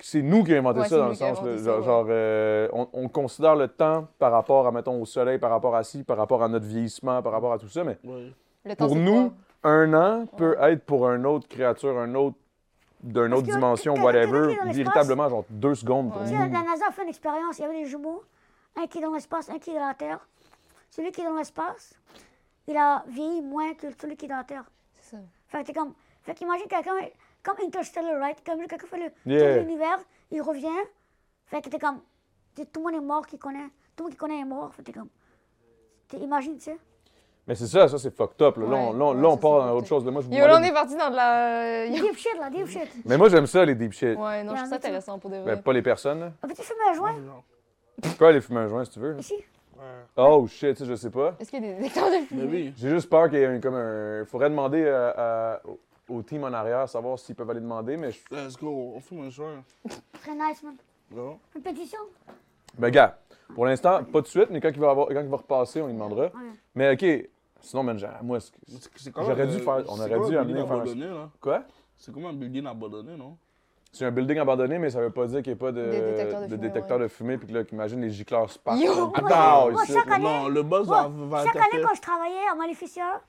[SPEAKER 1] c'est nous qui avons inventé
[SPEAKER 4] Ouais,
[SPEAKER 1] ça
[SPEAKER 4] c'est
[SPEAKER 1] dans
[SPEAKER 4] nous
[SPEAKER 1] le
[SPEAKER 4] qui avons
[SPEAKER 1] sens. là,
[SPEAKER 4] inventé ça,
[SPEAKER 1] genre, genre,
[SPEAKER 4] ouais.
[SPEAKER 1] euh, on, on considère le temps par rapport à, mettons, au soleil, par rapport à ci, par rapport à notre vieillissement, par rapport à tout ça, mais
[SPEAKER 3] Ouais.
[SPEAKER 4] Le temps,
[SPEAKER 1] pour
[SPEAKER 4] c'est
[SPEAKER 1] nous,
[SPEAKER 4] quoi?
[SPEAKER 1] un an peut être pour une autre créature, un autre d'une
[SPEAKER 2] Parce
[SPEAKER 1] autre
[SPEAKER 2] que
[SPEAKER 1] dimension,
[SPEAKER 2] quelqu'un-
[SPEAKER 1] whatever,
[SPEAKER 2] quelqu'un dans l'espace-
[SPEAKER 1] véritablement, genre deux secondes pour
[SPEAKER 4] Ouais.
[SPEAKER 2] Tu
[SPEAKER 1] nous.
[SPEAKER 2] sais, la NASA a fait une expérience, il y avait des jumeaux, un qui est dans l'espace, un qui est dans la Terre. Celui qui est dans l'espace, il a vieilli moins que celui qui est dans la Terre.
[SPEAKER 4] C'est ça.
[SPEAKER 2] Fait que t'es comme, fait qu'imagine quelqu'un, comme Interstellar, right? Comme quelqu'un fait le
[SPEAKER 1] Yeah.
[SPEAKER 2] tour de l'univers, il revient, fait que t'es comme, t'es- tout le monde est mort qui connaît, tout le monde qui connaît est mort, fait que t'es comme, t'es- imagine, tu sais.
[SPEAKER 1] Mais c'est ça, ça c'est fucked up. Là, Là, on,
[SPEAKER 4] Ouais,
[SPEAKER 1] là, on-
[SPEAKER 4] ouais,
[SPEAKER 1] là, on
[SPEAKER 4] ça,
[SPEAKER 1] part
[SPEAKER 4] c'est
[SPEAKER 1] dans autre
[SPEAKER 4] fucked up.
[SPEAKER 1] chose. Là, moi, je vous
[SPEAKER 4] Yo, là, on
[SPEAKER 1] demandais-
[SPEAKER 4] est parti dans de la. Yo.
[SPEAKER 2] Deep shit, là, deep shit.
[SPEAKER 1] Mais moi, j'aime ça, les deep shit.
[SPEAKER 4] Ouais, non, je
[SPEAKER 2] Yeah,
[SPEAKER 4] trouve ça
[SPEAKER 2] me too.
[SPEAKER 4] intéressant pour de vrai.
[SPEAKER 1] Ben, pas les personnes. là.
[SPEAKER 2] Ah, Peux-tu fumer un joint?
[SPEAKER 1] Tu peux aller fumer un joint si tu veux. là.
[SPEAKER 2] Ici?
[SPEAKER 1] Oh shit, tu sais, je sais pas.
[SPEAKER 4] Est-ce qu'il y a des détecteurs de
[SPEAKER 3] Mais
[SPEAKER 4] fumée?
[SPEAKER 3] oui.
[SPEAKER 1] J'ai juste peur qu'il y ait un, comme un. Faudrait demander euh, à- au- au team en arrière, savoir s'ils peuvent aller demander, mais je-
[SPEAKER 3] Let's go, on fume un joint.
[SPEAKER 2] Très nice, man.
[SPEAKER 3] Non?
[SPEAKER 2] Une pétition?
[SPEAKER 1] Ben, gars, pour l'instant, pas de suite, mais quand il va, avoir, quand il va repasser, on lui demandera. Mais, OK, sinon, man, j'ai- moi, c'est-
[SPEAKER 3] Mais c'est- c'est
[SPEAKER 1] J'aurais dû faire- on aurait dû amener
[SPEAKER 3] un
[SPEAKER 1] faire un-
[SPEAKER 3] abandonné, là.
[SPEAKER 1] quoi?
[SPEAKER 3] C'est comme un building abandonné, non?
[SPEAKER 1] C'est un building abandonné, mais ça veut pas dire qu'il n'y ait pas de,
[SPEAKER 4] Des détecteurs de
[SPEAKER 1] de
[SPEAKER 4] fumée,
[SPEAKER 1] détecteurs
[SPEAKER 4] ouais.
[SPEAKER 1] de fumée, puis que là, qu'imagine les gicleurs se partent.
[SPEAKER 4] Yo!
[SPEAKER 1] là,
[SPEAKER 3] Ah
[SPEAKER 1] Attends,
[SPEAKER 2] Moi,
[SPEAKER 1] ici,
[SPEAKER 2] Oh, chaque
[SPEAKER 1] là.
[SPEAKER 2] année-
[SPEAKER 3] bah, oh, Non, le buzz
[SPEAKER 2] Moi,
[SPEAKER 3] va, va
[SPEAKER 2] Chaque année,
[SPEAKER 3] interférer.
[SPEAKER 2] quand je travaillais à Maleficia,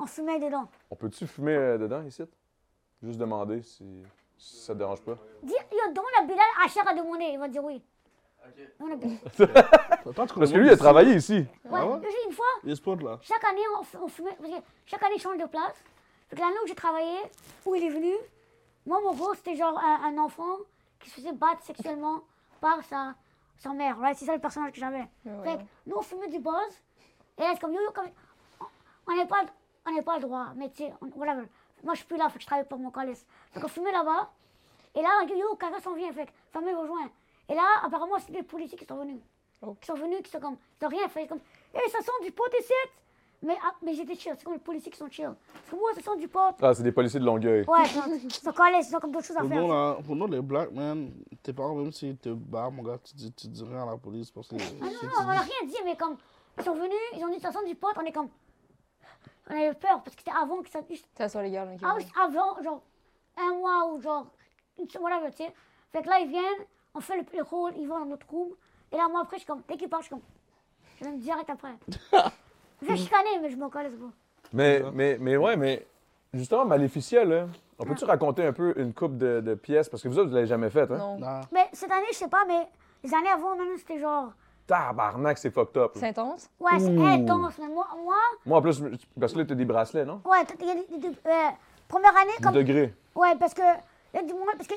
[SPEAKER 2] on fumait dedans.
[SPEAKER 1] On peut-tu fumer euh, dedans, ici? Juste demander si, si ça te dérange pas.
[SPEAKER 2] Dis, yo, demande à Bilal, Achar a demandé. Il va dire oui. Demande à Bilal.
[SPEAKER 3] Attends, tu
[SPEAKER 1] Parce que
[SPEAKER 3] comprends
[SPEAKER 1] lui, il a travaillé ici.
[SPEAKER 2] Ouais,
[SPEAKER 3] Ah ouais?
[SPEAKER 2] j'ai une fois,
[SPEAKER 3] Il se pointe, là.
[SPEAKER 2] chaque année, on, f- on fumait. parce que chaque année, je change de place. Fait que l'année où j'ai travaillé, où il est venu, moi, mon gros, c'était genre un, un enfant qui se faisait battre sexuellement par sa, sa mère. Right? C'est ça le personnage que j'avais. Fait que nous, on fumait du buzz. Et là, c'est comme, yo, yo, comme- on n'est pas, on n'est pas le droit, mais tu sais, on- whatever. Moi, je suis plus là, faut que je travaille pour mon calice. Donc, on fumait là-bas. Et là, on dit, yo, Kaga s'en vient, fait que famille rejoint. Et là, apparemment, c'est des policiers qui sont venus. Qui sont venus, qui sont comme, ils ont rien fait. comme, hé, ça sent du pot ici! Mais, ah, mais j'étais chill, c'est comme les policiers qui sont chill. C'est comme, ouais, ça sent du pot.
[SPEAKER 1] Ah, c'est des policiers de Longueuil.
[SPEAKER 2] Ouais, ils sont calices, ils ont comme d'autres choses à
[SPEAKER 3] Pour nous,
[SPEAKER 2] faire.
[SPEAKER 3] là, pour nous, les blacks, man, tes parents, même s'ils te barrent, mon gars, tu dis, tu dis rien à la police parce que.
[SPEAKER 4] Ah
[SPEAKER 2] Non, non, on n'a rien dit, mais comme, ils sont venus, ils ont dit, ça sent du pot, on est comme, on avait peur, parce que c'était avant que ça,
[SPEAKER 4] Ça soit légal, ok.
[SPEAKER 2] Ah
[SPEAKER 4] ouais.
[SPEAKER 2] oui, avant, genre, un mois ou genre, une semaine, whatever, tu sais. Fait que là, ils viennent, on fait le, le rôle, ils vont dans notre room. Et là, moi, après, je suis comme, dès qu'ils partent, je suis comme, je vais me direct après. je vais chicaner, mais je m'en colle, c'est bon.
[SPEAKER 1] Mais, mais, mais ouais, mais justement, Maléficia, là, on peut-tu raconter un peu une coupe de, de pièces? Parce que vous autres, vous l'avez jamais faite, hein?
[SPEAKER 4] Non.
[SPEAKER 3] Non.
[SPEAKER 2] Mais cette année, je sais pas, mais les années avant, maintenant, c'était genre,
[SPEAKER 1] Tabarnak, c'est fucked up. là.
[SPEAKER 4] C'est intense?
[SPEAKER 2] ouais, c'est intense, mais moi, moi
[SPEAKER 1] Moi, en plus, parce que là, t'as des bracelets, non?
[SPEAKER 2] ouais, il y a des, des- des- euh, première année,
[SPEAKER 1] Des
[SPEAKER 2] comme.
[SPEAKER 1] degrés.
[SPEAKER 2] Ouais, parce que, il y a du monde, parce que,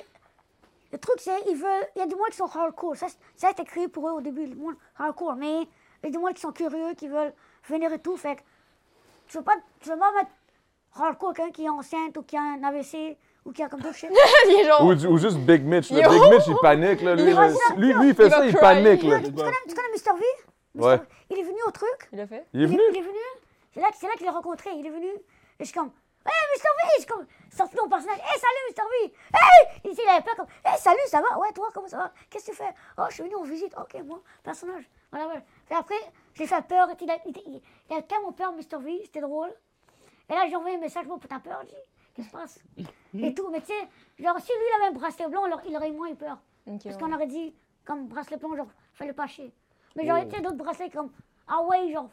[SPEAKER 2] le truc, c'est, ils veulent, il y a du monde qui sont hardcore. Ça, c'est- ça a été créé pour eux au début, le monde hardcore. Mais, il y a du monde qui sont curieux, qui veulent venir et tout. Fait que, tu veux pas, tu veux pas mettre hardcore quelqu'un qui est enceinte ou qui a un AVC ou qui a comme d'autres shit.
[SPEAKER 4] Il est genre.
[SPEAKER 1] Ou, du- ou juste Big Mitch. là.
[SPEAKER 4] Yo!
[SPEAKER 1] Big Mitch, il panique. Là. Lui, là, lui, lui, il fait
[SPEAKER 4] Il va
[SPEAKER 1] ça, il
[SPEAKER 4] cry.
[SPEAKER 1] panique. Là.
[SPEAKER 2] tu, connais, tu connais Mr. V? Mr.
[SPEAKER 1] Ouais.
[SPEAKER 2] V, Il est venu au truc.
[SPEAKER 4] Il l'a fait?
[SPEAKER 1] Il est
[SPEAKER 2] Il
[SPEAKER 1] venu.
[SPEAKER 2] est, il est venu, c'est là, que- c'est là qu'il est rencontré, il est venu, et je suis comme, hé, Mr. V, je suis comme, sorti mon personnage, hé, salut, Mr. V, hé, il, il avait peur comme, hé, salut, ça va, ouais, toi, comment ça va, qu'est-ce que tu fais, oh, je suis venu en visite, ok, moi, personnage, voilà, voilà. Puis après, j'ai fait peur, il a, il, il- il a tellement peur, Mr. V, c'était drôle, et là, j'ai envoyé un message, bon, putain, peur, j'ai dit, qu'est-ce qui se passe, et tout, mais tu sais, genre, si lui, il avait un bracelet blanc, alors, il aurait moins eu peur,
[SPEAKER 4] Ok,
[SPEAKER 2] parce
[SPEAKER 4] ouais.
[SPEAKER 2] qu'on aurait dit, comme, bracelet blanc, genre, fallait pas chier,
[SPEAKER 1] Oh.
[SPEAKER 2] mais genre, tu sais, d'autres bracelets comme, ah ouais, genre,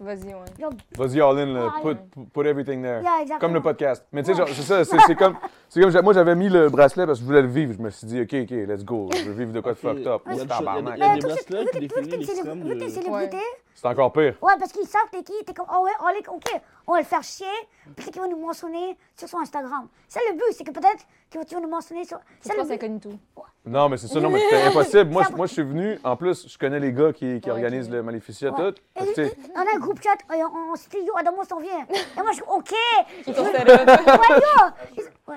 [SPEAKER 4] Vas-y, ouais.
[SPEAKER 2] genre,
[SPEAKER 1] Vas-y, all in, là.
[SPEAKER 2] Ah,
[SPEAKER 1] Put, put everything there.
[SPEAKER 2] Yeah, exactement.
[SPEAKER 1] comme le podcast. Mais tu sais, genre, c'est ça, c'est c'est comme. C'est comme, j'a- moi, j'avais mis le bracelet parce que je voulais le vivre. Je me suis dit, OK, OK, let's go. Je veux vivre de quoi de
[SPEAKER 3] Ok.
[SPEAKER 1] fucked up.
[SPEAKER 3] Il y a le-
[SPEAKER 1] Tabarnak.
[SPEAKER 3] il y a
[SPEAKER 2] Mais
[SPEAKER 3] des
[SPEAKER 2] tout de suite,
[SPEAKER 3] bracelets
[SPEAKER 2] vu
[SPEAKER 3] qui
[SPEAKER 2] que vu que t'es
[SPEAKER 3] définissent
[SPEAKER 2] une
[SPEAKER 3] l'extrême
[SPEAKER 2] célébr- vu que t'es une
[SPEAKER 3] de-
[SPEAKER 2] célébrité,
[SPEAKER 1] C'est encore pire.
[SPEAKER 2] ouais, parce qu'ils savent t'es qui, t'es comme, oh ouais, on est- ok, on va le faire chier, peut-être qu'ils vont nous mentionner sur son Instagram. C'est le but, c'est que peut-être qu'ils vont tu vas nous mentionner sur.
[SPEAKER 4] C'est
[SPEAKER 2] C'est
[SPEAKER 4] pas
[SPEAKER 2] le
[SPEAKER 4] ça
[SPEAKER 2] but.
[SPEAKER 4] connu tout.
[SPEAKER 1] Non, mais c'est ça, non, mais c'était impossible. Moi,
[SPEAKER 2] Ça
[SPEAKER 1] je-
[SPEAKER 2] va-
[SPEAKER 1] moi, je suis venu. En plus, je connais les gars qui, qui
[SPEAKER 4] Ouais,
[SPEAKER 1] organisent
[SPEAKER 4] ok.
[SPEAKER 1] le Maléficia,
[SPEAKER 2] Ouais.
[SPEAKER 1] tout.
[SPEAKER 2] Et
[SPEAKER 1] Fait que, tu
[SPEAKER 2] lui,
[SPEAKER 1] sais,
[SPEAKER 2] il- on a un groupe chat, et on, on s'est dit, yo, Adamo s'en vient. Et moi, je suis comme, ok.
[SPEAKER 4] Ils sont sérieux.
[SPEAKER 2] Ouais, yo. Ouais.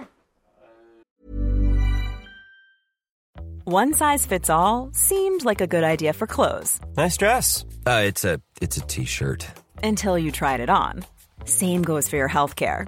[SPEAKER 6] One size fits all seemed like a good idea for clothes
[SPEAKER 7] Nice dress. Uh, it's a it's a t-shirt.
[SPEAKER 6] until you tried it on. Same goes for your healthcare.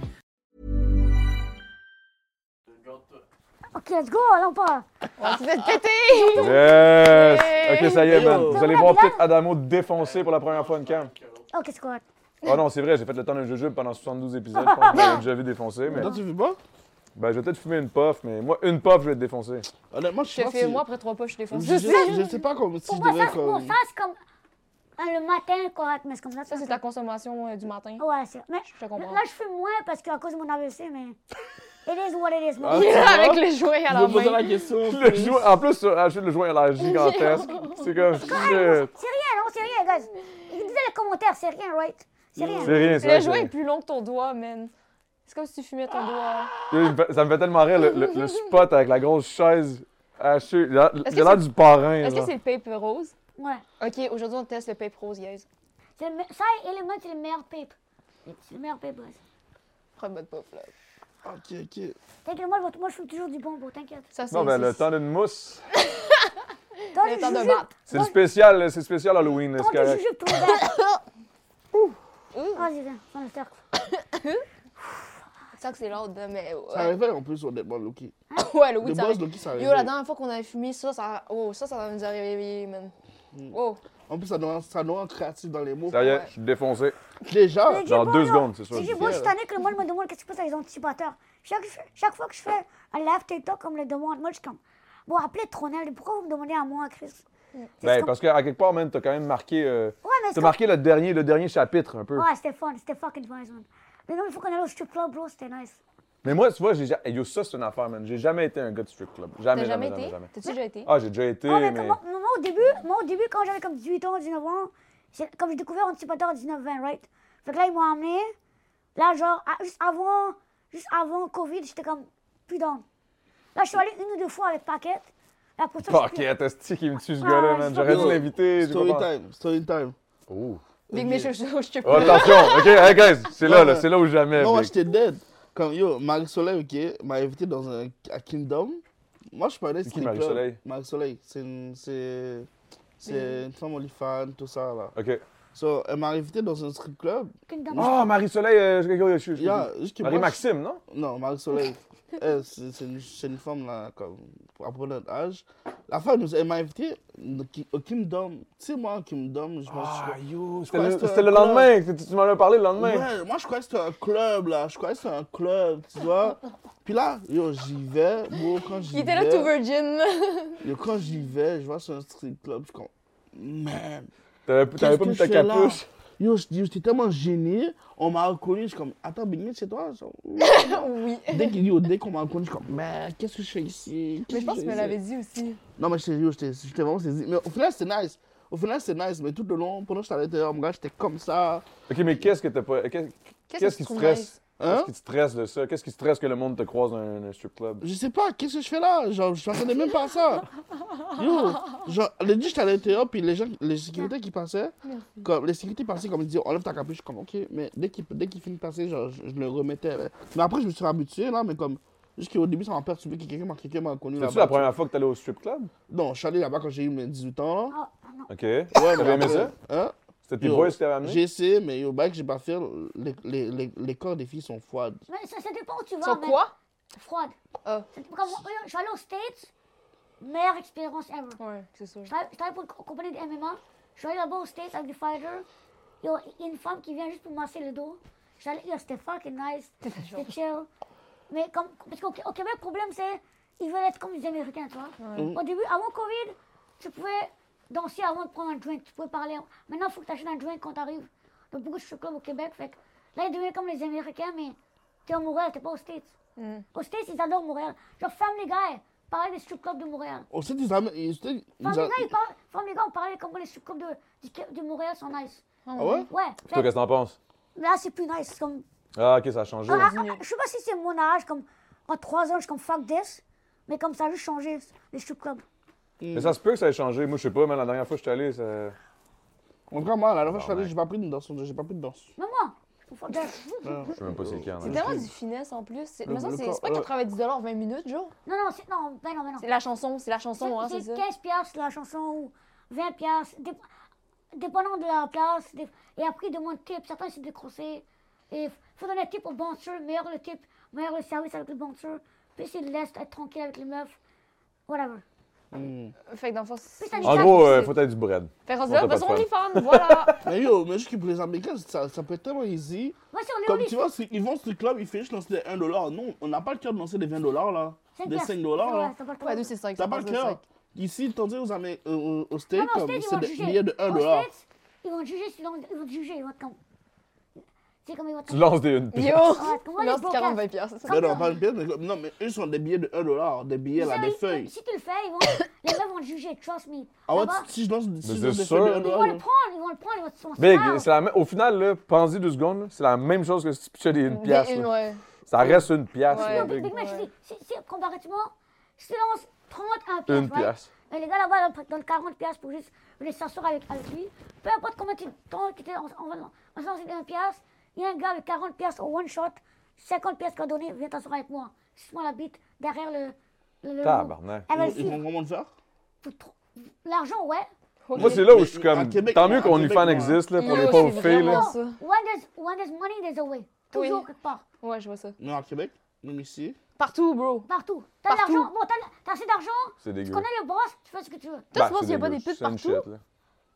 [SPEAKER 2] Ok, let's go, là, on part.
[SPEAKER 4] On s'est fait péter!
[SPEAKER 1] Yes! OK, ça y est, man.
[SPEAKER 3] Yo.
[SPEAKER 1] Vous allez voir peut-être Adamo défoncer pour la première fois une cam.
[SPEAKER 2] Ok, c'est quoi
[SPEAKER 1] Ah non, c'est vrai, j'ai fait le temps d'un jujube pendant 72 épisodes. Je pense que j'avais déjà vu défoncer, mais.
[SPEAKER 3] Toi, tu vis pas?
[SPEAKER 1] Ben, je vais peut-être fumer une puff, mais moi, une puff, je vais être défoncé.
[SPEAKER 3] Honnêtement, je
[SPEAKER 4] Je te
[SPEAKER 3] pense
[SPEAKER 4] fais,
[SPEAKER 3] que-
[SPEAKER 4] moi, après trois pas, je suis défoncée.
[SPEAKER 3] Je sais, je sais pas comment si
[SPEAKER 2] Pour
[SPEAKER 3] je euh,
[SPEAKER 2] moi, ça,
[SPEAKER 3] devrais
[SPEAKER 2] c'est bon,
[SPEAKER 3] comme.
[SPEAKER 2] ça, c'est comme. hein, Le matin, correct, mais c'est comme ça.
[SPEAKER 4] Ça, c'est ta consommation euh, du matin.
[SPEAKER 2] Ouais, c'est. Mais
[SPEAKER 4] Je te comprends.
[SPEAKER 2] là, je fume moins parce qu'à cause de mon AVC, mais. It is what it is,
[SPEAKER 3] Ah,
[SPEAKER 2] man.
[SPEAKER 3] tu vois?
[SPEAKER 4] Avec le joint à
[SPEAKER 3] Je
[SPEAKER 4] la
[SPEAKER 3] vais poser
[SPEAKER 4] main.
[SPEAKER 3] la question.
[SPEAKER 1] Le joint- en plus, sur- achète le joint à l'air gigantesque. C'est comme. shit.
[SPEAKER 2] C'est rien, non, c'est rien, guys. Il disait le commentaire, c'est rien, right? C'est rien.
[SPEAKER 1] C'est rien,
[SPEAKER 4] Le
[SPEAKER 1] c'est
[SPEAKER 4] joint est
[SPEAKER 1] vrai.
[SPEAKER 4] plus long que ton doigt, man. C'est comme si tu fumais ton doigt.
[SPEAKER 1] Ah. c'est- Ça me fait tellement rire, le, le- le spot avec la grosse chaise hachée. Il a il
[SPEAKER 4] Est-ce que
[SPEAKER 1] a l'air
[SPEAKER 4] c'est-
[SPEAKER 1] du parrain.
[SPEAKER 4] Est-ce que
[SPEAKER 1] genre.
[SPEAKER 4] c'est le pape rose?
[SPEAKER 2] Ouais.
[SPEAKER 4] Ok, aujourd'hui, on teste le pape rose, guys.
[SPEAKER 2] C'est le me- Ça et les mains, c'est le meilleur pape. C'est le meilleur pape, ouais.
[SPEAKER 4] Prends une bonne puff, là.
[SPEAKER 3] Ok, ok.
[SPEAKER 2] T'inquiète, moi, je vais- moi, je fume toujours du bon, bon, t'inquiète.
[SPEAKER 4] Ça, c'est
[SPEAKER 1] Non, ben
[SPEAKER 4] c'est-
[SPEAKER 1] le temps d'une mousse.
[SPEAKER 2] T'as
[SPEAKER 4] Le
[SPEAKER 2] du
[SPEAKER 4] temps de
[SPEAKER 2] jujube.
[SPEAKER 4] battre.
[SPEAKER 1] C'est le spécial, là, c'est le spécial Halloween, là,
[SPEAKER 2] Prends
[SPEAKER 1] c'est
[SPEAKER 2] du
[SPEAKER 1] correct.
[SPEAKER 2] jujube, toi, gars. Ouh. Vas-y, viens, prends le cercle.
[SPEAKER 4] Ça que c'est l'ordre, là, mais
[SPEAKER 3] Ça
[SPEAKER 4] ouais.
[SPEAKER 3] réveille un peu sur des bonnes Loki.
[SPEAKER 4] Ouais, le
[SPEAKER 3] Des
[SPEAKER 4] weed, ça
[SPEAKER 3] boss
[SPEAKER 4] réveille.
[SPEAKER 3] Loki, ça
[SPEAKER 4] Yo, la
[SPEAKER 3] réveille.
[SPEAKER 4] dernière fois qu'on avait fumé ça, ça, oh, ça, ça va nous arriver, man.
[SPEAKER 3] Mm.
[SPEAKER 4] Oh,
[SPEAKER 3] En plus, ça nous rend- ça nous rend créatifs dans les mots.
[SPEAKER 1] Ça y est, je suis défoncé.
[SPEAKER 3] Déjà,
[SPEAKER 1] Dans
[SPEAKER 2] J'ai
[SPEAKER 1] deux
[SPEAKER 2] pas,
[SPEAKER 1] secondes,
[SPEAKER 2] là.
[SPEAKER 1] c'est sûr.
[SPEAKER 2] J'ai
[SPEAKER 1] je
[SPEAKER 2] beau,
[SPEAKER 1] dis.
[SPEAKER 2] je suis tanné que le monde me demande qu'est-ce qui se passe avec les anticipateurs. Chaque, chaque fois que je fais un live TikTok, on me le demande. Moi, je suis comme, bon, appelez Tronel, pourquoi vous me demandez à moi, Chris
[SPEAKER 1] Ben, parce qu'à quelque part, man, t'as quand même marqué. euh,
[SPEAKER 2] Ouais, mais c'est
[SPEAKER 1] t'as marqué le dernier, le dernier chapitre un peu.
[SPEAKER 2] Ouais, c'était fun, c'était fucking fun, man. Mais non, il faut qu'on aille au strip club, bro, c'était nice.
[SPEAKER 1] Mais moi, tu vois, j'ai. ja- hey, Yo, ça, c'est une affaire, man. J'ai jamais été un gars de strip club. Jamais,
[SPEAKER 4] t'as jamais
[SPEAKER 1] jamais, jamais,
[SPEAKER 4] été?
[SPEAKER 1] jamais.
[SPEAKER 4] T'as-tu déjà été?
[SPEAKER 1] Ah, j'ai déjà été,
[SPEAKER 2] Oh, mais,
[SPEAKER 1] mais.
[SPEAKER 2] comment- moi, au début, moi, au début, quand j'avais comme 18 ans, 19 ans, j'ai- comme j'ai découvert Anticipateur à 19-20, right? Fait que là, ils m'ont amené. Là, genre, à- juste avant, juste avant Covid, j'étais comme, plus down. Là, je suis allé une ou deux fois avec Paquette. Là, pour ça, je suis plus-
[SPEAKER 1] Paquette, esti qui me tue ce
[SPEAKER 2] Ah,
[SPEAKER 1] gars-là,
[SPEAKER 2] ouais,
[SPEAKER 1] man.
[SPEAKER 2] c'est
[SPEAKER 1] J'aurais
[SPEAKER 2] pas
[SPEAKER 1] dû
[SPEAKER 3] bien.
[SPEAKER 1] l'inviter. j'ai
[SPEAKER 3] story
[SPEAKER 1] pas pensé.
[SPEAKER 3] time, story time.
[SPEAKER 1] Oh.
[SPEAKER 4] Big Micho, je te
[SPEAKER 1] Oh, attention, ok, hey guys, c'est là,
[SPEAKER 3] Ouais,
[SPEAKER 1] là,
[SPEAKER 3] ouais.
[SPEAKER 1] c'est là où jamais.
[SPEAKER 3] Non, moi
[SPEAKER 1] Vic.
[SPEAKER 3] j'étais dead. Comme yo, Marie-Soleil, ok, m'a invité dans un à Kingdom. Moi je parlais de
[SPEAKER 1] qui, Marie-Soleil?
[SPEAKER 3] Marie-Soleil, c'est une, c'est,
[SPEAKER 4] Mm.
[SPEAKER 3] c'est une femme olifane, tout ça là.
[SPEAKER 1] Ok.
[SPEAKER 3] So, elle m'a invité dans un strip club.
[SPEAKER 2] Aucune dame.
[SPEAKER 1] Oh, Marie-Soleil, euh, je- je- je- je- je-
[SPEAKER 3] Yeah, juste que moi,
[SPEAKER 1] Marie-Maxime, non?
[SPEAKER 3] je- Non, Marie-Soleil. elle, c'est, c'est une, c'est une femme là, comme, après notre âge. La femme, nous- elle m'a invité euh, au Ki- au Kingdom. Tu sais, moi, au Kingdom, je pense
[SPEAKER 1] Ah, yo, c'était
[SPEAKER 3] crois
[SPEAKER 1] le,
[SPEAKER 3] que c'était
[SPEAKER 1] c'était
[SPEAKER 3] un
[SPEAKER 1] le
[SPEAKER 3] club.
[SPEAKER 1] lendemain, que tu, tu m'en as parlé le lendemain.
[SPEAKER 3] Ouais, moi je croyais que c'était un club là, je croyais que c'était un club, tu vois. Puis là, yo, j'y vais, bro, quand j'y
[SPEAKER 4] Il
[SPEAKER 3] vais.
[SPEAKER 4] était là tout virgin, là.
[SPEAKER 3] Yo, quand j'y vais, je vois sur un strip club, je suis comme, man,
[SPEAKER 1] T'avais Euh, t'avais
[SPEAKER 3] qu'est-ce
[SPEAKER 1] pas
[SPEAKER 3] que
[SPEAKER 1] mis
[SPEAKER 3] je
[SPEAKER 1] ta
[SPEAKER 3] fais là?
[SPEAKER 1] capuche.
[SPEAKER 3] Yo, je- yo, j'étais tellement gêné, on m'a reconnu, je suis comme, attends, Big Nate, c'est toi? Je- Ouh.
[SPEAKER 4] Oui.
[SPEAKER 3] dès qu'il- yo, dès qu'on m'a reconnu, je suis comme, man, qu'est-ce que je fais ici?
[SPEAKER 4] Mais je pense
[SPEAKER 3] Qu'est-ce
[SPEAKER 4] que tu me
[SPEAKER 3] fais
[SPEAKER 4] l'avais
[SPEAKER 3] ici?
[SPEAKER 4] dit aussi.
[SPEAKER 3] Non, mais j'étais, yo, j'étais j'étais vraiment saisi. Mais au final, c'était nice. Au final, c'était nice, mais tout le long, pendant que j'étais à l'intérieur, mon gars, j'étais comme ça.
[SPEAKER 1] Ok, mais qu'est-ce que t'as pas. Qu'est-ce qu'est-ce qui te
[SPEAKER 4] trouves
[SPEAKER 1] stresse?
[SPEAKER 4] nice?
[SPEAKER 3] Hein?
[SPEAKER 1] Qu'est-ce qui te stresse de ça? Qu'est-ce qui te stresse que le monde te croise dans un, un strip club?
[SPEAKER 3] je sais pas, qu'est-ce que je fais là Genre, je m'attendais même pas à ça. Yo, genre, le dit, j'étais à l'intérieur, puis les gens, les sécurités qui passaient, comme, les sécurités passaient, comme ils disaient, enlève ta capuche, je suis comme, ok, mais dès qu'ils dès qu'ils finissent de passer, genre, je, je le remettais. là. Mais après, je me suis habitué, là, mais comme, jusqu'au début, ça m'a perturbé que quelqu'un m'a quelqu'un m'a connu là-bas.
[SPEAKER 1] C'est-tu la première fois que t'allais au strip club?
[SPEAKER 3] Non, je suis allé là-bas quand j'ai eu mes 18 ans, là.
[SPEAKER 2] Ah, ah, non.
[SPEAKER 1] Ok. Ouais,
[SPEAKER 3] mais
[SPEAKER 1] T'avais aimé
[SPEAKER 3] après-
[SPEAKER 1] ça?
[SPEAKER 3] Hein
[SPEAKER 1] C'était tes
[SPEAKER 3] Yo,
[SPEAKER 1] boys qui t'avaient
[SPEAKER 3] J'ai
[SPEAKER 1] amené?
[SPEAKER 3] essayé, mais yo, bail que j'ai pas fait, les, les, les, les corps des filles sont froides.
[SPEAKER 2] Mais ça, ça dépend où tu vas.
[SPEAKER 4] Sans
[SPEAKER 2] mais-
[SPEAKER 4] quoi?
[SPEAKER 2] Froide.
[SPEAKER 4] Ah.
[SPEAKER 2] Ça dépend comment- Je suis allé aux States, meilleure expérience ever.
[SPEAKER 4] Ouais, c'est sûr.
[SPEAKER 2] Je travaille je travaille pour une co- compagnie de MMA. Je suis allé là-bas aux States avec des fighters. Yo, Il y a une femme qui vient juste pour masser le dos. Je suis allé- yo, C'était fucking nice. C'était chill. Mais comme, parce qu'au au Québec, le problème, c'est ils veulent être comme les Américains, tu vois. Au début, avant Covid, tu pouvais danser avant de prendre un joint, tu pouvais parler. Maintenant, il faut que tu achètes un joint quand tu arrives. Il y a beaucoup de strip clubs au Québec. Fait que là, ils deviennent comme les Américains, mais tu es à Montréal, tu pas aux States. Aux States, ils adorent Montréal. Genre, Family Guy, pareil eh. des strip clubs de Montréal.
[SPEAKER 3] On sait Oh, des amis. ils- ils- ils-
[SPEAKER 2] Femme les gars, ils parlent, Femme les gars, on parlait comme les sous-coupes de, du- de Montréal sont nice.
[SPEAKER 3] Ah ouais
[SPEAKER 2] Ouais,
[SPEAKER 1] Toi, qu'est-ce que t'en penses?
[SPEAKER 2] mais là, c'est plus nice. c'est Comme,
[SPEAKER 1] Ah, ok, ça a changé.
[SPEAKER 2] Ah, ah, je sais pas si c'est mon âge, comme en trois ans, je suis comme fuck this, mais comme ça a juste changé, les sous-clubs.
[SPEAKER 1] Mais ça se peut que ça ait changé. Moi, je sais pas, mais la dernière fois que je suis allé, ça.
[SPEAKER 3] Mon frère, moi, la dernière fois, je suis allé, j'ai pas pris de danse. J'ai pas pris de danse.
[SPEAKER 2] Mais moi, je fuck this.
[SPEAKER 1] Je sais même pas c'est hein. qui en
[SPEAKER 4] C'est
[SPEAKER 1] a.
[SPEAKER 4] tellement du finesse en plus. C'est-
[SPEAKER 3] Le-
[SPEAKER 4] Mais ça,
[SPEAKER 3] le
[SPEAKER 4] c'est
[SPEAKER 3] corps,
[SPEAKER 4] c'est pas
[SPEAKER 3] ouais.
[SPEAKER 4] 90 20 minutes, genre.
[SPEAKER 2] Non, non, c'est, non, ben non, ben non.
[SPEAKER 4] C'est la chanson, c'est la chanson, hein,
[SPEAKER 2] C'est-
[SPEAKER 4] c'est ça.
[SPEAKER 2] c'est 15 piastres la chanson ou 20 piastres, dép- dépendant de la place. dép- Et après, ils demandent tip. Certains, c'est décrossé. Et f- faut donner tip au bouncer. Meilleur le tip, meilleur le service avec le bouncer. Puis s'il laisse être tranquille avec les meufs. Whatever.
[SPEAKER 3] Hmm.
[SPEAKER 4] Fait que dans le fond, c'est-
[SPEAKER 2] Putain,
[SPEAKER 1] En
[SPEAKER 2] Ça,
[SPEAKER 1] gros,
[SPEAKER 4] c'est-
[SPEAKER 1] euh, faut être du bread.
[SPEAKER 4] Fait qu'on
[SPEAKER 1] on
[SPEAKER 4] se dit,
[SPEAKER 1] t'a
[SPEAKER 4] ah,
[SPEAKER 1] pas
[SPEAKER 4] bah,
[SPEAKER 1] de
[SPEAKER 4] on est
[SPEAKER 1] fun.
[SPEAKER 4] fan, voilà.
[SPEAKER 3] Mais yo, mais juste que pour les Américains, ça, ça peut être tellement easy.
[SPEAKER 2] Moi, sur
[SPEAKER 3] Comme
[SPEAKER 2] les
[SPEAKER 3] tu vois, c'est- ils vont sur le club, ils font juste lancer des 1 Non, on n'a pas le cœur de lancer des 20 là. Des 5 là.
[SPEAKER 4] Ouais, nous, c'est 5.
[SPEAKER 3] T'as pas le cœur. Ici, tandis aux, Amé- euh, aux, aux
[SPEAKER 2] Non,
[SPEAKER 3] States,
[SPEAKER 2] non,
[SPEAKER 3] comme
[SPEAKER 2] States, ils
[SPEAKER 3] c'est
[SPEAKER 2] vont
[SPEAKER 3] des
[SPEAKER 2] juger.
[SPEAKER 3] billets de 1
[SPEAKER 2] Aux States, Ils vont juger, sinon ils vont te juger. Ils vont te comme. Tu sais comme ils vont
[SPEAKER 1] Tu lances des une
[SPEAKER 4] Yo!
[SPEAKER 1] pièce.
[SPEAKER 2] Ouais, tu comprends, Ah, les
[SPEAKER 4] Non, c'est
[SPEAKER 2] podcasts.
[SPEAKER 4] 40 20 piastres.
[SPEAKER 2] Comme
[SPEAKER 3] Mais non,
[SPEAKER 2] ça.
[SPEAKER 3] pas une pièce, mais comme- non, mais eux sont des billets de 1$, des billets là, des
[SPEAKER 2] Sérieux,
[SPEAKER 3] feuilles.
[SPEAKER 2] Si tu le fais, ils vont, les gens vont te juger, trust me.
[SPEAKER 3] Ah ouais,
[SPEAKER 2] Là-bas,
[SPEAKER 3] si- si je lance si je
[SPEAKER 1] c'est
[SPEAKER 3] lance des
[SPEAKER 1] sûr.
[SPEAKER 3] feuilles
[SPEAKER 1] Ils
[SPEAKER 3] de
[SPEAKER 2] Ils vont le
[SPEAKER 3] 1$. là.
[SPEAKER 2] prendre, ils vont le prendre, ils vont se
[SPEAKER 1] Big,
[SPEAKER 2] Wow.
[SPEAKER 1] c'est la même- au final, là, pensez deux secondes, là, c'est la même chose que si tu pitchais des une
[SPEAKER 4] Des-
[SPEAKER 1] pièce.
[SPEAKER 4] une,
[SPEAKER 1] là.
[SPEAKER 4] ouais.
[SPEAKER 1] Ça reste une pièce.
[SPEAKER 4] Ouais.
[SPEAKER 1] là,
[SPEAKER 2] Non, Big,
[SPEAKER 1] Big.
[SPEAKER 2] Big Mac, je dis, si, si, comparativement, si tu lances 30 à 1 pièce,
[SPEAKER 1] Une
[SPEAKER 2] right?
[SPEAKER 1] pièce.
[SPEAKER 2] Et les gars là-bas, ils donnent 40 pièces pour juste les s'asseoir avec, avec lui. Peu importe combien de temps tu t'es en, en, en, en sortant une pièce, il y a un gars avec 40 pièces au one shot, 50 pièces qu'on a donné, viens t'asseoir avec moi. Suce-moi la bite derrière le. le- le-
[SPEAKER 1] Tabarnak.
[SPEAKER 2] Elle va le
[SPEAKER 3] Ils vont
[SPEAKER 2] suivre.
[SPEAKER 3] comment le faire
[SPEAKER 2] Faut trop- L'argent, ouais.
[SPEAKER 4] Ok.
[SPEAKER 1] Moi, c'est là où
[SPEAKER 3] Mais
[SPEAKER 1] je suis
[SPEAKER 3] à
[SPEAKER 1] comme.
[SPEAKER 3] Québec,
[SPEAKER 1] Tant mieux
[SPEAKER 3] à
[SPEAKER 1] qu'on
[SPEAKER 3] Québec,
[SPEAKER 1] fan
[SPEAKER 3] moi.
[SPEAKER 1] existe là, pour
[SPEAKER 4] Yo,
[SPEAKER 1] les
[SPEAKER 4] c'est
[SPEAKER 1] pauvres filles.
[SPEAKER 4] vraiment
[SPEAKER 1] Là.
[SPEAKER 4] ça.
[SPEAKER 2] When there's, when there's money, there's a way. Toujours
[SPEAKER 4] Oui.
[SPEAKER 2] quelque part.
[SPEAKER 4] Ouais, je vois ça.
[SPEAKER 3] Non, à Québec, même ici.
[SPEAKER 4] Partout, bro.
[SPEAKER 2] Partout. T'as de
[SPEAKER 4] Partout.
[SPEAKER 2] l'argent, bon, t'as t'as assez d'argent,
[SPEAKER 1] C'est
[SPEAKER 2] tu
[SPEAKER 1] dégueu.
[SPEAKER 2] connais le boss, tu fais ce que tu veux.
[SPEAKER 4] Toi,
[SPEAKER 1] Bah,
[SPEAKER 4] tu penses
[SPEAKER 1] c'est
[SPEAKER 4] qu'il y a pas des
[SPEAKER 1] dégueu,
[SPEAKER 4] putes
[SPEAKER 1] c'est une
[SPEAKER 4] partout?
[SPEAKER 1] shit, là.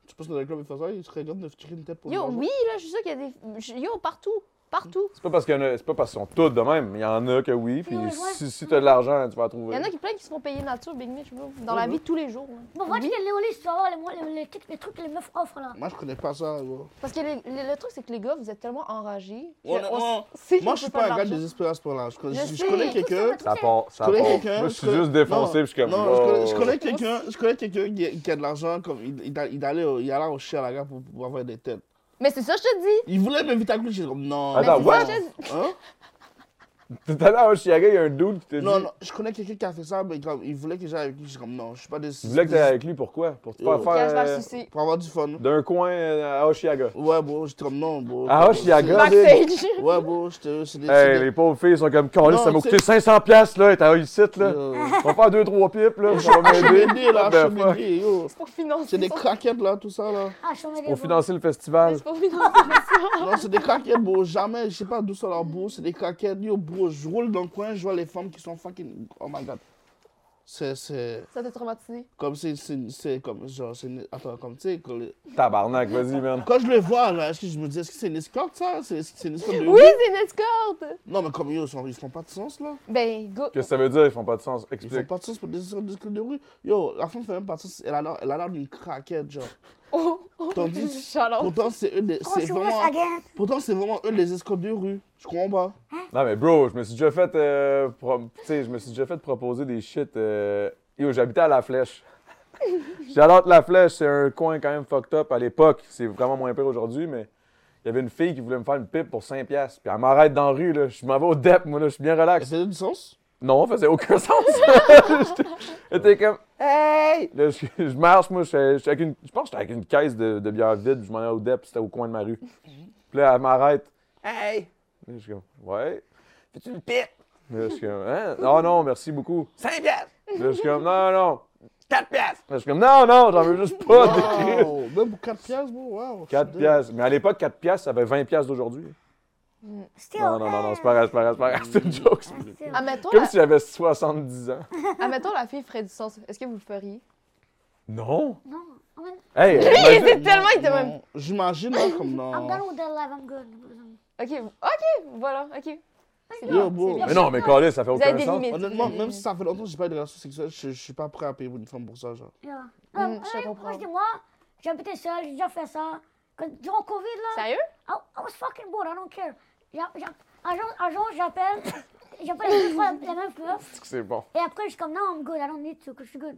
[SPEAKER 3] Tu penses que dans le club, ils font ça, ils se regardent de tirer une tête pour
[SPEAKER 4] Yo,
[SPEAKER 3] l'argent.
[SPEAKER 4] oui, là, je suis sûr qu'il y a des. je- Yo, partout. Partout.
[SPEAKER 1] C'est pas parce qu'il y en a- c'est pas parce qu'ils sont toutes de même. mais Il y en a que oui. Puis
[SPEAKER 2] Ouais, ouais.
[SPEAKER 1] si, si t'as de l'argent, tu vas en
[SPEAKER 4] Il
[SPEAKER 1] trouver.
[SPEAKER 4] y en a qui plein qui se font payer nature, Big Mitch, bro. Dans
[SPEAKER 1] bah.
[SPEAKER 4] la vie de tous les jours. hein.
[SPEAKER 2] Bon, va tu les Léolis, tu vas voir les, mo- les, les trucs- les trucs que les meufs offrent là.
[SPEAKER 3] Moi, je connais pas ça, gros.
[SPEAKER 4] Parce que les- les- le truc, c'est que les gars, vous êtes tellement enragés. que
[SPEAKER 3] Ouais,
[SPEAKER 4] on
[SPEAKER 3] ouais.
[SPEAKER 4] s- sait
[SPEAKER 3] Moi,
[SPEAKER 4] qu'on
[SPEAKER 3] je suis
[SPEAKER 4] peut
[SPEAKER 3] pas un gars
[SPEAKER 4] d'argent.
[SPEAKER 3] désespéré à ce point-là. Je connais-
[SPEAKER 4] Je
[SPEAKER 3] je
[SPEAKER 4] sais.
[SPEAKER 3] connais quelqu'un.
[SPEAKER 2] Tout
[SPEAKER 1] Ça
[SPEAKER 2] c'est-
[SPEAKER 1] part, ça
[SPEAKER 3] Je
[SPEAKER 1] part.
[SPEAKER 3] connais quelqu'un.
[SPEAKER 1] Moi, je suis
[SPEAKER 3] connais-
[SPEAKER 1] juste défoncé,
[SPEAKER 3] Non,
[SPEAKER 1] puis je suis comme.
[SPEAKER 3] Non, je connais- je
[SPEAKER 1] oh.
[SPEAKER 3] connais quelqu'un, je connais quelqu'un qui, qui a de l'argent, comme il, il, a- il allait au, il allait au chien, la gars, pour, pour avoir des têtes.
[SPEAKER 4] Mais c'est ça, je te dis.
[SPEAKER 3] Il voulait m'inviter à coucher, j'étais comme non.
[SPEAKER 1] Attends,
[SPEAKER 3] non,
[SPEAKER 1] Ah, bah, what?
[SPEAKER 3] Hein?
[SPEAKER 1] Tout à l'heure, au Chicago, il y a un dude qui te
[SPEAKER 3] Non,
[SPEAKER 1] dit.
[SPEAKER 3] non, je connais quelqu'un qui a fait ça, mais comme, il voulait que j'aille avec lui, j'étais comme non, je suis pas des.
[SPEAKER 1] Tu voulais que t'ailles avec lui, pourquoi? Pour te
[SPEAKER 3] Yo.
[SPEAKER 1] faire
[SPEAKER 4] Cache
[SPEAKER 1] faire.
[SPEAKER 4] la
[SPEAKER 1] euh,
[SPEAKER 4] sucée.
[SPEAKER 3] Pour avoir du fun.
[SPEAKER 1] D'un coin euh, à Oshiaga.
[SPEAKER 3] Ouais, bro, j'étais comme non, bro.
[SPEAKER 1] Ah, Oshiaga, big.
[SPEAKER 4] Backstage.
[SPEAKER 3] Ouais, bro, j'étais. c'est des-
[SPEAKER 1] Hey,
[SPEAKER 3] c'est
[SPEAKER 1] les
[SPEAKER 3] des-
[SPEAKER 1] pauvres filles sont comme Carlis,
[SPEAKER 3] Non,
[SPEAKER 1] ça m'a
[SPEAKER 3] tu
[SPEAKER 1] coûté 500$ piastres, là, t'as ici, là.
[SPEAKER 3] Yo.
[SPEAKER 1] On va faire deux, trois pipes, là, ça va
[SPEAKER 3] Je suis
[SPEAKER 1] m'aider.
[SPEAKER 3] aidé, là,
[SPEAKER 1] Ah, ben,
[SPEAKER 3] je suis
[SPEAKER 1] fuck.
[SPEAKER 3] aidé, yo.
[SPEAKER 4] C'est pour financer.
[SPEAKER 3] C'est des
[SPEAKER 4] ça.
[SPEAKER 3] craquettes, là, tout ça, là.
[SPEAKER 2] Ah, je suis en
[SPEAKER 1] Pour financer le festival.
[SPEAKER 4] C'est pour financer.
[SPEAKER 3] Non, c'est des craquettes, bro. Jamais, je sais pas d'où ça leur bourre. C'est des craquettes. Yo, bro, je roule dans le coin, je vois les femmes qui sont fucking. Oh my god. C'est. C'est.
[SPEAKER 4] Ça t'a traumatisé.
[SPEAKER 3] Comme c'est. c'est- C'est comme. Genre, c'est. une- Attends, comme tu sais. Quand, les-
[SPEAKER 1] Tabarnak, vas-y, man.
[SPEAKER 3] quand je les vois, là, est-ce que je me dis, est-ce que c'est une escorte, ça C'est est-ce que c'est une escorte de.
[SPEAKER 4] Oui, c'est une escorte.
[SPEAKER 3] Non, mais comme yo, ils, sont, ils font pas de sens, là.
[SPEAKER 4] Ben, go.
[SPEAKER 1] Qu'est-ce que ça veut dire? Ils font pas de sens.
[SPEAKER 3] Ils font
[SPEAKER 1] Explique.
[SPEAKER 3] pas de sens pour des escortes de, de rue. Yo, la femme fait même pas de sens. Elle a l'air- elle a l'air d'une craquette, genre.
[SPEAKER 4] Oh, oh.
[SPEAKER 3] Tandis-
[SPEAKER 4] Chalon.
[SPEAKER 3] Pourtant, c'est eux des. C'est vraiment.
[SPEAKER 2] again.
[SPEAKER 3] Pourtant, c'est vraiment eux les escortes de rue. Je comprends pas.
[SPEAKER 1] Non, mais bro, je me suis déjà fait. euh, pro- tu sais, je me suis déjà fait proposer des shit. euh, Yo, j'habitais à La Flèche. J'adore La Flèche, c'est un coin quand même fucked up à l'époque. C'est vraiment moins pire aujourd'hui, mais il y avait une fille qui voulait me faire une pipe pour 5$. piastres. Puis elle m'arrête dans la rue, là. Je m'en vais au DEP, moi, là. Je suis bien relax.
[SPEAKER 3] Ça a du sens
[SPEAKER 1] Non, ça faisait aucun sens. J'étais- J'étais comme Hey! Là, je, je marche, moi, je, suis- je suis avec une- je pense que j'étais avec une caisse de, de bière vide, puis je m'en allais au DEP, c'était au coin de ma rue. Puis là, elle m'arrête. Mhm. Hey! Là, je suis comme Ouais. Fais-tu une pipe? Là, je suis comme Hein? Non, non, merci beaucoup. 5 piastres! Là, je suis comme Non, non. 4 piastres! Là, je suis comme Non, non, j'en veux juste pas de crise.
[SPEAKER 3] Wow. Même pour 4 piastres, bro, wow.
[SPEAKER 1] 4 piastres. Mais à l'époque, 4 piastres, ça avait 20 piastres d'aujourd'hui.
[SPEAKER 3] Mm.
[SPEAKER 2] Still,
[SPEAKER 1] Non, non, non, non,
[SPEAKER 2] eh,
[SPEAKER 1] c'est pas grave, c'est pas grave, c'est pas grave, c'est une joke. c'est- Ah,
[SPEAKER 2] still.
[SPEAKER 4] Admettons,
[SPEAKER 1] Comme
[SPEAKER 4] la...
[SPEAKER 1] si j'avais 70 ans.
[SPEAKER 4] admettons, Ah, la fille ferait du sens. Est-ce que vous le feriez?
[SPEAKER 1] Non!
[SPEAKER 2] Non, I mean,
[SPEAKER 1] Hey!
[SPEAKER 4] Il était tellement. Il était
[SPEAKER 3] Non,
[SPEAKER 4] même.
[SPEAKER 3] J'imagine, là, comme
[SPEAKER 2] I'm done
[SPEAKER 3] dans.
[SPEAKER 2] with that life, I'm good.
[SPEAKER 4] Ok, ok, voilà, ok. C'est bien.
[SPEAKER 3] Yo, bro.
[SPEAKER 4] c'est bien.
[SPEAKER 1] Mais non, mais Carlis, ça fait
[SPEAKER 4] Vous avez
[SPEAKER 1] aucun
[SPEAKER 4] des
[SPEAKER 1] sens.
[SPEAKER 4] limites.
[SPEAKER 3] Honnêtement,
[SPEAKER 4] vous avez
[SPEAKER 3] même
[SPEAKER 4] des
[SPEAKER 3] si ça fait longtemps que j'ai pas eu de relation sexuelle, je, je suis pas prêt à payer pour une femme pour ça, genre.
[SPEAKER 2] Yeah.
[SPEAKER 4] Hmm,
[SPEAKER 2] Euh,
[SPEAKER 4] je
[SPEAKER 2] euh,
[SPEAKER 4] comprends.
[SPEAKER 2] Moi, je dis, moi, j'ai habité seul, j'ai déjà fait ça. Quand, durant Covid,
[SPEAKER 4] limites.
[SPEAKER 2] là,
[SPEAKER 4] Sérieux?
[SPEAKER 2] I, I was fucking bored, I don't care. J'a- j'a- Un jour, un jour, j'appelle, j'appelle les deux fois la la même meuf,
[SPEAKER 1] C'est bon.
[SPEAKER 2] et après, je suis comme, non, I'm good, I don't need to, que je suis good.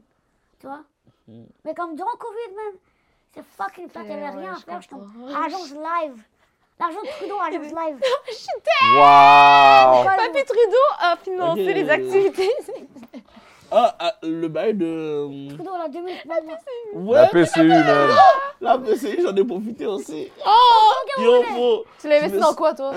[SPEAKER 2] Tu vois?
[SPEAKER 1] Mhm.
[SPEAKER 2] Mais comme durant Covid, man, c'est fucking plat,
[SPEAKER 4] Eh
[SPEAKER 2] t'avais
[SPEAKER 4] ouais,
[SPEAKER 2] rien à
[SPEAKER 4] je
[SPEAKER 2] faire, Oh, je suis comme,
[SPEAKER 4] comprends.
[SPEAKER 2] agence live. L'agent Trudeau, agence live.
[SPEAKER 4] Eh ben, Je suis tellement-
[SPEAKER 1] Wow!
[SPEAKER 4] Papy Trudeau a financé
[SPEAKER 3] Ok.
[SPEAKER 4] les activités.
[SPEAKER 3] Ah, ah, le bail de.
[SPEAKER 2] Trudeau, la 2000, maman.
[SPEAKER 3] Ouais,
[SPEAKER 1] La PCU, man.
[SPEAKER 2] Oh
[SPEAKER 3] la PCI, j'en ai profité aussi.
[SPEAKER 4] Oh!
[SPEAKER 3] Yo, bro.
[SPEAKER 4] Tu l'as investi
[SPEAKER 3] me Hein
[SPEAKER 4] dans
[SPEAKER 3] suis-
[SPEAKER 4] quoi, toi?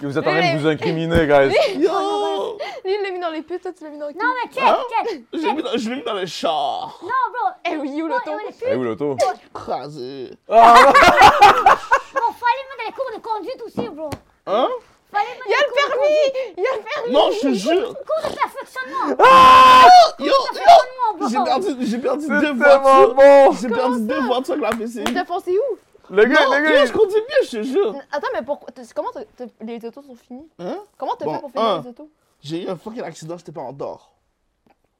[SPEAKER 1] Vous êtes en train de vous incriminer, guys.
[SPEAKER 2] Oh,
[SPEAKER 3] Yo!
[SPEAKER 4] Lui, il l'a mis dans les putes, toi, tu l'as mis dans le
[SPEAKER 2] Non, mais check,
[SPEAKER 3] Hein
[SPEAKER 2] check.
[SPEAKER 3] J'ai mis dans- Je l'ai mis dans le char.
[SPEAKER 2] Non, bro.
[SPEAKER 4] Eh oui, où le
[SPEAKER 2] Non,
[SPEAKER 4] ton?
[SPEAKER 2] et les
[SPEAKER 1] Eh
[SPEAKER 2] filles,
[SPEAKER 1] où l'auto?
[SPEAKER 3] Crasé.
[SPEAKER 1] Ah,
[SPEAKER 2] bon, fallait mettre les cours de conduite aussi, bro.
[SPEAKER 3] Hein?
[SPEAKER 2] Fallait mettre
[SPEAKER 4] Il a
[SPEAKER 2] les
[SPEAKER 4] le
[SPEAKER 2] cours de
[SPEAKER 4] permis! Il a le permis!
[SPEAKER 3] Non, je te jure.
[SPEAKER 2] Cours de perfectionnement.
[SPEAKER 3] Ah Yo, yo! J'ai perdu, j'ai perdu
[SPEAKER 1] C'est
[SPEAKER 3] deux
[SPEAKER 1] tellement
[SPEAKER 3] voitures.
[SPEAKER 1] bon!
[SPEAKER 3] J'ai perdu deux voitures avec la PCI.
[SPEAKER 4] T'as foncé où?
[SPEAKER 1] Le gars,
[SPEAKER 3] Non,
[SPEAKER 1] le gars!
[SPEAKER 3] yo, je conduis bien, je te jure.
[SPEAKER 4] Attends, mais pourquoi? t'as- Comment t'as- t'as- les autos sont finis?
[SPEAKER 3] Hein?
[SPEAKER 4] Comment t'as
[SPEAKER 3] Bon,
[SPEAKER 4] fait pour finir
[SPEAKER 3] un.
[SPEAKER 4] les autos?
[SPEAKER 3] J'ai eu un fucking accident, j'étais pas en dehors.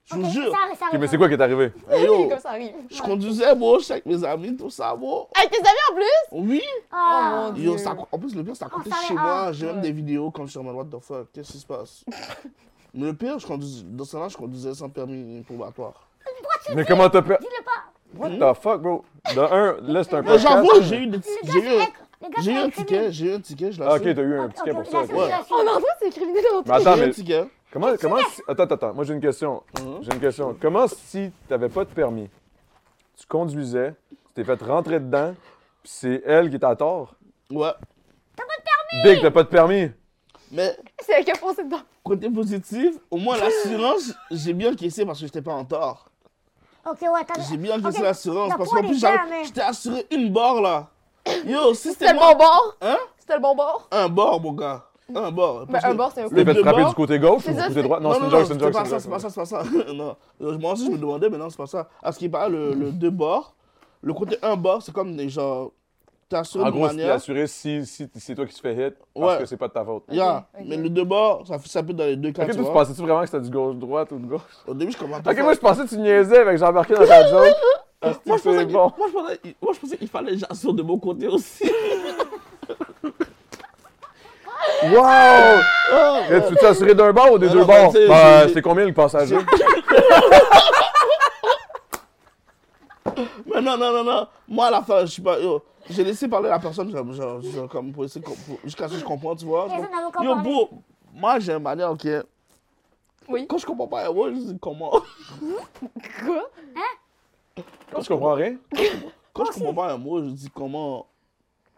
[SPEAKER 3] Je vous jure.
[SPEAKER 2] ça, ça
[SPEAKER 1] Ok, mais c'est quoi qui est arrivé?
[SPEAKER 3] Hey, yo,
[SPEAKER 4] Comme ça arrive.
[SPEAKER 3] je conduisais, moi, je suis avec mes amis, tout ça, moi.
[SPEAKER 4] Avec tes amis en plus?
[SPEAKER 3] Oui.
[SPEAKER 2] Ah,
[SPEAKER 4] Oh mon
[SPEAKER 3] Yo,
[SPEAKER 4] dieu.
[SPEAKER 3] ça, en plus, le pire, c'est à côté
[SPEAKER 2] ça
[SPEAKER 3] de
[SPEAKER 2] va,
[SPEAKER 3] chez
[SPEAKER 2] ah.
[SPEAKER 3] moi. J'ai même des vidéos comme sur ma what the fuck, qu'est-ce qui se passe? Mais le pire, je conduis, dans ce temps-là, je conduisais sans permis probatoire. Hmm?
[SPEAKER 1] Mais comment t'as perdu?
[SPEAKER 2] Dis-le pas.
[SPEAKER 1] What the fuck, bro? De un, là, c'est un
[SPEAKER 3] Mais
[SPEAKER 1] podcast.
[SPEAKER 3] j'avoue, j'ai eu des
[SPEAKER 2] Le
[SPEAKER 3] tickets.
[SPEAKER 2] gars,
[SPEAKER 3] J'ai eu,
[SPEAKER 2] c'est
[SPEAKER 3] un-
[SPEAKER 2] inc- le gars,
[SPEAKER 3] j'ai eu
[SPEAKER 2] c'est
[SPEAKER 3] un
[SPEAKER 2] incriminé.
[SPEAKER 3] ticket, j'ai eu un ticket, je l'ai
[SPEAKER 1] Ah, ok, t'as eu un ticket pour ça.
[SPEAKER 2] Ok, ok,
[SPEAKER 1] ok.
[SPEAKER 2] je l'assume, je
[SPEAKER 4] On en
[SPEAKER 2] l'assume.
[SPEAKER 4] voit, c'est criminel en
[SPEAKER 1] Mais attends,
[SPEAKER 3] J'ai eu un Mhm.
[SPEAKER 1] mais
[SPEAKER 3] ticket.
[SPEAKER 1] comment, comment si- Attends, attends, attends, moi j'ai une question. J'ai une question. Comment si t'avais pas de permis, tu conduisais, tu t'es fait rentrer dedans, puis c'est elle qui est à tort?
[SPEAKER 3] Ouais.
[SPEAKER 1] Big, t'as pas de permis?
[SPEAKER 3] Mais
[SPEAKER 4] C'est avec un foncé dedans.
[SPEAKER 3] côté positif, au moins l'assurance, j'ai bien encaissé parce que j'étais pas en tort.
[SPEAKER 2] Ok, ouais, t'as
[SPEAKER 3] J'ai bien encaissé
[SPEAKER 2] ok,
[SPEAKER 3] l'assurance
[SPEAKER 2] la
[SPEAKER 3] parce
[SPEAKER 2] poids
[SPEAKER 3] qu'en
[SPEAKER 2] des
[SPEAKER 3] plus,
[SPEAKER 2] gars,
[SPEAKER 3] j'avais-
[SPEAKER 2] mais-
[SPEAKER 3] j'étais assuré une barre là. Yo, si
[SPEAKER 4] C'était
[SPEAKER 3] c'était
[SPEAKER 4] le bon
[SPEAKER 3] moi,
[SPEAKER 4] bord.
[SPEAKER 3] Hein?
[SPEAKER 4] C'était le bon bord.
[SPEAKER 3] un bord, mon gars. Un bord.
[SPEAKER 4] Mais
[SPEAKER 3] Parce
[SPEAKER 4] un
[SPEAKER 3] que-
[SPEAKER 4] bord, c'est un coup.
[SPEAKER 1] Tu t'es fait
[SPEAKER 3] deux
[SPEAKER 1] frapper
[SPEAKER 3] bords.
[SPEAKER 1] du côté gauche ou
[SPEAKER 4] C'est
[SPEAKER 1] du
[SPEAKER 4] ça,
[SPEAKER 1] côté
[SPEAKER 4] c'est-
[SPEAKER 1] droit? Non,
[SPEAKER 3] Non,
[SPEAKER 1] c'est
[SPEAKER 3] non,
[SPEAKER 1] une
[SPEAKER 3] non,
[SPEAKER 1] joke, c'est
[SPEAKER 3] c'est
[SPEAKER 1] une joke.
[SPEAKER 3] pas ça,
[SPEAKER 1] c'est
[SPEAKER 3] c'est
[SPEAKER 1] une
[SPEAKER 3] pas
[SPEAKER 1] joke.
[SPEAKER 3] ça, c'est pas ça. non. Euh, Moi aussi, je me demandais, mais non, c'est pas ça. À ce qui paraît, le, le deux bords, le côté un bord, c'est comme des genre. T'es assuré
[SPEAKER 1] En
[SPEAKER 3] de
[SPEAKER 1] Ah, gros, si t'es
[SPEAKER 3] manière.
[SPEAKER 1] assuré, si, si, si c'est toi qui te fais hit, parce
[SPEAKER 3] Ouais.
[SPEAKER 1] que c'est pas de ta faute.
[SPEAKER 3] Yeah.
[SPEAKER 4] Ok, ok.
[SPEAKER 3] Mais le deux bords, ça, fait- ça peut être dans les deux cas.
[SPEAKER 1] Ok, toi,
[SPEAKER 3] tu
[SPEAKER 1] tu
[SPEAKER 3] vois.
[SPEAKER 1] pensais-tu vraiment que c'était du gauche-droite ou du gauche?
[SPEAKER 3] Au début, je commentais.
[SPEAKER 1] Ok,
[SPEAKER 3] ça.
[SPEAKER 1] moi je pensais que tu niaisais, avec j'embarquais dans ta joke. Ah,
[SPEAKER 3] Moi, je pensais
[SPEAKER 1] c'est
[SPEAKER 3] que-
[SPEAKER 1] bon.
[SPEAKER 3] moi, je pensais- moi, je pensais qu'il fallait que j'assure de mon côté aussi.
[SPEAKER 1] Wow! Là, tu veux t'assurer d'un bord ou des
[SPEAKER 3] Ah, Non,
[SPEAKER 1] deux
[SPEAKER 3] non,
[SPEAKER 1] bords?
[SPEAKER 3] mais tu sais,
[SPEAKER 1] Ben,
[SPEAKER 3] j'ai-
[SPEAKER 1] c'est combien le passager?
[SPEAKER 3] Mais non, non, non, non. Moi, à la fin, je suis pas. Yo, j'ai laissé parler la personne, comme, genre, genre, comme pour essayer de comp- pour- jusqu'à ce que je comprends, tu vois.
[SPEAKER 2] Personne n'a encore
[SPEAKER 3] yo,
[SPEAKER 2] parlé.
[SPEAKER 3] bro, moi, j'ai une manière, ok.
[SPEAKER 4] Oui.
[SPEAKER 3] Quand je comprends pas, yo, je dis comment.
[SPEAKER 4] Quoi?
[SPEAKER 1] Je comprends rien.
[SPEAKER 3] Quand je comprends pas un mot, je dis comment.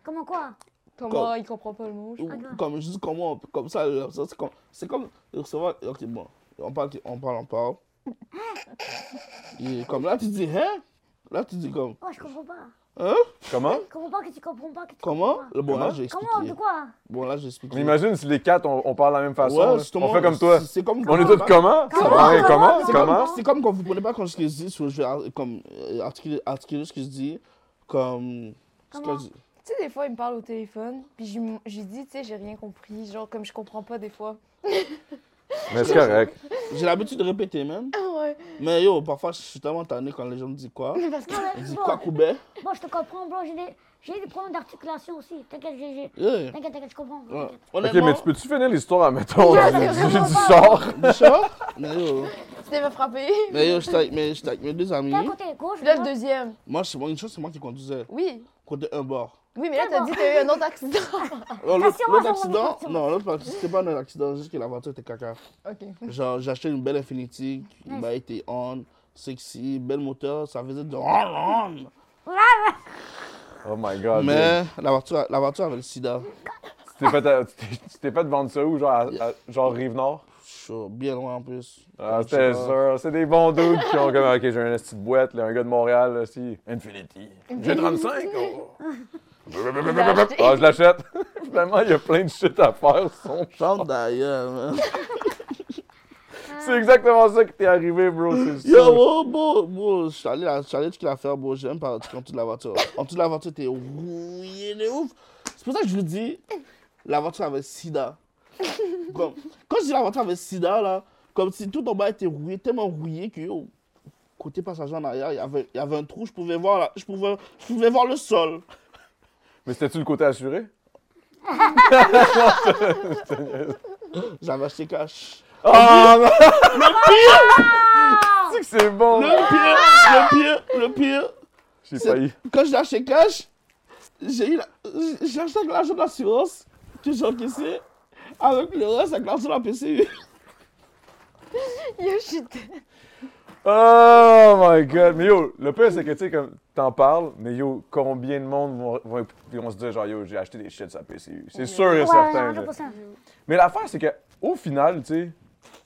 [SPEAKER 2] Comment quoi Ah,
[SPEAKER 4] Comment il comprend pas le mot? je-
[SPEAKER 3] Comme je dis comment, comme ça, là, ça, c'est comme. C'est comme. recevoir- Ok, bon. On parle, on parle, on parle. Et comme là, tu dis, hein? Là, tu dis comme.
[SPEAKER 2] Oh, je comprends pas.
[SPEAKER 3] Hein?
[SPEAKER 1] Comment?
[SPEAKER 2] Je comprends pas que tu comprends pas que tu
[SPEAKER 3] Comment?
[SPEAKER 2] comprends
[SPEAKER 3] Bon, là,
[SPEAKER 1] Comment?
[SPEAKER 3] j'ai
[SPEAKER 2] pas. Comment
[SPEAKER 3] expliqué.
[SPEAKER 2] De quoi
[SPEAKER 3] Bon, là, j'ai expliqué.
[SPEAKER 1] Mais imagine si les quatre, on, on parle la même façon.
[SPEAKER 3] Ouais,
[SPEAKER 1] là.
[SPEAKER 3] justement,
[SPEAKER 1] on fait comme toi.
[SPEAKER 3] c'est- c'est comme-
[SPEAKER 1] on est tous comment? Ça prend rien. Comment?
[SPEAKER 3] C'est
[SPEAKER 1] Comment?
[SPEAKER 3] comme, c'est comme quand vous prenez pas comme ce que je dis, soit je vais ar- comme, euh, articuler, articuler ce que je dis, comme. ce que
[SPEAKER 2] Comment?
[SPEAKER 3] je dis.
[SPEAKER 4] Tu sais, des fois, il me parle au téléphone, puis j'ai j'ai dit, tu sais, j'ai rien compris. Genre, comme je comprends pas des fois.
[SPEAKER 1] Mais c'est correct.
[SPEAKER 3] J'ai l'habitude de répéter même,
[SPEAKER 4] Ouais.
[SPEAKER 3] mais yo, parfois je suis tellement tanné quand les gens me disent quoi.
[SPEAKER 4] Mais parce que.
[SPEAKER 3] Ils
[SPEAKER 2] Ouais,
[SPEAKER 3] disent
[SPEAKER 2] bon,
[SPEAKER 3] quoi, Koubet
[SPEAKER 2] bon, je te comprends, bro. J'ai des, j'ai des problèmes d'articulation aussi. T'inquiète, j'ai. j'ai-
[SPEAKER 3] Yeah.
[SPEAKER 2] T'inquiète, t'inquiète, je comprends.
[SPEAKER 3] Ouais.
[SPEAKER 2] t'inquiète.
[SPEAKER 1] Ok,
[SPEAKER 3] Honnêtement,
[SPEAKER 1] mais tu peux-tu finir l'histoire, mettons,
[SPEAKER 2] Yeah,
[SPEAKER 1] du,
[SPEAKER 2] c'est
[SPEAKER 1] du-
[SPEAKER 2] vraiment
[SPEAKER 1] du
[SPEAKER 2] pas-
[SPEAKER 1] sort?
[SPEAKER 3] du chat Mais yo,
[SPEAKER 4] Tu t'es fait frapper.
[SPEAKER 3] mais yo, j'étais avec, mes- j'étais avec mes deux amis.
[SPEAKER 2] T'es à côté gauche,
[SPEAKER 4] Puis là, le
[SPEAKER 2] droite.
[SPEAKER 4] deuxième.
[SPEAKER 3] Moi, c'est moi, une chose, c'est moi qui conduisais.
[SPEAKER 4] Oui.
[SPEAKER 3] Côté un bord.
[SPEAKER 4] Oui, mais là, t'as dit que t'as eu un autre accident. Oh,
[SPEAKER 3] Alors, L'autre
[SPEAKER 2] Attention,
[SPEAKER 3] l'autre
[SPEAKER 2] attention,
[SPEAKER 3] accident,
[SPEAKER 2] attention.
[SPEAKER 3] non, l'autre partie, c'était pas un accident, juste que la voiture était caca.
[SPEAKER 4] OK.
[SPEAKER 3] Genre, j'ai acheté une belle Infinity, il m'a été on, sexy, bel moteur, ça faisait de. on, on.
[SPEAKER 1] Oh my god. dude.
[SPEAKER 3] Mais la voiture, la voiture avait le sida.
[SPEAKER 1] Tu t'es fait, à- tu t'es- tu t'es fait vendre ça où? Genre, à- à- genre Rive-Nord?
[SPEAKER 3] Je suis bien loin en plus.
[SPEAKER 1] Ah,
[SPEAKER 3] Je sais
[SPEAKER 1] c'était
[SPEAKER 3] pas.
[SPEAKER 1] sûr. C'est des bons dudes qui ont comme, ok, j'ai un esti de boîte, là, un gars de Montréal, là, si. Infinity. J'ai 35. oh. Ah, je l'achète. Vraiment, il y a plein de shit à faire sur son
[SPEAKER 3] Chante d'ailleurs, man.
[SPEAKER 1] C'est exactement ça qui t'est arrivé, bro. C'est ça.
[SPEAKER 3] Yo, bro, bro, bro, je suis allé, là- je suis allé tout ce qu'il a fait, bro. J'aime pas en dessous de la voiture. En dessous de la voiture, t'es rouillé de ouf. C'est pour ça que je vous dis, la voiture avait sida. Comme, quand je dis la voiture avait sida, là, comme si tout en bas était rouillé, tellement rouillé que, yo, côté passager en arrière, il y avait- il y avait un trou, je pouvais voir, là, je pouvais, je pouvais voir le sol.
[SPEAKER 1] Mais c'était-tu le côté assuré?
[SPEAKER 3] J'avais acheté cash.
[SPEAKER 1] Ah, non! Tu sais que c'est bon!
[SPEAKER 3] Le pire, le pire, le pire.
[SPEAKER 1] J'ai
[SPEAKER 3] C'est-
[SPEAKER 1] failli.
[SPEAKER 3] Quand j'ai acheté cash, j'ai eu la- j'ai acheté avec l'argent de l'assurance que j'ai encaissé avec le reste avec l'argent de la PCU.
[SPEAKER 4] Yo, je suis dead.
[SPEAKER 1] Oh my god! Mais yo, le pire, c'est que tu sais, comme t'en parles, mais yo, combien de monde vont, vont, écouter, puis vont se dire, genre, yo, j'ai acheté des shit sur la PCU. C'est sûr et
[SPEAKER 2] Ouais,
[SPEAKER 1] certain. là.
[SPEAKER 2] 100%.
[SPEAKER 1] Mais l'affaire, c'est qu'au final, tu sais,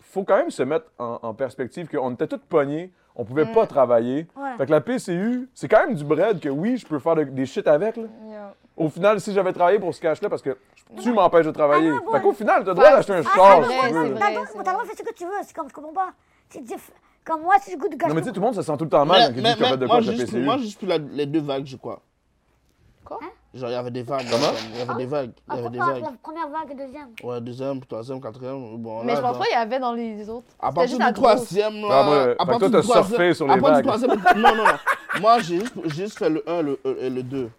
[SPEAKER 1] faut quand même se mettre en, en perspective qu'on était tous pognés, on pouvait pas travailler.
[SPEAKER 2] Mm. Ouais.
[SPEAKER 1] Fait que la PCU, c'est quand même du bread que oui, je peux faire de- des shit avec. Là.
[SPEAKER 4] Yo.
[SPEAKER 1] Au final, si j'avais travaillé pour ce cash-là, parce que tu m'empêches de travailler.
[SPEAKER 2] Ah non,
[SPEAKER 1] fait
[SPEAKER 2] ouais.
[SPEAKER 1] qu'au final, t'as le droit
[SPEAKER 4] Ouais,
[SPEAKER 1] d'acheter un
[SPEAKER 4] c'est
[SPEAKER 1] char
[SPEAKER 4] vrai,
[SPEAKER 1] si tu
[SPEAKER 4] Ah, c'est
[SPEAKER 1] veux.
[SPEAKER 4] vrai.
[SPEAKER 2] T'as le droit- t'as le droit de faire ce que tu veux, c'est comme je comprends pas. C'est diff- Comme moi, si je goûte de gâteau.
[SPEAKER 1] Non, mais hein, tu sais, tout le monde se sent tout le temps mal quand il dit qu'on fait de
[SPEAKER 3] moi,
[SPEAKER 1] quoi
[SPEAKER 3] j'ai
[SPEAKER 1] avec la
[SPEAKER 3] juste,
[SPEAKER 1] PCU.
[SPEAKER 3] moi, j'ai juste pris la- les deux vagues, je crois.
[SPEAKER 4] Quoi?
[SPEAKER 3] Genre, il y avait des vagues.
[SPEAKER 1] Comment?
[SPEAKER 3] comme, Il y avait des vagues. Il y
[SPEAKER 4] Ah,
[SPEAKER 3] avait des
[SPEAKER 2] Entre la
[SPEAKER 3] vagues.
[SPEAKER 2] la première vague et deuxième.
[SPEAKER 3] Ouais, deuxième, troisième, quatrième. Bon,
[SPEAKER 4] Mais
[SPEAKER 3] là,
[SPEAKER 4] je pense
[SPEAKER 3] dans-
[SPEAKER 4] pas qu'il y avait dans les les autres.
[SPEAKER 3] À
[SPEAKER 4] C'était
[SPEAKER 3] partir
[SPEAKER 4] juste
[SPEAKER 3] du
[SPEAKER 4] la grosse.
[SPEAKER 3] troisième,
[SPEAKER 1] Ah, moi,
[SPEAKER 3] là,
[SPEAKER 1] fait
[SPEAKER 3] à
[SPEAKER 1] que
[SPEAKER 3] partir
[SPEAKER 1] toi, t'as
[SPEAKER 3] du
[SPEAKER 1] surfé
[SPEAKER 3] troisième-
[SPEAKER 1] sur
[SPEAKER 3] à
[SPEAKER 1] les
[SPEAKER 3] partir du
[SPEAKER 1] vagues.
[SPEAKER 3] troisième- Non, non, non. Moi, j'ai juste, j'ai juste fait le 1 le, euh, et le 2.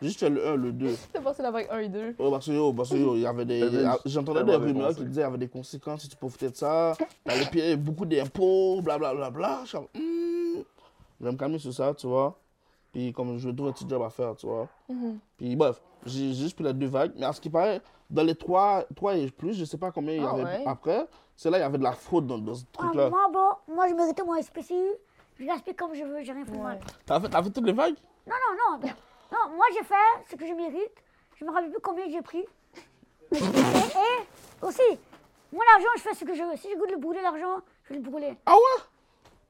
[SPEAKER 3] J'ai juste fait le 1 le 2.
[SPEAKER 4] C'était passé la vague 1 et 2.
[SPEAKER 3] Oh, parce que, yo, parce que, yo, il y avait des.
[SPEAKER 1] Eh ben,
[SPEAKER 3] J'entendais
[SPEAKER 1] eh
[SPEAKER 3] des
[SPEAKER 1] ben, des
[SPEAKER 3] rumeurs qui
[SPEAKER 1] conseils.
[SPEAKER 3] disaient qu'il y avait des conséquences si tu profitais de ça. T'allais payer beaucoup d'impôts, blablabla. Bla, bla. Je suis comme, hmm. Je vais me calmer sur ça, tu vois. Puis, comme je trouve un petit job à faire, tu vois.
[SPEAKER 4] Mhm.
[SPEAKER 3] Puis, bref, j'ai j'ai juste pris les deux vagues. Mais à ce qui paraît, dans les trois, trois et plus, je sais pas combien il y
[SPEAKER 4] Ah
[SPEAKER 3] avait
[SPEAKER 4] ouais.
[SPEAKER 3] après, c'est là il y avait de la fraude dans, dans ce
[SPEAKER 2] Ah,
[SPEAKER 3] truc-là.
[SPEAKER 2] moi, bon, moi, je méritais mon SPCU. Je gaspille comme je veux, j'ai rien fait de mal.
[SPEAKER 3] T'as fait, t'as fait toutes les vagues?
[SPEAKER 2] Non, non, non. Non, moi, j'ai fait ce que je mérite. Je me rappelle plus combien j'ai pris. Mais- et, et aussi, mon argent, je fais ce que je veux. Si je goûte le brûler, l'argent, je vais le brûler.
[SPEAKER 3] Ah ouais?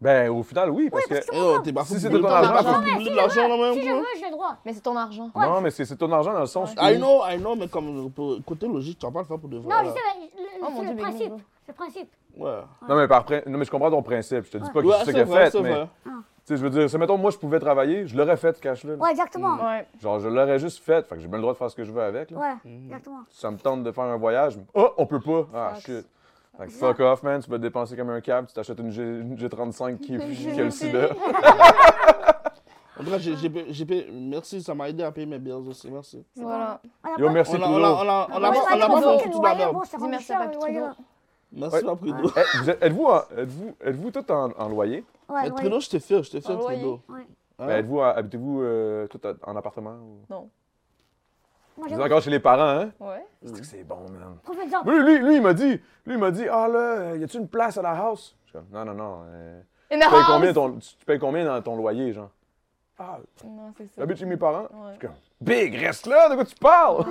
[SPEAKER 1] Ben, au final, oui, parce
[SPEAKER 2] parce
[SPEAKER 1] que.
[SPEAKER 2] que-
[SPEAKER 3] Eh oh, t'es pas
[SPEAKER 1] Si
[SPEAKER 3] fou
[SPEAKER 1] c'est
[SPEAKER 3] pour
[SPEAKER 1] de ton
[SPEAKER 3] le temps, t'es pas
[SPEAKER 1] argent.
[SPEAKER 3] fou
[SPEAKER 1] Non,
[SPEAKER 3] pour
[SPEAKER 2] si
[SPEAKER 3] brûler
[SPEAKER 2] je
[SPEAKER 3] de l'argent
[SPEAKER 2] veux,
[SPEAKER 3] là même.
[SPEAKER 2] Ah, Si je
[SPEAKER 3] quoi.
[SPEAKER 2] veux, j'ai le droit.
[SPEAKER 4] Mais c'est ton argent.
[SPEAKER 1] Non, mais c'est c'est ton argent dans le sens où.
[SPEAKER 3] I know, I know, mais comme pour- côté logique, tu vas pas le faire pour de vrai.
[SPEAKER 2] Non, je
[SPEAKER 3] là.
[SPEAKER 2] sais, mais le-
[SPEAKER 4] Oh, mon
[SPEAKER 2] c'est
[SPEAKER 4] Dieu,
[SPEAKER 2] le
[SPEAKER 4] mais
[SPEAKER 2] principe.
[SPEAKER 4] gros.
[SPEAKER 2] C'est le principe.
[SPEAKER 3] Ouais.
[SPEAKER 1] Non, mais par prin- non, mais je comprends ton principe. Je te dis pas que
[SPEAKER 3] Ouais,
[SPEAKER 1] c'est ce
[SPEAKER 3] c'est
[SPEAKER 1] qu'il a
[SPEAKER 3] vrai,
[SPEAKER 1] fait,
[SPEAKER 3] c'est
[SPEAKER 1] mais.
[SPEAKER 3] vrai.
[SPEAKER 1] Tu sais, je veux dire, si mettons, moi, je pouvais travailler, je l'aurais fait, ce cash-là.
[SPEAKER 2] Ouais, exactement.
[SPEAKER 4] Ouais. Mm.
[SPEAKER 1] Genre, je l'aurais juste fait. Fait que j'ai bien le droit de faire ce que je veux avec. Là.
[SPEAKER 2] Ouais, exactement.
[SPEAKER 1] Ça me tente de faire un voyage. Oh, on peut pas. Ah, shit. Fait que fuck off, man. Tu vas te dépenser comme un câble. Tu t'achètes une, G... une G35 qui, qui a le sida.
[SPEAKER 3] En tout cas, j'ai- j'ai payé- j'ai payé- Merci, ça m'a aidé à payer mes bills aussi, merci.
[SPEAKER 4] Voilà.
[SPEAKER 2] On a
[SPEAKER 1] Yo,
[SPEAKER 2] pas-
[SPEAKER 1] merci
[SPEAKER 3] On a,
[SPEAKER 1] pour
[SPEAKER 3] on a, on
[SPEAKER 1] l'eau.
[SPEAKER 3] a, Ah, on a,
[SPEAKER 4] Ouais,
[SPEAKER 3] pas-
[SPEAKER 4] ouais,
[SPEAKER 3] on a pas
[SPEAKER 4] ouais,
[SPEAKER 3] fait
[SPEAKER 4] ouais,
[SPEAKER 3] foutre de la merde.
[SPEAKER 4] Dis merci à Patrick Trudeau.
[SPEAKER 3] Merci, ma Trudeau.
[SPEAKER 1] Eh, vous êtes- Êtes-vous en... êtes-vous- êtes-vous tout en, en loyer?
[SPEAKER 3] Mais Eh, Trudeau, je te fais, je te fais,
[SPEAKER 4] En loyer.
[SPEAKER 3] Trudeau. Hein?
[SPEAKER 1] Ben, êtes-vous en- Habitez-vous euh, tout en- en appartement? Ou...
[SPEAKER 4] Non.
[SPEAKER 2] Moi,
[SPEAKER 1] Vous
[SPEAKER 2] j'ai
[SPEAKER 1] êtes encore chez les parents, hein?
[SPEAKER 4] Ouais.
[SPEAKER 1] C'est que c'est bon, man.
[SPEAKER 2] Profite-en.
[SPEAKER 1] Lui, lui, lui, il m'a dit, lui, il m'a dit, ah là, euh, y a-tu une place à la house? Je suis comme, non, non, non. euh,
[SPEAKER 4] Une
[SPEAKER 1] tu, payes combien
[SPEAKER 4] house!
[SPEAKER 1] ton, tu, tu payes combien dans ton loyer, genre? Ah,
[SPEAKER 4] Non, c'est ça.
[SPEAKER 1] j'habite chez mes parents.
[SPEAKER 4] Ouais.
[SPEAKER 1] Je suis comme, big, reste là, de quoi tu parles?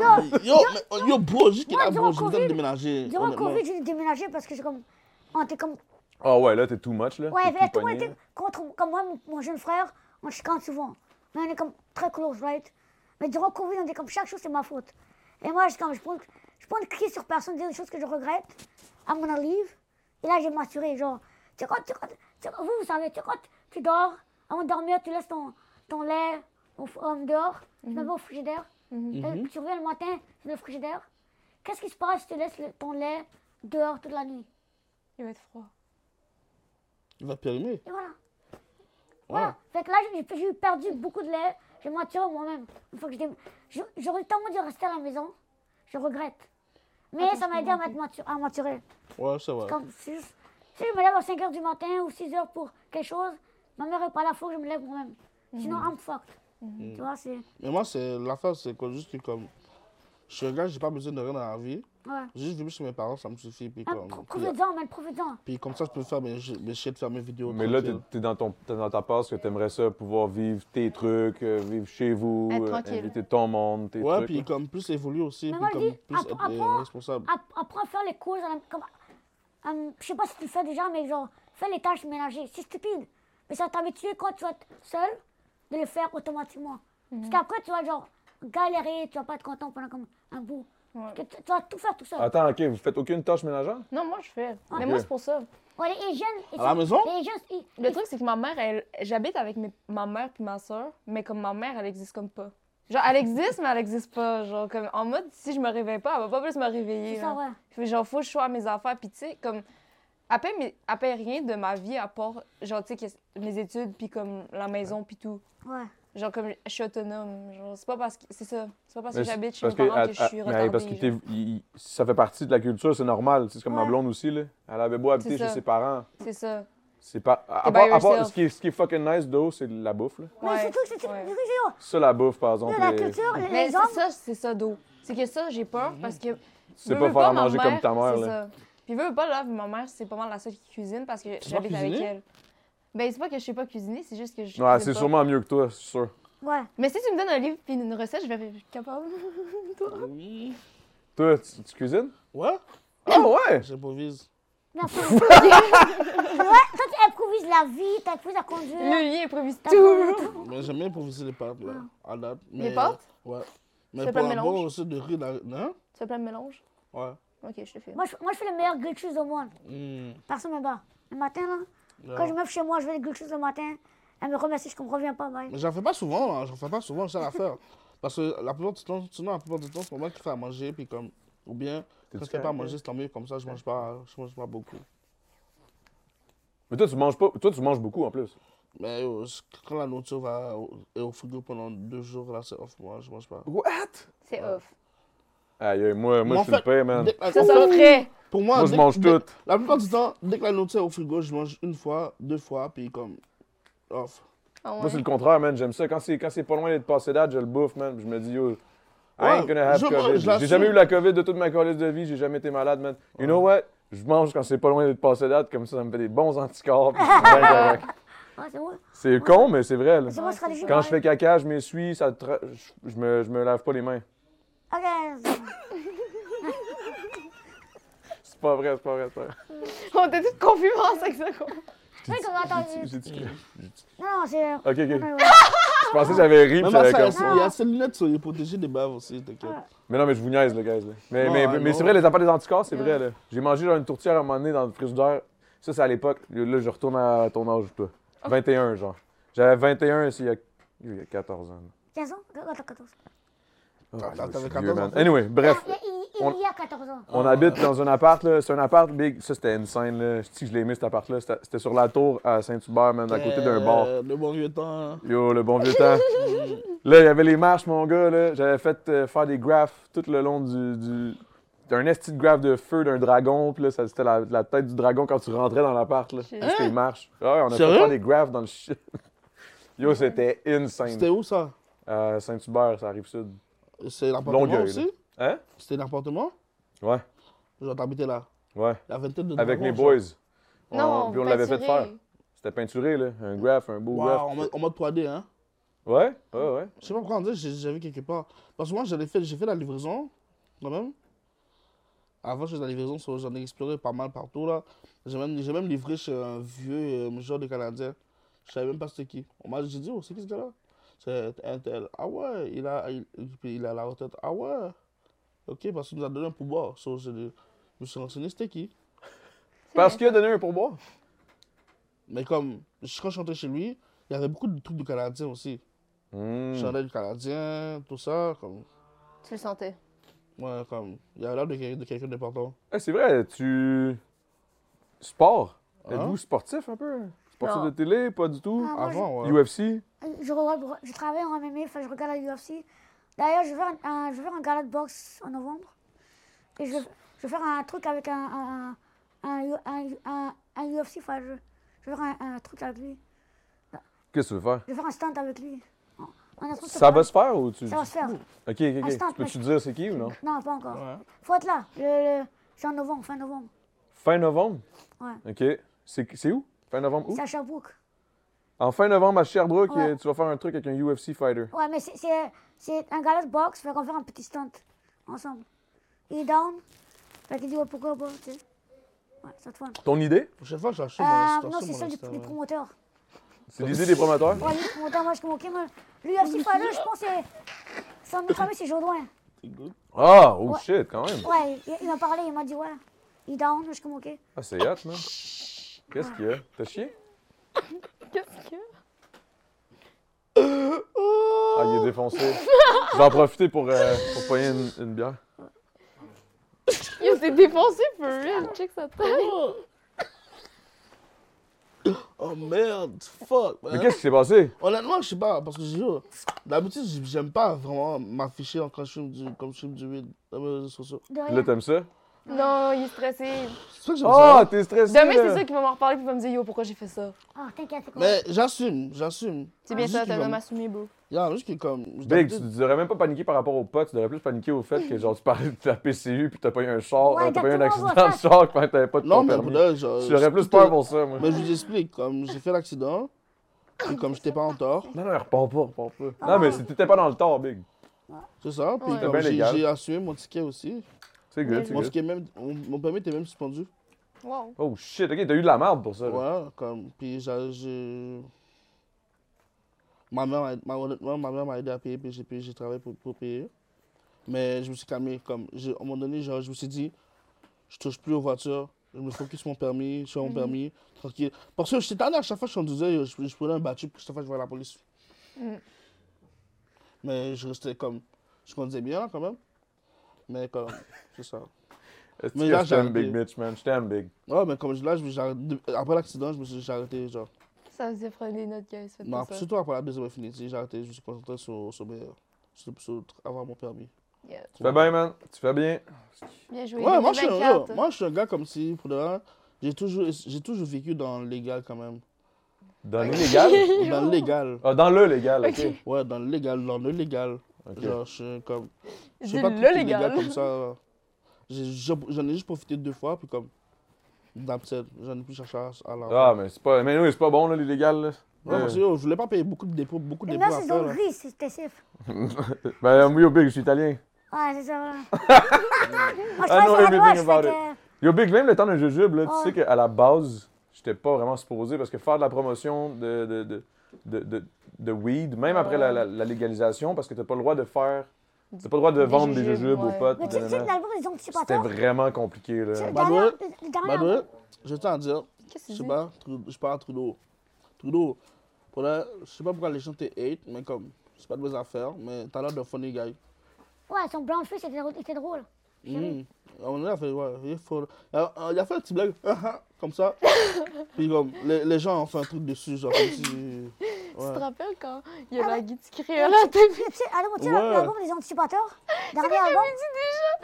[SPEAKER 3] Yo, mais- yo, bro, juste qu'il
[SPEAKER 2] Moi,
[SPEAKER 3] a,
[SPEAKER 2] durant
[SPEAKER 3] bro, je voudrais
[SPEAKER 2] Covid-
[SPEAKER 3] déménager.
[SPEAKER 2] Durant le
[SPEAKER 3] honnêtement.
[SPEAKER 2] Covid, j'ai déménagé parce que j'ai comme. On était comme.
[SPEAKER 1] Ah ouais, là, t'es too much, là.
[SPEAKER 2] Ouais,
[SPEAKER 1] T'es
[SPEAKER 2] mais
[SPEAKER 1] tout
[SPEAKER 2] tout
[SPEAKER 1] pogné,
[SPEAKER 2] était.
[SPEAKER 1] là.
[SPEAKER 2] Contre, comme moi, mon, mon jeune frère, on chicane souvent. Mais on est comme très close, right? Mais durant le Covid, on était comme chaque chose, c'est ma faute. Et moi, je, comme, je, prends, je prends une crise sur personne, dire des choses que je regrette. I'm gonna leave. Et là, j'ai m'assuré, genre. Tu sais, quand, tu, quand- tu sais, vous, vous savez, tu sais, quand tu dors, avant de dormir, tu laisses ton, ton lait au, f- euh, dehors, tu
[SPEAKER 4] Mhm.
[SPEAKER 2] le mets au frigidaire.
[SPEAKER 1] Mhm.
[SPEAKER 2] Et tu reviens le matin, tu mets au frigidaire. Qu'est-ce qui se passe si tu laisses le- ton lait dehors toute la nuit?
[SPEAKER 4] Il va être froid.
[SPEAKER 3] Il va périmer.
[SPEAKER 2] Et voilà. Voilà. Fait que là, j'ai- j'ai j'ai perdu beaucoup de lait. J'ai maturé moi-même. Une fois que j'étais- je- J'aurais tellement dû rester à la maison. Je regrette. Mais ça m'a aidé à, m'être matu- à maturer.
[SPEAKER 3] Ouais, c'est vrai.
[SPEAKER 2] Comme si, je- si je me lève à 5 h du matin ou 6 h pour quelque chose, ma mère est pas là, faut que je me lève moi-même. Sinon, I'm fucked. Tu vois, c'est.
[SPEAKER 3] Mais moi, c'est l'affaire, c'est que juste que comme. Je suis un gars, j'ai pas besoin de rien dans la vie.
[SPEAKER 2] Ouais.
[SPEAKER 3] Juste vivre chez mes parents, ça me suffit.
[SPEAKER 4] Ah,
[SPEAKER 3] Puis
[SPEAKER 2] Hein,
[SPEAKER 3] comme,
[SPEAKER 2] pro-
[SPEAKER 3] puis,
[SPEAKER 2] Profite-en, man, profite-en.
[SPEAKER 3] puis comme ça, je peux faire mes, mes shit, faire mes vidéos.
[SPEAKER 1] Mais là, t'es
[SPEAKER 3] tranquille.
[SPEAKER 1] t'es dans, ton- t'es dans ta passe que t'aimerais ça, pouvoir vivre tes trucs, euh, vivre chez vous,
[SPEAKER 4] Être
[SPEAKER 1] euh,
[SPEAKER 4] tranquille.
[SPEAKER 1] inviter ton monde, tes
[SPEAKER 3] Ouais,
[SPEAKER 1] trucs.
[SPEAKER 3] puis
[SPEAKER 1] là.
[SPEAKER 3] comme plus évoluer aussi,
[SPEAKER 2] Mais
[SPEAKER 3] puis
[SPEAKER 2] moi, je
[SPEAKER 3] comme
[SPEAKER 2] dis,
[SPEAKER 3] plus
[SPEAKER 2] appre-
[SPEAKER 3] être euh,
[SPEAKER 2] apprends-
[SPEAKER 3] responsable.
[SPEAKER 2] App- Apprends à faire les courses. à la- Comme, euh, je sais pas si tu le fais déjà, mais genre, fais les tâches ménagères. C'est stupide. Mais ça va t'habituer quand tu vas être seul de le faire automatiquement. Parce
[SPEAKER 4] Mhm.
[SPEAKER 2] qu'après, tu vas genre galérer, tu vas pas être content pendant comme un bout. Parce que tu, tu vas tout faire tout seul.
[SPEAKER 1] Attends, OK, vous faites aucune tâche ménagère?
[SPEAKER 4] Non, moi, je fais. Mais moi, c'est pour ça.
[SPEAKER 2] Ouais, les jeunes. ils
[SPEAKER 3] À la
[SPEAKER 2] sont-
[SPEAKER 3] maison?
[SPEAKER 2] Les jeunes. ils-
[SPEAKER 4] Le truc, c'est que ma mère, elle, j'habite avec mes- ma mère puis ma soeur, mais comme ma mère, elle existe comme pas. Genre, elle existe, mais elle existe pas. Genre, comme, en mode, si je me réveille pas, elle va pas plus me réveiller.
[SPEAKER 2] C'est ça,
[SPEAKER 4] là.
[SPEAKER 2] ouais.
[SPEAKER 4] Fait genre, faut que je sois à mes affaires. Puis, tu sais, comme, elle paye, mes- elle paye rien de ma vie à part, genre, tu sais, que- mes études, puis comme la maison, puis tout.
[SPEAKER 2] Ouais.
[SPEAKER 4] Genre, comme, je suis autonome. Genre, c'est pas parce que. C'est ça. C'est pas parce que
[SPEAKER 1] Mais c'est-
[SPEAKER 4] j'habite chez
[SPEAKER 1] parce
[SPEAKER 4] mes parents
[SPEAKER 1] à-
[SPEAKER 4] que je
[SPEAKER 1] à-
[SPEAKER 4] suis
[SPEAKER 1] mais
[SPEAKER 4] retardée.
[SPEAKER 1] Parce que
[SPEAKER 4] genre.
[SPEAKER 1] t'es- il- il- ça fait partie de la culture, c'est normal. C'est comme ma
[SPEAKER 2] Ouais.
[SPEAKER 1] blonde aussi, là. Elle avait beau habiter
[SPEAKER 4] C'est
[SPEAKER 1] chez
[SPEAKER 4] ça.
[SPEAKER 1] ses parents.
[SPEAKER 4] C'est ça.
[SPEAKER 1] C'est pas. À, à
[SPEAKER 4] by
[SPEAKER 1] part, à part-
[SPEAKER 4] yourself.
[SPEAKER 1] ce, qui est, ce qui est fucking nice, d'eau, c'est la bouffe. Là.
[SPEAKER 2] Mais c'est
[SPEAKER 4] Ouais,
[SPEAKER 2] tout, c'est tout.
[SPEAKER 4] ouais.
[SPEAKER 2] le truc, c'est, oh,
[SPEAKER 1] Ça, la bouffe, par exemple. euh,
[SPEAKER 2] La
[SPEAKER 1] est-
[SPEAKER 2] culture, hein? les-
[SPEAKER 4] Mais
[SPEAKER 2] les
[SPEAKER 4] c'est
[SPEAKER 2] hommes.
[SPEAKER 4] ça, c'est ça d'eau. C'est que ça, j'ai peur parce que.
[SPEAKER 1] sais
[SPEAKER 4] veux,
[SPEAKER 1] Mhm. pas
[SPEAKER 4] veux
[SPEAKER 1] faire à
[SPEAKER 4] ma
[SPEAKER 1] manger comme ta mère,
[SPEAKER 4] c'est
[SPEAKER 1] là.
[SPEAKER 4] ça. Puis veux, veux pas, là, ma mère, c'est pas mal la seule qui cuisine parce que
[SPEAKER 3] sais pas
[SPEAKER 4] j'habite avec
[SPEAKER 3] cuisiner?
[SPEAKER 4] elle. Ben, c'est pas que je sais pas cuisiner, c'est juste que je.
[SPEAKER 1] Ouais,
[SPEAKER 4] cuisine
[SPEAKER 1] c'est
[SPEAKER 4] pas.
[SPEAKER 1] sûrement mieux que toi, c'est sûr.
[SPEAKER 2] Ouais.
[SPEAKER 4] Mais si tu me donnes un livre puis une recette, je vais être capable.
[SPEAKER 1] Toi, tu, tu cuisines?
[SPEAKER 3] Ouais,
[SPEAKER 1] Ah ouais!
[SPEAKER 3] j'improvise.
[SPEAKER 2] Merci. ouais, toi, tu improvises la vie, tu improvises la conduire.
[SPEAKER 4] Le lien improvise
[SPEAKER 2] t'apprends-
[SPEAKER 4] tout.
[SPEAKER 3] Mais j'aime bien improviser les pâtes, là, à date. Mais,
[SPEAKER 4] pâtes?
[SPEAKER 3] Ouais.
[SPEAKER 4] fais
[SPEAKER 3] Mais
[SPEAKER 4] pas
[SPEAKER 3] pour
[SPEAKER 4] le
[SPEAKER 3] un
[SPEAKER 4] mélange?
[SPEAKER 3] bon aussi de riz, là, non?
[SPEAKER 4] Tu fais plein de mélanges?
[SPEAKER 3] Ouais.
[SPEAKER 4] Ok, je te fais.
[SPEAKER 2] Moi, je, moi, je fais les meilleurs grilled cheese au monde.
[SPEAKER 3] Mm.
[SPEAKER 2] Personne me bat. Le matin, là, quand je me lève chez moi, je vais les grilled cheese le matin. Elle me remercie, je ne reviens pas, bye.
[SPEAKER 3] Mais j'en fais pas souvent, hein, j'en fais pas souvent, ça l'affaire. Parce que la plupart du temps, sinon, la plupart du temps, c'est moi qui fais à manger, puis comme. Ou bien, quand je fais pas à manger, c'est tant mieux, comme ça, je mange pas, je mange pas beaucoup.
[SPEAKER 1] Mais toi, tu manges pas. Toi, tu manges beaucoup en plus.
[SPEAKER 3] Mais yo, c- quand la nourriture va au, est au frigo pendant deux jours, là, c'est off, moi, je mange pas.
[SPEAKER 1] What?
[SPEAKER 4] C'est off.
[SPEAKER 1] Aïe, aïe, moi,
[SPEAKER 3] Mais
[SPEAKER 1] moi
[SPEAKER 3] en
[SPEAKER 1] je suis le
[SPEAKER 3] fait, Ah,
[SPEAKER 1] pire, man.
[SPEAKER 3] dès que la-
[SPEAKER 4] Ça
[SPEAKER 3] en
[SPEAKER 4] sent
[SPEAKER 3] fait,
[SPEAKER 4] frais.
[SPEAKER 3] Pour moi,
[SPEAKER 1] Moi, je
[SPEAKER 3] dès-
[SPEAKER 1] mange
[SPEAKER 3] dès-
[SPEAKER 1] tout.
[SPEAKER 3] La plupart du temps, dès que la nourriture est au frigo, je mange une fois, deux fois, puis comme. Off.
[SPEAKER 4] Ah ouais.
[SPEAKER 1] Moi, c'est le contraire, man. J'aime ça. Quand c'est, quand c'est pas loin d'être passé date, je le bouffe, man. Puis Je me dis, yo, I ain't
[SPEAKER 3] Ouais,
[SPEAKER 1] gonna have
[SPEAKER 3] je-
[SPEAKER 1] COVID.
[SPEAKER 3] je
[SPEAKER 1] J'ai
[SPEAKER 3] l'assume.
[SPEAKER 1] jamais eu la COVID de toute ma colise de vie. J'ai jamais été malade, man. You know what? Je mange quand c'est pas loin d'être passé date. Comme ça, ça me fait des bons anticorps. puis je suis bien correct.
[SPEAKER 2] Ouais, c'est moi.
[SPEAKER 1] c'est con, mais c'est vrai, là.
[SPEAKER 2] C'est moi stratégie.
[SPEAKER 1] Quand je fais caca, je m'essuie, ça tra- je, je me, je me lave pas les mains.
[SPEAKER 2] Ok. c'est-
[SPEAKER 1] C'est pas vrai, c'est pas vrai, c'est pas vrai.
[SPEAKER 4] On était toutes confus en 5 secondes.
[SPEAKER 2] Oui, comme attends.
[SPEAKER 1] J'ai-
[SPEAKER 2] euh,
[SPEAKER 1] j'ai dit que-
[SPEAKER 2] Non, non, c'est.
[SPEAKER 1] Ok, ok.
[SPEAKER 2] Ah, Ouais, ouais.
[SPEAKER 1] Je pensais que j'avais ri, puis
[SPEAKER 3] Même à
[SPEAKER 1] j'avais
[SPEAKER 3] ça,
[SPEAKER 1] comme
[SPEAKER 3] il
[SPEAKER 4] Ah.
[SPEAKER 3] y a ses lunettes, so, il est protégé des baves aussi, t'inquiète.
[SPEAKER 1] Mais non, mais je vous niaise, le gars. là. Mais,
[SPEAKER 3] Ouais,
[SPEAKER 1] mais,
[SPEAKER 3] ouais,
[SPEAKER 1] mais
[SPEAKER 3] non.
[SPEAKER 1] c'est vrai, les affaires des anticorps, c'est vrai. là. J'ai mangé genre, une tourtière à un moment donné dans le frigidaire. Ça, c'est à l'époque. Là, je retourne à ton âge, toi. 21, genre. J'avais 21, c'est il y a, il y a 14 ans. là.
[SPEAKER 2] 15 ans Attends, 14.
[SPEAKER 1] Oh,
[SPEAKER 3] Ah, Attends,
[SPEAKER 1] je me
[SPEAKER 3] t'avais
[SPEAKER 1] suis
[SPEAKER 3] 14
[SPEAKER 1] vieux,
[SPEAKER 3] ans,
[SPEAKER 1] man.
[SPEAKER 3] toi?
[SPEAKER 1] Anyway, bref.
[SPEAKER 2] Il, il- il
[SPEAKER 1] on-
[SPEAKER 2] y a 14 ans.
[SPEAKER 1] On habite dans un appart, là. C'est un appart big. Ça, c'était une scène, là. Je sais que je l'ai aimé, cet appart-là. C'était c'était sur la tour à Saint-Hubert, man, à côté d'un bar.
[SPEAKER 3] Euh, Le bon vieux temps. hein.
[SPEAKER 1] Yo, le bon vieux temps. là, il y avait les marches, mon gars. Là. J'avais fait euh, faire des graphes tout le long du. du- d'un esti de graphe de feu d'un dragon. Puis là, ça, c'était la, la tête du dragon quand tu rentrais dans l'appart. Là,
[SPEAKER 4] Shit.
[SPEAKER 1] juste les marches. Ah ouais, on a fait
[SPEAKER 3] Sérieux?
[SPEAKER 1] faire des graphes dans le shit. Yo, c'était
[SPEAKER 3] C'était
[SPEAKER 1] insane.
[SPEAKER 3] où ça
[SPEAKER 1] Euh, Saint-Hubert, ça arrive sud.
[SPEAKER 3] C'est l'appartement
[SPEAKER 1] Longueuil, là.
[SPEAKER 3] aussi
[SPEAKER 1] Hein?
[SPEAKER 3] C'était l'appartement
[SPEAKER 1] Ouais,
[SPEAKER 3] Genre, t'habitais là.
[SPEAKER 1] ouais.
[SPEAKER 3] La vingtaine de
[SPEAKER 1] Avec
[SPEAKER 3] dragons,
[SPEAKER 1] mes
[SPEAKER 3] genre.
[SPEAKER 1] boys. On-
[SPEAKER 4] Non,
[SPEAKER 1] puis on l'avait fait
[SPEAKER 4] peinturé.
[SPEAKER 1] faire. C'était peinturé, là. Un graph, un beau
[SPEAKER 3] Wow,
[SPEAKER 1] graph.
[SPEAKER 3] en mode, en mode 3D, hein.
[SPEAKER 1] Ouais, Ah. ouais, ouais.
[SPEAKER 3] Je sais pas pourquoi on dirait que j'ai- j'avais quelque part. Parce que moi, j'avais fait, j'ai fait la livraison, quand même. Avant, je faisais la livraison, so, j'en ai exploré pas mal partout, là. J'ai même, j'ai même livré chez un vieux euh, genre de Canadien. Je savais même pas c'était qui. On m'a j'ai dit, oh, c'est qui ce gars-là? C'est un tel. Ah ouais, il a, il, puis il a la retraite. Ah ouais. Ok, parce qu'il nous a donné un pouvoir. So, je, je me suis renseigné, c'était qui?
[SPEAKER 1] Parce qu'il a donné un pourboire.
[SPEAKER 3] Mais comme, je- quand je suis rentré chez lui, il y avait beaucoup de trucs du Canadien aussi.
[SPEAKER 1] Hmm.
[SPEAKER 3] Chandail du Canadien, tout ça, comme...
[SPEAKER 4] Tu le sentais.
[SPEAKER 3] Ouais, comme. Il y a l'air de, quel- de quelqu'un d'important.
[SPEAKER 1] Ah, c'est vrai, tu. Sport.
[SPEAKER 3] Ah.
[SPEAKER 1] Êtes-vous sportif un peu? Sportif
[SPEAKER 4] Non.
[SPEAKER 1] de télé, pas du tout.
[SPEAKER 2] Ah, moi, je-
[SPEAKER 3] Avant, ouais.
[SPEAKER 1] UFC?
[SPEAKER 2] Euh, Je, regarde- je travaille en MMA, enfin, je regarde la UFC. D'ailleurs, je vais faire un, un- je vais faire un gala de boxe en novembre. Et je, je vais faire un truc avec un, un, un, un- un- un- un UFC. Enfin, je, je vais faire un, un truc avec lui.
[SPEAKER 1] Qu'est-ce que tu veux faire?
[SPEAKER 2] Je vais faire un stunt avec lui. Un- un truc
[SPEAKER 1] Ça va
[SPEAKER 2] avec-
[SPEAKER 1] se faire ou tu.
[SPEAKER 2] Ça va se faire.
[SPEAKER 1] Ok, ok, ok.
[SPEAKER 2] Instant,
[SPEAKER 1] Tu Peux-tu dire c'est qui ou non?
[SPEAKER 2] Non, pas encore.
[SPEAKER 3] Ouais.
[SPEAKER 2] Faut être là. Le, le- c'est en novembre, fin novembre.
[SPEAKER 1] Fin novembre?
[SPEAKER 2] Ouais.
[SPEAKER 1] Ok. C'est c'est où? Fin novembre où?
[SPEAKER 2] C'est à Sherbrooke.
[SPEAKER 1] En fin novembre à Sherbrooke,
[SPEAKER 2] Ouais.
[SPEAKER 1] euh, tu vas faire un truc avec un UFC fighter.
[SPEAKER 2] Ouais, mais c'est- c'est c'est un gala de boxe. Fait qu'on va faire un petit stunt ensemble. Il est down. Fait qu'il dit ouais, pourquoi pas, tu sais. Ouais, ça te fun.
[SPEAKER 1] Ton idée?
[SPEAKER 3] Prochaine fois, je vais acheter
[SPEAKER 2] Euh,
[SPEAKER 3] mon
[SPEAKER 2] non, c'est celle du, du
[SPEAKER 3] promo.
[SPEAKER 2] promoteur.
[SPEAKER 1] C'est l'idée des promoteurs?
[SPEAKER 2] Ouais, lui, le promoteur, moi, je suis convaincu, moi, euh, Lui, ah. aussi, pas là, je pense que c'est. Son autre ami, c'est Jodoin.
[SPEAKER 1] Ah, oh
[SPEAKER 2] Ouais.
[SPEAKER 1] shit, quand même.
[SPEAKER 2] Ouais, il, il m'a parlé, il m'a dit, ouais, il est down, je suis convaincu.
[SPEAKER 1] Ah, c'est hot, man. Qu'est-ce qu'il y a? T'as chié?
[SPEAKER 4] Qu'est-ce que.
[SPEAKER 1] Ah, il est défoncé. Je vais en profiter pour, euh, pour payer une, une bière.
[SPEAKER 4] Yo, t'es défoncé for real. Check sa tête.
[SPEAKER 3] Oh merde, fuck, man.
[SPEAKER 1] Mais qu'est-ce qui s'est passé?
[SPEAKER 3] Honnêtement, je sais pas, parce que je jure, d'habitude, j- j'aime pas vraiment m'afficher quand je fume du, comme je fume du weed dans mes réseaux sociaux.
[SPEAKER 2] De
[SPEAKER 1] Là,
[SPEAKER 2] rien.
[SPEAKER 1] t'aimes ça?
[SPEAKER 4] Non, il est stressé.
[SPEAKER 3] C'est ça que j'aime
[SPEAKER 1] Ah,
[SPEAKER 3] ça.
[SPEAKER 1] t'es stressé!
[SPEAKER 4] Demain, c'est
[SPEAKER 1] là.
[SPEAKER 4] ça qui va m'en reparler puis il va me dire Yo, pourquoi j'ai fait ça.
[SPEAKER 2] Ah, t'inquiète, c'est quoi.
[SPEAKER 3] Mais j'assume, j'assume.
[SPEAKER 4] C'est bien
[SPEAKER 3] Juste
[SPEAKER 4] ça,
[SPEAKER 3] que
[SPEAKER 4] t'as
[SPEAKER 3] comme-
[SPEAKER 4] même assumé, bro.
[SPEAKER 3] Yeah, juste que comme.
[SPEAKER 1] Big,
[SPEAKER 3] d'habitude-
[SPEAKER 1] tu devrais même pas paniquer par rapport au pote, tu devrais plus paniquer au fait que genre tu parlais de ta PCU puis t'as pas eu un char,
[SPEAKER 2] Ouais,
[SPEAKER 1] euh, t'as pas eu un
[SPEAKER 2] exactement,
[SPEAKER 1] accident
[SPEAKER 2] voilà.
[SPEAKER 1] de char quand t'avais pas de
[SPEAKER 3] Non,
[SPEAKER 1] ton
[SPEAKER 3] mais pour
[SPEAKER 1] permis.
[SPEAKER 3] de vrai, genre.
[SPEAKER 1] Tu aurais plus
[SPEAKER 3] j'étais-
[SPEAKER 1] peur pour ça, moi.
[SPEAKER 3] Mais je vous explique, comme j'ai fait l'accident, puis comme j'étais pas en tort,
[SPEAKER 1] Non, non, repars pas, repars pas. Non, mais c'est- t'étais pas dans le tort, Big.
[SPEAKER 3] c'est ça, puis
[SPEAKER 4] Ouais.
[SPEAKER 3] comme
[SPEAKER 1] bien
[SPEAKER 3] j'ai-
[SPEAKER 1] légal.
[SPEAKER 3] j'ai assumé mon ticket aussi.
[SPEAKER 1] C'est good, c'est
[SPEAKER 3] Mon
[SPEAKER 1] good.
[SPEAKER 3] ticket même, mon- mon permis était même suspendu.
[SPEAKER 4] Wow.
[SPEAKER 1] Oh shit, ok, t'as eu de la merde pour ça. là.
[SPEAKER 3] Ouais, comme, puis j'ai- j'ai... Ma mère, m'a- ma, honnêtement, ma mère m'a aidé à payer, puis j'ai payé- j'ai travaillé pour, pour payer. Mais je me suis calmé, comme, j'ai- à un moment donné, genre, je me suis dit, je touche plus aux voitures, je me focus sur mon permis, sur mon permis, tranquille. Parce
[SPEAKER 4] Mm.
[SPEAKER 3] que j'étais tanné à chaque fois que je conduisais, je, je prenais un battu, puis chaque fois que je voyais la police. Mais je restais comme. Je conduisais bien, là, quand même. Mais comme. C'est ça.
[SPEAKER 1] Est-ce
[SPEAKER 3] Mais
[SPEAKER 1] que
[SPEAKER 3] là,
[SPEAKER 1] je
[SPEAKER 3] j'ai
[SPEAKER 1] t'aime, Big
[SPEAKER 3] arrêté.
[SPEAKER 1] Mitch, man? Je t'aime, Big.
[SPEAKER 3] Ouais, mais comme je- là, je, me suis arrêté- après l'accident, je me suis j'ai arrêté, genre.
[SPEAKER 4] Ça faisait prendre des notes, guys. Faites
[SPEAKER 3] Non,
[SPEAKER 4] pas ça.
[SPEAKER 3] Bah, surtout après la deuxième infinity, j'ai arrêté, je me suis concentré sur, sur, mes, sur, sur avoir mon permis.
[SPEAKER 4] Yeah.
[SPEAKER 1] Tu fais bien, man. Tu fais bien.
[SPEAKER 4] Bien joué.
[SPEAKER 3] Ouais, moi je, suis un, yo,
[SPEAKER 4] 2024.
[SPEAKER 3] moi je suis un gars comme si, pour de vrai, j'ai toujours, j'ai toujours vécu dans le légal quand même.
[SPEAKER 1] Dans le légal?
[SPEAKER 3] Dans le légal.
[SPEAKER 1] Ah, dans le légal, OK.
[SPEAKER 4] Ok.
[SPEAKER 3] Ouais, dans le légal, dans le légal.
[SPEAKER 1] Ok.
[SPEAKER 3] Genre, je suis comme. Je
[SPEAKER 4] Dis
[SPEAKER 3] suis pas
[SPEAKER 4] le
[SPEAKER 3] tout petit
[SPEAKER 4] légal.
[SPEAKER 3] légal comme ça. là. J'ai- J'en j'en ai juste profité deux fois, puis comme. D'absent, j'en ai plus cherché à à l'argent.
[SPEAKER 1] Ah, mais c'est pas... Mais oui, c'est pas bon, là, Euh. les légales,
[SPEAKER 3] Ouais, parce que yo, je voulais pas payer beaucoup de dépôts, beaucoup de
[SPEAKER 2] Les
[SPEAKER 3] dépôts
[SPEAKER 2] meufs, ils
[SPEAKER 3] après.
[SPEAKER 2] ont
[SPEAKER 3] là.
[SPEAKER 2] gris, c'était safe.
[SPEAKER 1] là. Ben, oui, yo, Big, je suis italien.
[SPEAKER 2] Ouais, c'est ça, voilà. Moi, Ah, je
[SPEAKER 1] I know
[SPEAKER 2] travaille sur la
[SPEAKER 1] everything
[SPEAKER 2] gauche,
[SPEAKER 1] about
[SPEAKER 2] fait
[SPEAKER 1] it.
[SPEAKER 2] que...
[SPEAKER 1] Yo, Big, même le temps d'un jujube, là,
[SPEAKER 2] Ouais.
[SPEAKER 1] tu sais qu'à la base, j'étais pas vraiment supposé parce que faire de la promotion de, de, de, de, de, de weed, même après la, la- la légalisation, parce que t'as pas le droit de faire. T'as pas le droit de
[SPEAKER 4] Des
[SPEAKER 1] vendre des
[SPEAKER 4] jujubes,
[SPEAKER 1] jujubes aux
[SPEAKER 4] ouais.
[SPEAKER 1] potes.
[SPEAKER 2] Mais tu sais, tu sais,
[SPEAKER 1] nanana.
[SPEAKER 2] dans l'album des
[SPEAKER 1] C'était
[SPEAKER 2] anticipateurs,
[SPEAKER 1] vraiment compliqué, là.
[SPEAKER 3] Bah,
[SPEAKER 2] dernière-
[SPEAKER 3] ouais.
[SPEAKER 2] le
[SPEAKER 3] Bah,
[SPEAKER 2] dernier-
[SPEAKER 3] ouais, je vais t'en dire.
[SPEAKER 4] Qu'est-ce que
[SPEAKER 3] Je
[SPEAKER 4] tu
[SPEAKER 3] sais
[SPEAKER 4] dis?
[SPEAKER 3] pas, Trud- je parle à Trudeau. Trudeau, pour la- je sais pas pourquoi les gens te hate, mais comme, c'est pas de mes affaires, mais t'as l'air d'un funny guy.
[SPEAKER 2] Ouais, son blanc de feu, c'était drôle- c'était drôle.
[SPEAKER 3] Hmm. On a fait, ouais, il, faut... Alors, euh, il a fait un petit blague, ah, ah, comme ça. Puis comme, les, les gens ont fait un truc dessus, genre comme si...
[SPEAKER 4] Tu te
[SPEAKER 3] Ouais.
[SPEAKER 4] rappelles quand il y a la guide qui crée
[SPEAKER 2] Ah, Tu
[SPEAKER 4] là
[SPEAKER 2] tu- tu sais, alors, tu sais,
[SPEAKER 3] Ouais.
[SPEAKER 2] l'album des anticipateurs, dernier album,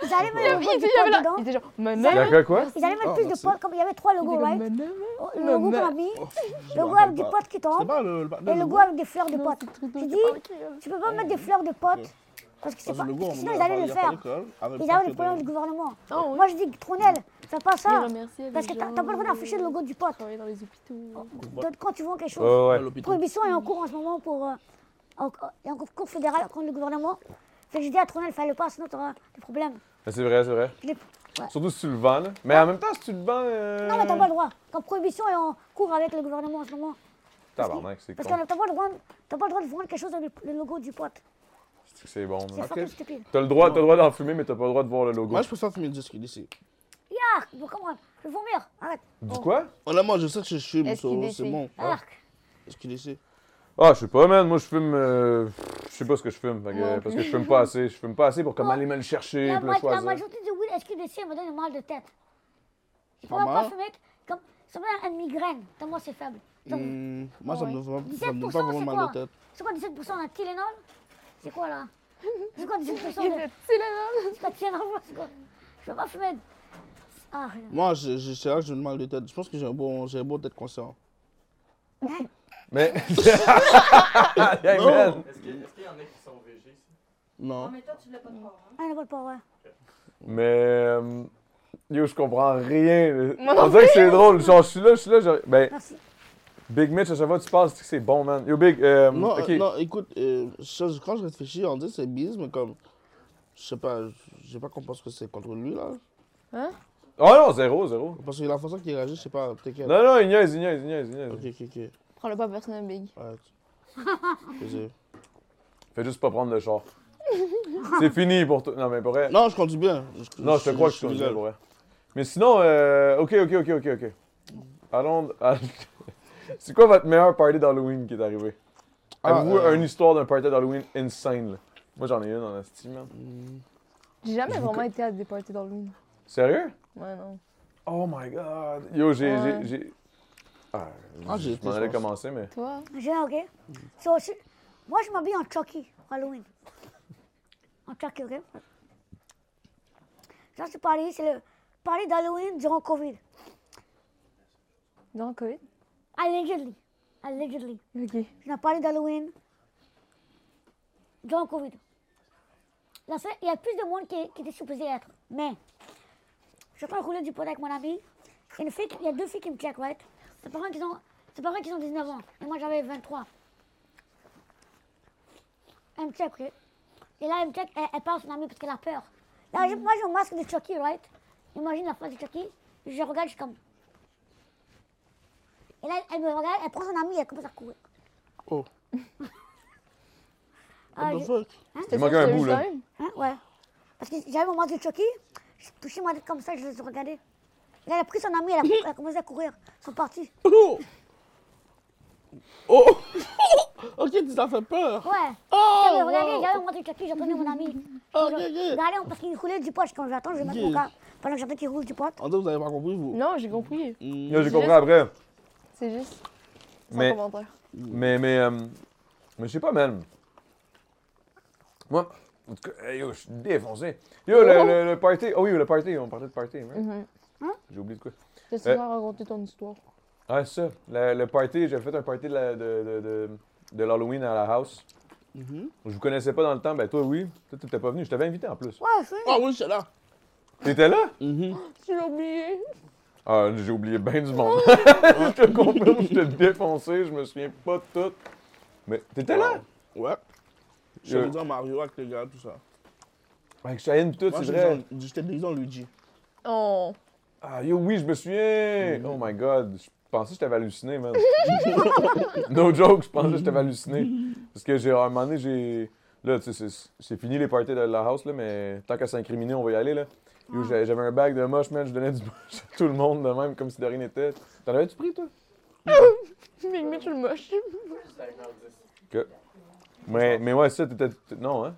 [SPEAKER 2] ils allaient mettre
[SPEAKER 4] Il
[SPEAKER 2] le logo
[SPEAKER 4] était
[SPEAKER 2] du
[SPEAKER 4] il y avait
[SPEAKER 2] pot
[SPEAKER 4] la-
[SPEAKER 2] dedans.
[SPEAKER 4] il était genre, mais
[SPEAKER 1] Il y a
[SPEAKER 4] non.
[SPEAKER 1] quoi, quoi?
[SPEAKER 2] Ils allaient mettre
[SPEAKER 3] Ah,
[SPEAKER 2] plus de
[SPEAKER 3] merci.
[SPEAKER 2] potes, comme il y avait trois logos, right?
[SPEAKER 4] Mais non.
[SPEAKER 2] Oh, Le logo
[SPEAKER 4] Maman.
[SPEAKER 2] qu'on a mis,
[SPEAKER 3] Je
[SPEAKER 2] le
[SPEAKER 3] me
[SPEAKER 2] logo
[SPEAKER 3] rappelle
[SPEAKER 2] avec des
[SPEAKER 3] pas.
[SPEAKER 2] potes qui
[SPEAKER 3] C'est
[SPEAKER 2] tombent,
[SPEAKER 3] pas le... le partenaire
[SPEAKER 2] et
[SPEAKER 3] de
[SPEAKER 2] le logo
[SPEAKER 3] Groupe.
[SPEAKER 2] avec des fleurs de potes.
[SPEAKER 4] Trudeau
[SPEAKER 2] Tu
[SPEAKER 4] qui
[SPEAKER 2] dis,
[SPEAKER 4] parle avec elle.
[SPEAKER 2] tu peux pas mettre des fleurs de potes, parce que c'est
[SPEAKER 3] Parce
[SPEAKER 2] pas,
[SPEAKER 3] que le groupe, on
[SPEAKER 2] sinon
[SPEAKER 3] met
[SPEAKER 2] ils
[SPEAKER 3] la-
[SPEAKER 2] allaient
[SPEAKER 3] il
[SPEAKER 2] le
[SPEAKER 3] a pas
[SPEAKER 2] faire.
[SPEAKER 3] d'école, avec
[SPEAKER 2] Ils
[SPEAKER 3] pas
[SPEAKER 2] avaient
[SPEAKER 3] que
[SPEAKER 2] des problèmes
[SPEAKER 3] de-
[SPEAKER 2] du gouvernement.
[SPEAKER 4] Ah ouais.
[SPEAKER 2] Moi, je dis, Tronel, fais pas
[SPEAKER 4] Il
[SPEAKER 2] ça,
[SPEAKER 4] remerciait
[SPEAKER 2] parce que
[SPEAKER 4] les
[SPEAKER 2] t'as t'as pas le droit
[SPEAKER 4] gens,
[SPEAKER 2] d'afficher le logo du pote. Oh,
[SPEAKER 4] travailler dans les hôpitaux.
[SPEAKER 2] Donc, Quand tu vends quelque chose,
[SPEAKER 1] Ouais,
[SPEAKER 3] à
[SPEAKER 1] ouais.
[SPEAKER 3] l'hôpital.
[SPEAKER 2] Prohibition est en cours en ce moment pour. Euh, en, est en cours fédéral contre le gouvernement. Fait que j'ai dit à Tronel, fais-le pas, sinon t'auras des problèmes.
[SPEAKER 1] Mais C'est vrai, c'est vrai.
[SPEAKER 2] Je l'ai-
[SPEAKER 1] Surtout si tu le vends, là. Mais en même temps, si tu le vends. euh,
[SPEAKER 2] Non, mais t'as pas le droit. Quand Prohibition est en cours avec le gouvernement en ce moment.
[SPEAKER 1] Tabarnak, c'est
[SPEAKER 2] Parce
[SPEAKER 1] con.
[SPEAKER 2] que t'as pas, le droit- t'as pas le droit de vendre quelque chose avec le logo du pote.
[SPEAKER 1] C'est bon,
[SPEAKER 2] C'est
[SPEAKER 1] man.
[SPEAKER 2] fucking stupide.
[SPEAKER 1] T'as le droit, t'as le droit d'en fumer, mais t'as pas le droit de voir le logo.
[SPEAKER 3] Moi, je préfère fumer du disque d'ici.
[SPEAKER 2] Yark, vous comprendre. Je vais vomir. Arrête. Oh.
[SPEAKER 1] Du quoi?
[SPEAKER 3] Honnêtement, je sais que je suis, mais
[SPEAKER 4] Est-ce
[SPEAKER 3] c'est
[SPEAKER 4] qu'il Ah.
[SPEAKER 3] c'est
[SPEAKER 4] décide?
[SPEAKER 3] bon.
[SPEAKER 2] Yark.
[SPEAKER 3] Est-ce qu'il essaie
[SPEAKER 1] Ah, je sais pas, man. Moi, je fume. euh, Je sais pas ce que je fume. fait que- parce que je fume pas assez. Je fume pas assez pour comment aller me le chercher,
[SPEAKER 2] La,
[SPEAKER 1] puis
[SPEAKER 2] ma-
[SPEAKER 1] le
[SPEAKER 2] la
[SPEAKER 1] choisir.
[SPEAKER 2] majorité de Will SQDC me donne un mal de tête. Je peux
[SPEAKER 3] Pas
[SPEAKER 2] même pas
[SPEAKER 3] mal.
[SPEAKER 2] fumer. Comme, ça me donne une migraine. Tellement c'est faible. Donc,
[SPEAKER 3] Hmm, Moi, ça me
[SPEAKER 4] Ouais.
[SPEAKER 3] donne ça me donne pas
[SPEAKER 2] 17%,
[SPEAKER 3] vraiment
[SPEAKER 2] c'est
[SPEAKER 3] mal
[SPEAKER 2] quoi
[SPEAKER 3] à la tête.
[SPEAKER 2] C'est quoi 17% un Tylenol C'est quoi là C'est quoi 17%
[SPEAKER 4] Il
[SPEAKER 2] de...
[SPEAKER 4] était petit, là, là.
[SPEAKER 2] C'est quoi Tylenol C'est quoi Je peux pas fumer. Ah, rien.
[SPEAKER 3] Moi, je- je- c'est là que j'ai le mal de tête. Je pense que j'ai un bon, j'ai un bon tête conscient.
[SPEAKER 1] Mais. Hey, man.
[SPEAKER 3] Non.
[SPEAKER 2] Ah, n'importe quoi, ouais.
[SPEAKER 1] Mais. euh, Yo, je comprends rien.
[SPEAKER 4] Moi
[SPEAKER 1] On
[SPEAKER 4] non
[SPEAKER 1] dirait que c'est drôle. Genre, je suis là, je suis là. je- Ben,
[SPEAKER 2] Merci.
[SPEAKER 1] Big Mitch, à chaque fois que tu passes, tu sais que c'est bon, man. Yo, Big. euh,
[SPEAKER 3] Non, euh,
[SPEAKER 1] ok.
[SPEAKER 3] non, écoute, euh, je- quand je réfléchis, on dit que c'est bise, mais comme, je sais pas, je sais pas qu'on pense que c'est contre lui, là. Hein?
[SPEAKER 1] Oh non, zéro, zéro.
[SPEAKER 3] Parce que la façon qu'il réagit, je sais pas, t'inquiète.
[SPEAKER 1] Non, non, il niaise, il niaise, il niaise, il niaise.
[SPEAKER 3] Ok, ok, ok.
[SPEAKER 4] Prends-le pas personnel, Big.
[SPEAKER 3] Arrête. Désolé.
[SPEAKER 1] Fais juste pas prendre le char. c'est fini pour toi. Non, mais pour vrai.
[SPEAKER 3] non, je conduis bien.
[SPEAKER 1] Non, je te crois que je suis
[SPEAKER 3] légal.
[SPEAKER 1] légal, ouais. Mais sinon, euh, ok, ok, ok, ok, ok. Allons. à- C'est quoi votre meilleur party d'Halloween qui est arrivé?
[SPEAKER 3] Ah,
[SPEAKER 1] Avez-vous
[SPEAKER 3] euh,
[SPEAKER 1] une histoire d'un party d'Halloween insane, là? Moi, j'en ai une en esti, man.
[SPEAKER 4] J'ai jamais vraiment été à des parties d'Halloween.
[SPEAKER 1] Sérieux?
[SPEAKER 4] Ouais, non.
[SPEAKER 1] Oh my god. Yo, j'ai.
[SPEAKER 4] Ouais.
[SPEAKER 1] j'ai- j'ai- Ah,
[SPEAKER 3] Ah, j'ai
[SPEAKER 1] je
[SPEAKER 3] été,
[SPEAKER 1] m'en
[SPEAKER 3] je
[SPEAKER 1] allais
[SPEAKER 3] pense.
[SPEAKER 1] commencer, mais.
[SPEAKER 4] Toi?
[SPEAKER 2] J'ai un, ok So, je- Moi, je m'habille en Chucky, Halloween. En Chucky, ok Ça, c'est Paris, c'est le Paris d'Halloween durant Covid.
[SPEAKER 4] Durant le COVID?
[SPEAKER 2] Allegedly. Allegedly.
[SPEAKER 4] Ok.
[SPEAKER 2] Je n'ai parlé d'Halloween durant le Covid. La fête, il y a plus de monde qui, qui était supposé être. Mais, je suis en train de rouler du pot avec mon ami. Il y a, une fille qui- il y a deux filles qui me checkent, right? C'est pas vrai qu'ils ont, c'est pas vrai qu'ils ont 19 ans. Et moi, j'avais 23. Elle me check, ok? Et là, elle me check, elle, elle parle à son ami parce qu'elle a peur. Là, j'ai- moi, j'ai un masque de Chucky, right? Imagine la face de Chucky. Je regarde, je suis comme... Et là, elle me regarde, elle prend son ami et elle commence à courir.
[SPEAKER 3] Oh,
[SPEAKER 2] Ah,
[SPEAKER 3] what the
[SPEAKER 2] je-
[SPEAKER 3] fuck?
[SPEAKER 1] Il manquait un bout, là.
[SPEAKER 2] Hein, ouais. Parce que j'avais mon moment de Chucky, j'ai touché ma tête comme ça, je les ai regardés. Et là, elle a pris son ami, elle a, elle a commencé à courir. Ils sont partis.
[SPEAKER 3] Oh! Oh! ok, tu t'en fais peur.
[SPEAKER 2] Ouais.
[SPEAKER 3] Oh,
[SPEAKER 2] Non, mais regardez,
[SPEAKER 3] wow. Ah,
[SPEAKER 2] j'avais mon truc j'ai j'entendais mon ami.
[SPEAKER 3] Ok,
[SPEAKER 2] Mais
[SPEAKER 3] ok.
[SPEAKER 2] allez, parce qu'il roulait du pote quand j'attends, je vais mettre mon
[SPEAKER 3] Ok.
[SPEAKER 2] cas. Pendant que j'attends qu'il roule du pote.
[SPEAKER 3] En deux, vous avez pas compris, vous. Mm.
[SPEAKER 4] Non, j'ai compris.
[SPEAKER 1] Là, j'ai
[SPEAKER 4] Juste-
[SPEAKER 1] compris après.
[SPEAKER 4] C'est juste. Sans
[SPEAKER 1] Mais-
[SPEAKER 4] commentaire.
[SPEAKER 1] Mais, mais, euh, mais je sais pas, man. Moi, en tout cas, hey, yo, je suis défoncé. Yo, le, le, le party. Ah oui, le party, on parlait de party, man.
[SPEAKER 4] Mhm.
[SPEAKER 1] J'ai oublié de quoi.
[SPEAKER 4] T'as souvent raconté ton histoire.
[SPEAKER 1] Ah, c'est ça. Le, le party, j'ai fait un party de, la- de, de, de, de l'Halloween à la house.
[SPEAKER 3] Mhm.
[SPEAKER 1] Je vous connaissais pas dans le temps, ben toi, oui. Toi, t'étais pas venu, je t'avais invité en plus.
[SPEAKER 2] Ouais, je suis.
[SPEAKER 3] Ah oui, c'est là.
[SPEAKER 1] T'étais là?
[SPEAKER 3] Mhm.
[SPEAKER 4] Tu l'as oublié.
[SPEAKER 1] Ah, j'ai oublié bien du monde. je te confirme, je t'ai défoncé, je me souviens pas de tout. Mais t'étais là?
[SPEAKER 3] Ouais. Je suis
[SPEAKER 1] Yo.
[SPEAKER 3] déguisé en Mario avec les gars, tout ça.
[SPEAKER 1] Avec Cheyenne pis tout,
[SPEAKER 3] Moi,
[SPEAKER 1] c'est
[SPEAKER 3] j'étais
[SPEAKER 1] vrai.
[SPEAKER 3] déguisé en- j'étais déguisé en Luigi.
[SPEAKER 4] Oh.
[SPEAKER 1] Ah, yo, oui, je me souviens! Oh my god, je pensais que je t'avais halluciné, man. no joke, je pensais que je t'avais halluciné. Parce que j'ai, à un moment donné, j'ai. Là, tu sais, c'est- c'est fini les parties de la house, là, mais tant qu'à s'incriminer, on va y aller, là. Yo, j'avais j'avais un bag de moche, man, je donnais du moche à tout le monde, de même, comme si de rien n'était. T'en avais-tu pris, toi?
[SPEAKER 4] Mais mais tu le moches.
[SPEAKER 1] Mais, mais ouais, ça, t'étais. t'étais- Non, hein?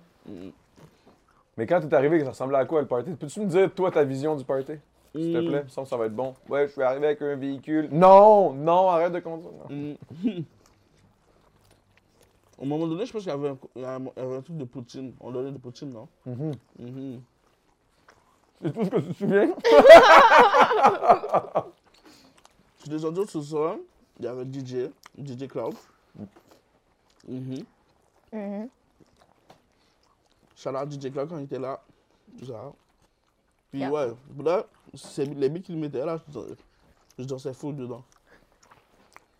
[SPEAKER 1] Mais quand t'es arrivé, ça ressemblait à quoi le party? Peux-tu me dire, toi, ta vision du party? S'il te plaît, ça, ça va être bon. Ouais, je suis arrivé avec un véhicule. Non! Non, arrête de conduire. Non.
[SPEAKER 3] Mm. Au moment donné, je pense qu'il y avait un, il y avait un- il y avait un truc de poutine. On donnait de poutine, non? Mhm.
[SPEAKER 1] C'est tout ce que tu te souviens?
[SPEAKER 3] Sur les autres ce soir, il y avait DJ, DJ Cloud.
[SPEAKER 1] Mm.
[SPEAKER 3] Mhm. Shout out DJ Cloud quand il était là. Tout ça. Puis
[SPEAKER 4] Yeah.
[SPEAKER 3] ouais, là, c'est les beats qu'il mettait là, je, dan- je dansais fou dedans.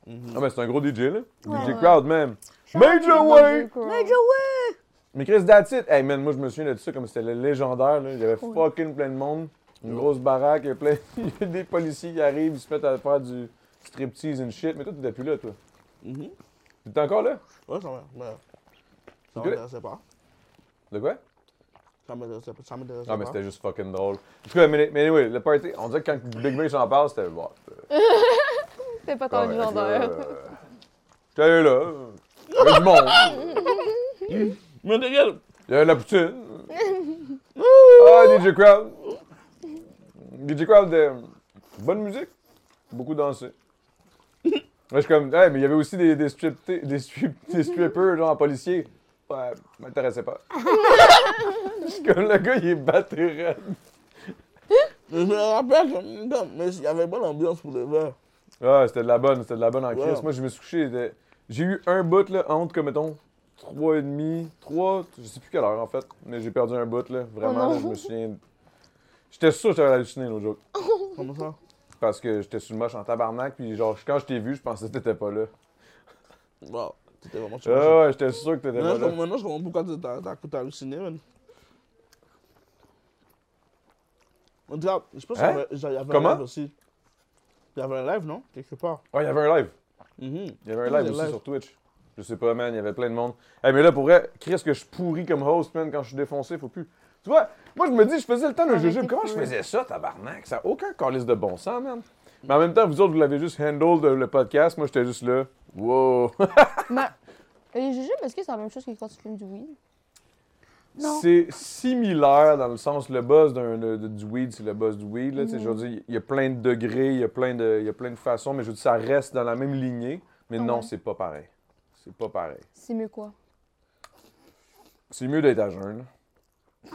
[SPEAKER 3] Mhm.
[SPEAKER 1] Ah, ben c'est un gros DJ, là. DJ
[SPEAKER 4] Ouais.
[SPEAKER 1] Crowd, même. Major Way!
[SPEAKER 2] Mais je ouais!
[SPEAKER 1] Mais Chris That's it! Hey, man, moi, je me souviens de ça comme c'était le légendaire, là. Il y avait fucking plein de monde. Une grosse baraque, il y a plein. il y a des policiers qui arrivent, ils se mettent à faire du striptease and shit. Mais toi, t'étais plus là, toi.
[SPEAKER 3] Mhm.
[SPEAKER 1] T'étais encore là?
[SPEAKER 3] Ouais, ça m'a- mais ça
[SPEAKER 1] Ok.
[SPEAKER 3] m'intéressait pas.
[SPEAKER 1] De quoi?
[SPEAKER 3] Ça m'intéressait pas. Ça m'intéressait
[SPEAKER 1] Ah, mais
[SPEAKER 3] pas.
[SPEAKER 1] c'était juste fucking drôle. En tout cas, mais, mais anyway, le party, on dirait que quand Big Bang s'en parle, c'était. Bon,
[SPEAKER 4] C'est pas
[SPEAKER 1] Ah
[SPEAKER 4] ton
[SPEAKER 1] ouais,
[SPEAKER 4] légendaire.
[SPEAKER 1] euh, hein. J'étais là. euh, Il y avait du monde.
[SPEAKER 3] Mais regarde,
[SPEAKER 1] Il y avait de la poutine. ah, DJ Crowd. DJ Crowd, euh, bonne musique. Beaucoup dansé. Moi, je suis comme, hey, mais il y avait aussi des, des, stripté- des, strip- des strippers, genre policiers. Ouais, m'intéressait pas. je suis comme, le gars, il est battu raide.
[SPEAKER 3] je me rappelle comme, comme- mais il y avait pas l'ambiance pour le verre.
[SPEAKER 1] Ah, c'était de la bonne, c'était de la bonne en crise.
[SPEAKER 3] Wow.
[SPEAKER 1] Moi, je me suis couché. il était- J'ai eu un bout, là, entre, comme mettons, 3,5, 3, je sais plus quelle heure, en fait. Mais j'ai perdu un bout, là. Vraiment,
[SPEAKER 4] Oh non.
[SPEAKER 1] là, je me souviens. J'étais sûr que j'avais halluciné, l'autre jour.
[SPEAKER 3] Comment ça?
[SPEAKER 1] Parce que j'étais sur le moche en tabarnak, puis genre, quand je t'ai vu, je pensais que t'étais pas là.
[SPEAKER 3] Wow, c'était vraiment chouette.
[SPEAKER 1] Ah, ouais, j'étais sûr que t'étais
[SPEAKER 3] Maintenant,
[SPEAKER 1] pas
[SPEAKER 3] je
[SPEAKER 1] là.
[SPEAKER 3] comprends- maintenant, je comprends pourquoi t'as- t'as- t'as t'as halluciné, man. En tout cas, je pense
[SPEAKER 1] Hein?
[SPEAKER 3] qu'il y avait, il y avait
[SPEAKER 1] Comment?
[SPEAKER 3] un live aussi. Il y avait un live, non? Quelque part.
[SPEAKER 1] Ah, il y avait un live.
[SPEAKER 3] Mhm.
[SPEAKER 1] Il y avait un
[SPEAKER 3] Ah,
[SPEAKER 1] live
[SPEAKER 3] le
[SPEAKER 1] aussi
[SPEAKER 3] live.
[SPEAKER 1] sur Twitch. Je sais pas, man, il y avait plein de monde. Hey, mais là, pour vrai, Chris, que je suis pourri comme host, man, quand je suis défoncé, faut plus. Tu vois, moi, je me dis, je faisais le temps
[SPEAKER 3] Ah,
[SPEAKER 1] d'un
[SPEAKER 4] Arrêtez
[SPEAKER 1] jujube.
[SPEAKER 4] de
[SPEAKER 1] Comment je
[SPEAKER 4] courir.
[SPEAKER 1] faisais ça, tabarnak? Ça n'a aucun calice de bon sens, man. Mais en même temps, vous autres, vous l'avez juste handled euh, le podcast. Moi, j'étais juste là. Wow!
[SPEAKER 4] Mais. Les jujubes, est-ce que c'est la même chose que quand tu fumes du weed?
[SPEAKER 2] Non.
[SPEAKER 1] c'est similaire dans le sens, le buzz d'un- de- de- du weed, c'est le buzz du weed. Là, Tu sais, Je veux dire, il y a plein de degrés, il y, a plein de- il y a plein de façons, mais je veux dire, ça reste dans la même lignée. Mais non, c'est pas pareil. C'est pas pareil.
[SPEAKER 4] C'est mieux quoi?
[SPEAKER 1] C'est mieux d'être à jeun. là.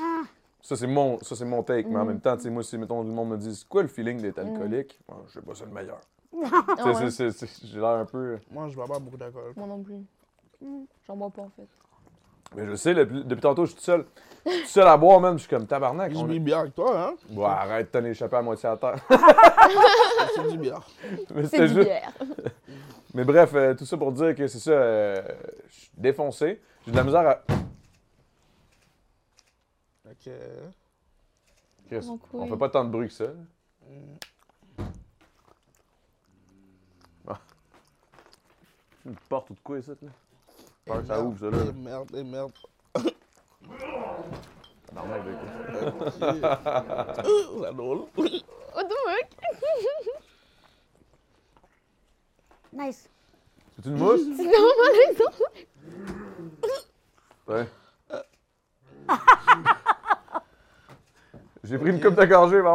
[SPEAKER 1] Ça, c'est mon, ça, c'est mon take. Mais en même temps, tu sais, moi, si mettons, le monde me dit, c'est quoi le feeling d'être alcoolique? Ah, je sais pas, c'est le meilleur. Tu sais,
[SPEAKER 4] ouais.
[SPEAKER 1] c'est- c'est- c'est- J'ai l'air un peu.
[SPEAKER 3] Moi, je bois pas beaucoup d'alcool.
[SPEAKER 4] Moi non plus. J'en bois pas en fait.
[SPEAKER 1] Mais je sais, le- depuis tantôt, je suis tout seul. Je suis tout seul à boire, même. Je suis comme tabarnak.
[SPEAKER 3] Je
[SPEAKER 1] on-
[SPEAKER 3] dis bien avec toi, hein?
[SPEAKER 1] Ouais, arrête, t'en as échappé à moitié à terre.
[SPEAKER 3] C'est du bière.
[SPEAKER 1] Mais
[SPEAKER 4] C'est
[SPEAKER 1] c'était
[SPEAKER 4] du
[SPEAKER 1] juste-
[SPEAKER 4] bière.
[SPEAKER 1] Mais bref, euh, tout ça pour dire que c'est ça. euh, je suis défoncé. J'ai de la misère à.
[SPEAKER 3] Ok.
[SPEAKER 1] Chris,
[SPEAKER 4] Donc,
[SPEAKER 1] on
[SPEAKER 4] oui.
[SPEAKER 1] fait pas tant de bruit que ça. Ah. Une porte ou de quoi, ça, là? Peur que ça ouvre, ça, là.
[SPEAKER 3] Eh merde, eh merde.
[SPEAKER 1] Normal, ben, écoute.
[SPEAKER 3] C'est drôle.
[SPEAKER 4] Oh, donc!
[SPEAKER 2] Nice.
[SPEAKER 1] C'est une mousse?
[SPEAKER 4] Non, mais non.
[SPEAKER 1] Ouais. J'ai pris une coupe de gorgée, par